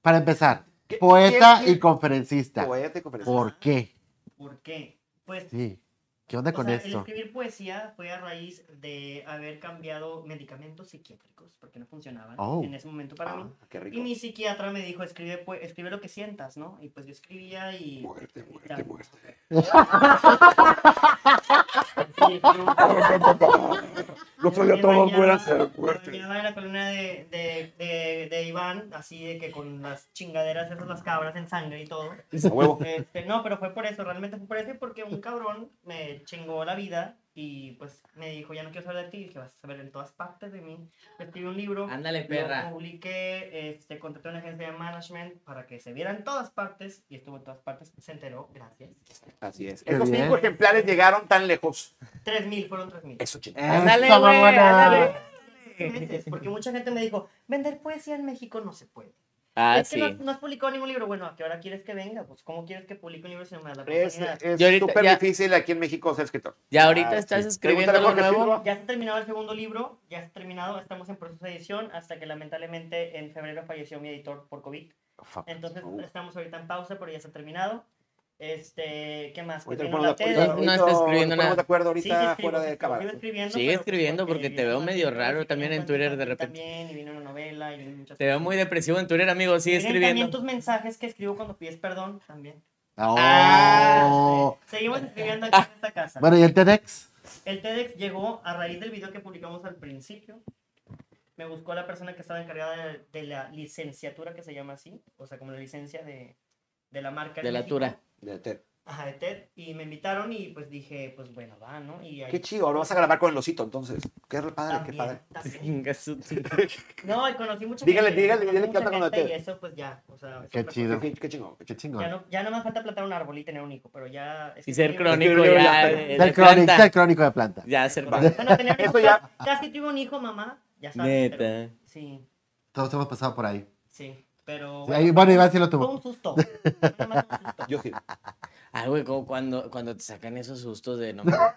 Speaker 2: Para empezar,
Speaker 5: ¿Qué-
Speaker 2: poeta
Speaker 5: quién- quién-
Speaker 2: y conferencista.
Speaker 5: Poeta y conferencista.
Speaker 2: ¿Por qué?
Speaker 4: ¿Por qué? Pues
Speaker 2: Sí. ¿Qué onda
Speaker 4: O
Speaker 2: con
Speaker 4: sea, El
Speaker 2: esto?
Speaker 4: escribir poesía fue a raíz de haber cambiado medicamentos psiquiátricos porque no funcionaban
Speaker 2: Oh.
Speaker 4: en ese momento para mí.
Speaker 5: Ah, qué rico.
Speaker 4: Y mi psiquiatra me dijo, escribe, pue- escribe lo que sientas, ¿no? Y pues yo escribía y...
Speaker 5: Muerte, muerte, muerte.
Speaker 4: Lo
Speaker 5: salió todo fuera a ser
Speaker 4: fuerte. Me bañaba en la columna de, de, de, de Iván, así de que con las chingaderas esas, las cabras en sangre y todo.
Speaker 5: A huevo.
Speaker 4: Este, no, pero fue por eso, realmente fue por eso y porque un cabrón me chingó la vida y pues me dijo, ya no quiero saber de ti, que vas a saber en todas partes de mí. Escribí un libro,
Speaker 3: Ándale,
Speaker 4: lo
Speaker 3: perra.
Speaker 4: publiqué, este, contraté una agencia de management para que se viera en todas partes y estuvo en todas partes, se enteró, gracias.
Speaker 5: Así es.
Speaker 2: Qué
Speaker 5: Estos
Speaker 2: bien.
Speaker 5: cinco ejemplares llegaron tan lejos. Eh,
Speaker 4: 3.000, fueron 3.000.
Speaker 5: Eso, chingada.
Speaker 4: Ah,
Speaker 3: Ándale,
Speaker 2: Eso,
Speaker 3: güey,
Speaker 2: mamona.
Speaker 3: ándale.
Speaker 4: Meses, porque mucha gente me dijo, vender poesía en México no se puede.
Speaker 3: Ah,
Speaker 4: es que no,
Speaker 3: sí.
Speaker 4: no has publicado ningún libro. Bueno, ¿a qué hora quieres que venga? Pues, ¿cómo quieres que publique un libro si no me das la
Speaker 3: Pues,
Speaker 5: Es
Speaker 4: oportunidad?
Speaker 5: es
Speaker 3: Yo ahorita-
Speaker 5: súper
Speaker 3: ya-
Speaker 5: difícil aquí en México ser escritor.
Speaker 3: Ya ahorita
Speaker 5: Ah,
Speaker 3: estás
Speaker 5: sí.
Speaker 3: escribiendo
Speaker 5: Pregúntale a
Speaker 3: algo
Speaker 5: Jorge
Speaker 3: nuevo.
Speaker 5: Silva.
Speaker 4: Ya está terminado el segundo libro, ya está terminado, estamos en proceso de edición, hasta que lamentablemente en febrero falleció mi editor por COVID. Entonces
Speaker 5: Uh.
Speaker 4: estamos ahorita en pausa, pero ya está terminado. Este, ¿qué más?
Speaker 5: Ahorita
Speaker 4: Que tengo
Speaker 5: nos ponemos
Speaker 4: la
Speaker 5: de
Speaker 4: TED,
Speaker 5: acuerdo.
Speaker 3: No estás
Speaker 5: Ahorita
Speaker 3: escribiendo
Speaker 5: nos
Speaker 3: nada.
Speaker 5: ponemos de acuerdo
Speaker 4: Sí, sí,
Speaker 5: ahorita
Speaker 4: escribo,
Speaker 5: fuera
Speaker 4: sí,
Speaker 5: de
Speaker 4: escribo,
Speaker 5: cámara.
Speaker 4: sigo escribiendo,
Speaker 3: Sigue
Speaker 4: pero pues
Speaker 3: escribiendo, porque te veo
Speaker 4: vino
Speaker 3: medio
Speaker 4: una
Speaker 3: raro
Speaker 4: novela,
Speaker 3: también en
Speaker 4: cuento
Speaker 3: Twitter de
Speaker 4: infantil
Speaker 3: repente.
Speaker 4: También, y vino una novela y muchas
Speaker 3: Te veo
Speaker 4: cosas.
Speaker 3: muy depresivo en Twitter, amigo. Sigue
Speaker 4: Miren también
Speaker 3: escribiendo. Oh.
Speaker 4: tus mensajes que escribo cuando pides perdón también. Ah,
Speaker 2: Oh.
Speaker 4: Seguimos escribiendo aquí en esta casa.
Speaker 2: Bueno, ¿y el TEDx?
Speaker 4: El TEDx llegó a raíz del video que publicamos al principio. Me buscó la persona que estaba encargada de, de la licenciatura, que se llama así, o sea, como la licencia de, de la marca. en
Speaker 3: De la
Speaker 4: México.
Speaker 3: Tura.
Speaker 5: De TED.
Speaker 4: Ajá, de TED. Y me invitaron y pues dije, pues bueno, va, ¿no? Y ahí-
Speaker 5: Qué chido, ahora vas a grabar con el osito entonces. Qué padre, qué
Speaker 4: También,
Speaker 5: padre.
Speaker 4: también.
Speaker 3: Chinga su-
Speaker 4: No, y conocí mucha
Speaker 5: Dígale,
Speaker 4: gente.
Speaker 5: dígale,
Speaker 4: conocí
Speaker 5: dígale que
Speaker 4: mucha
Speaker 5: anda con
Speaker 4: gente
Speaker 5: la TED.
Speaker 4: Y eso pues ya, o sea, es
Speaker 2: Qué
Speaker 4: otra
Speaker 2: chido.
Speaker 4: cosa.
Speaker 5: Qué, qué chingón. qué
Speaker 2: Qué
Speaker 5: chingón.
Speaker 2: chingón.
Speaker 4: Ya no, ya no más falta plantar un árbol y tener un hijo, pero ya...
Speaker 3: Y ser
Speaker 4: escribir-
Speaker 3: crónico
Speaker 5: Es
Speaker 3: ya.
Speaker 5: que
Speaker 3: eh,
Speaker 5: ya-
Speaker 3: de- de
Speaker 2: Ser crónico,
Speaker 3: planta.
Speaker 2: ser crónico de planta.
Speaker 3: Ya, ser
Speaker 5: Va.
Speaker 3: crónico.
Speaker 4: Bueno, tener
Speaker 5: Eso ya.
Speaker 4: Casi tuve un hijo, mamá. Ya sabes.
Speaker 3: Neta.
Speaker 4: pero- sí.
Speaker 2: Todos hemos pasado por ahí.
Speaker 4: Sí, pero.
Speaker 2: Sí, ahí- bueno, Iván sí lo
Speaker 4: Fue
Speaker 2: tuvo.
Speaker 4: un susto. Fue nomás un susto.
Speaker 5: Yo sí.
Speaker 3: Ah, güey, como cuando, cuando te sacan esos sustos de no me. A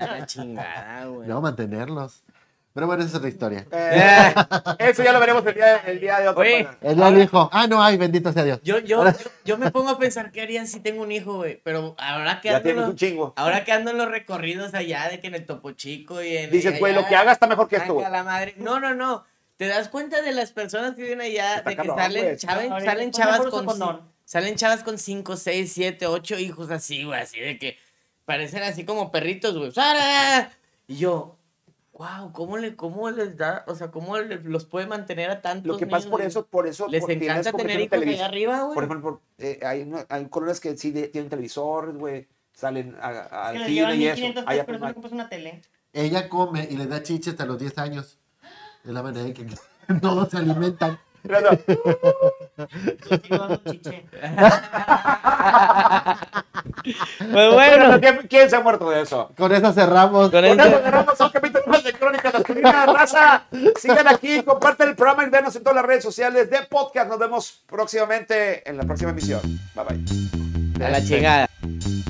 Speaker 3: la chingada, güey.
Speaker 2: No, mantenerlos. Pero bueno, esa es otra historia.
Speaker 5: Eh, eso ya lo veremos el día, el día de otro.
Speaker 3: Oye.
Speaker 5: programa.
Speaker 2: Él ya dijo, ah, no, ay, bendito sea Dios.
Speaker 3: Yo, yo, yo, yo me pongo a pensar qué harían si tengo un hijo, güey. Pero ahora que
Speaker 5: Ya
Speaker 3: ando, en
Speaker 5: tienes un
Speaker 3: los,
Speaker 5: chingo.
Speaker 3: ahora que ando en los recorridos allá, de que en el Topo Chico y en.
Speaker 5: Dices,
Speaker 3: y
Speaker 5: güey, lo
Speaker 3: allá,
Speaker 5: que haga está mejor que esto,
Speaker 3: saca
Speaker 5: güey.
Speaker 3: la madre. No, no, no. Te das cuenta de las personas que viven allá,
Speaker 5: Está
Speaker 3: de que
Speaker 5: cabrón,
Speaker 3: salen,
Speaker 5: güey.
Speaker 3: chaven-
Speaker 4: Ahorita,
Speaker 3: salen
Speaker 4: pues, mejor
Speaker 3: chavas
Speaker 4: uso
Speaker 3: con.
Speaker 4: condón.
Speaker 3: cin- Salen chavas con 5, 6, 7, 8 hijos así, güey, así de que parecen así como perritos, güey. ¡Sara! Y yo, wow, ¿cómo, le, ¿cómo les da? O sea, ¿cómo le- los puede mantener a tantos
Speaker 5: Lo que pasa
Speaker 3: niños,
Speaker 5: por
Speaker 3: güey?
Speaker 5: eso, por eso.
Speaker 3: Les
Speaker 5: por- tienes
Speaker 3: encanta
Speaker 5: como que
Speaker 3: tener
Speaker 5: tienen
Speaker 3: hijos allá
Speaker 5: televisor.
Speaker 3: arriba, güey.
Speaker 5: Por ejemplo, eh, hay, una- hay colonias que sí de- tienen televisores, güey. Salen a- a-
Speaker 4: Que
Speaker 5: al
Speaker 4: les
Speaker 5: cine
Speaker 4: llevan
Speaker 5: y eso.
Speaker 4: 1500
Speaker 5: Allá
Speaker 4: pesos,
Speaker 5: por
Speaker 4: pero
Speaker 5: más.
Speaker 4: eso compras una tele.
Speaker 2: Ella come y le da chiche hasta los 10 años. Es la manera en que todos se alimentan.
Speaker 5: Pero no,
Speaker 4: Yo sigo dando chiche.
Speaker 3: Pues
Speaker 5: bueno,
Speaker 3: bueno,
Speaker 5: ¿quién- ¿Quién se ha muerto de eso?
Speaker 2: Con eso cerramos.
Speaker 3: con
Speaker 5: Con eso
Speaker 3: eso.
Speaker 5: cerramos un capítulo más de Crónicas de las Colinas, raza. Sigan aquí, comparten el programa y venos en todas las redes sociales de podcast. Nos vemos próximamente en la próxima emisión. Bye bye.
Speaker 3: A la chingada.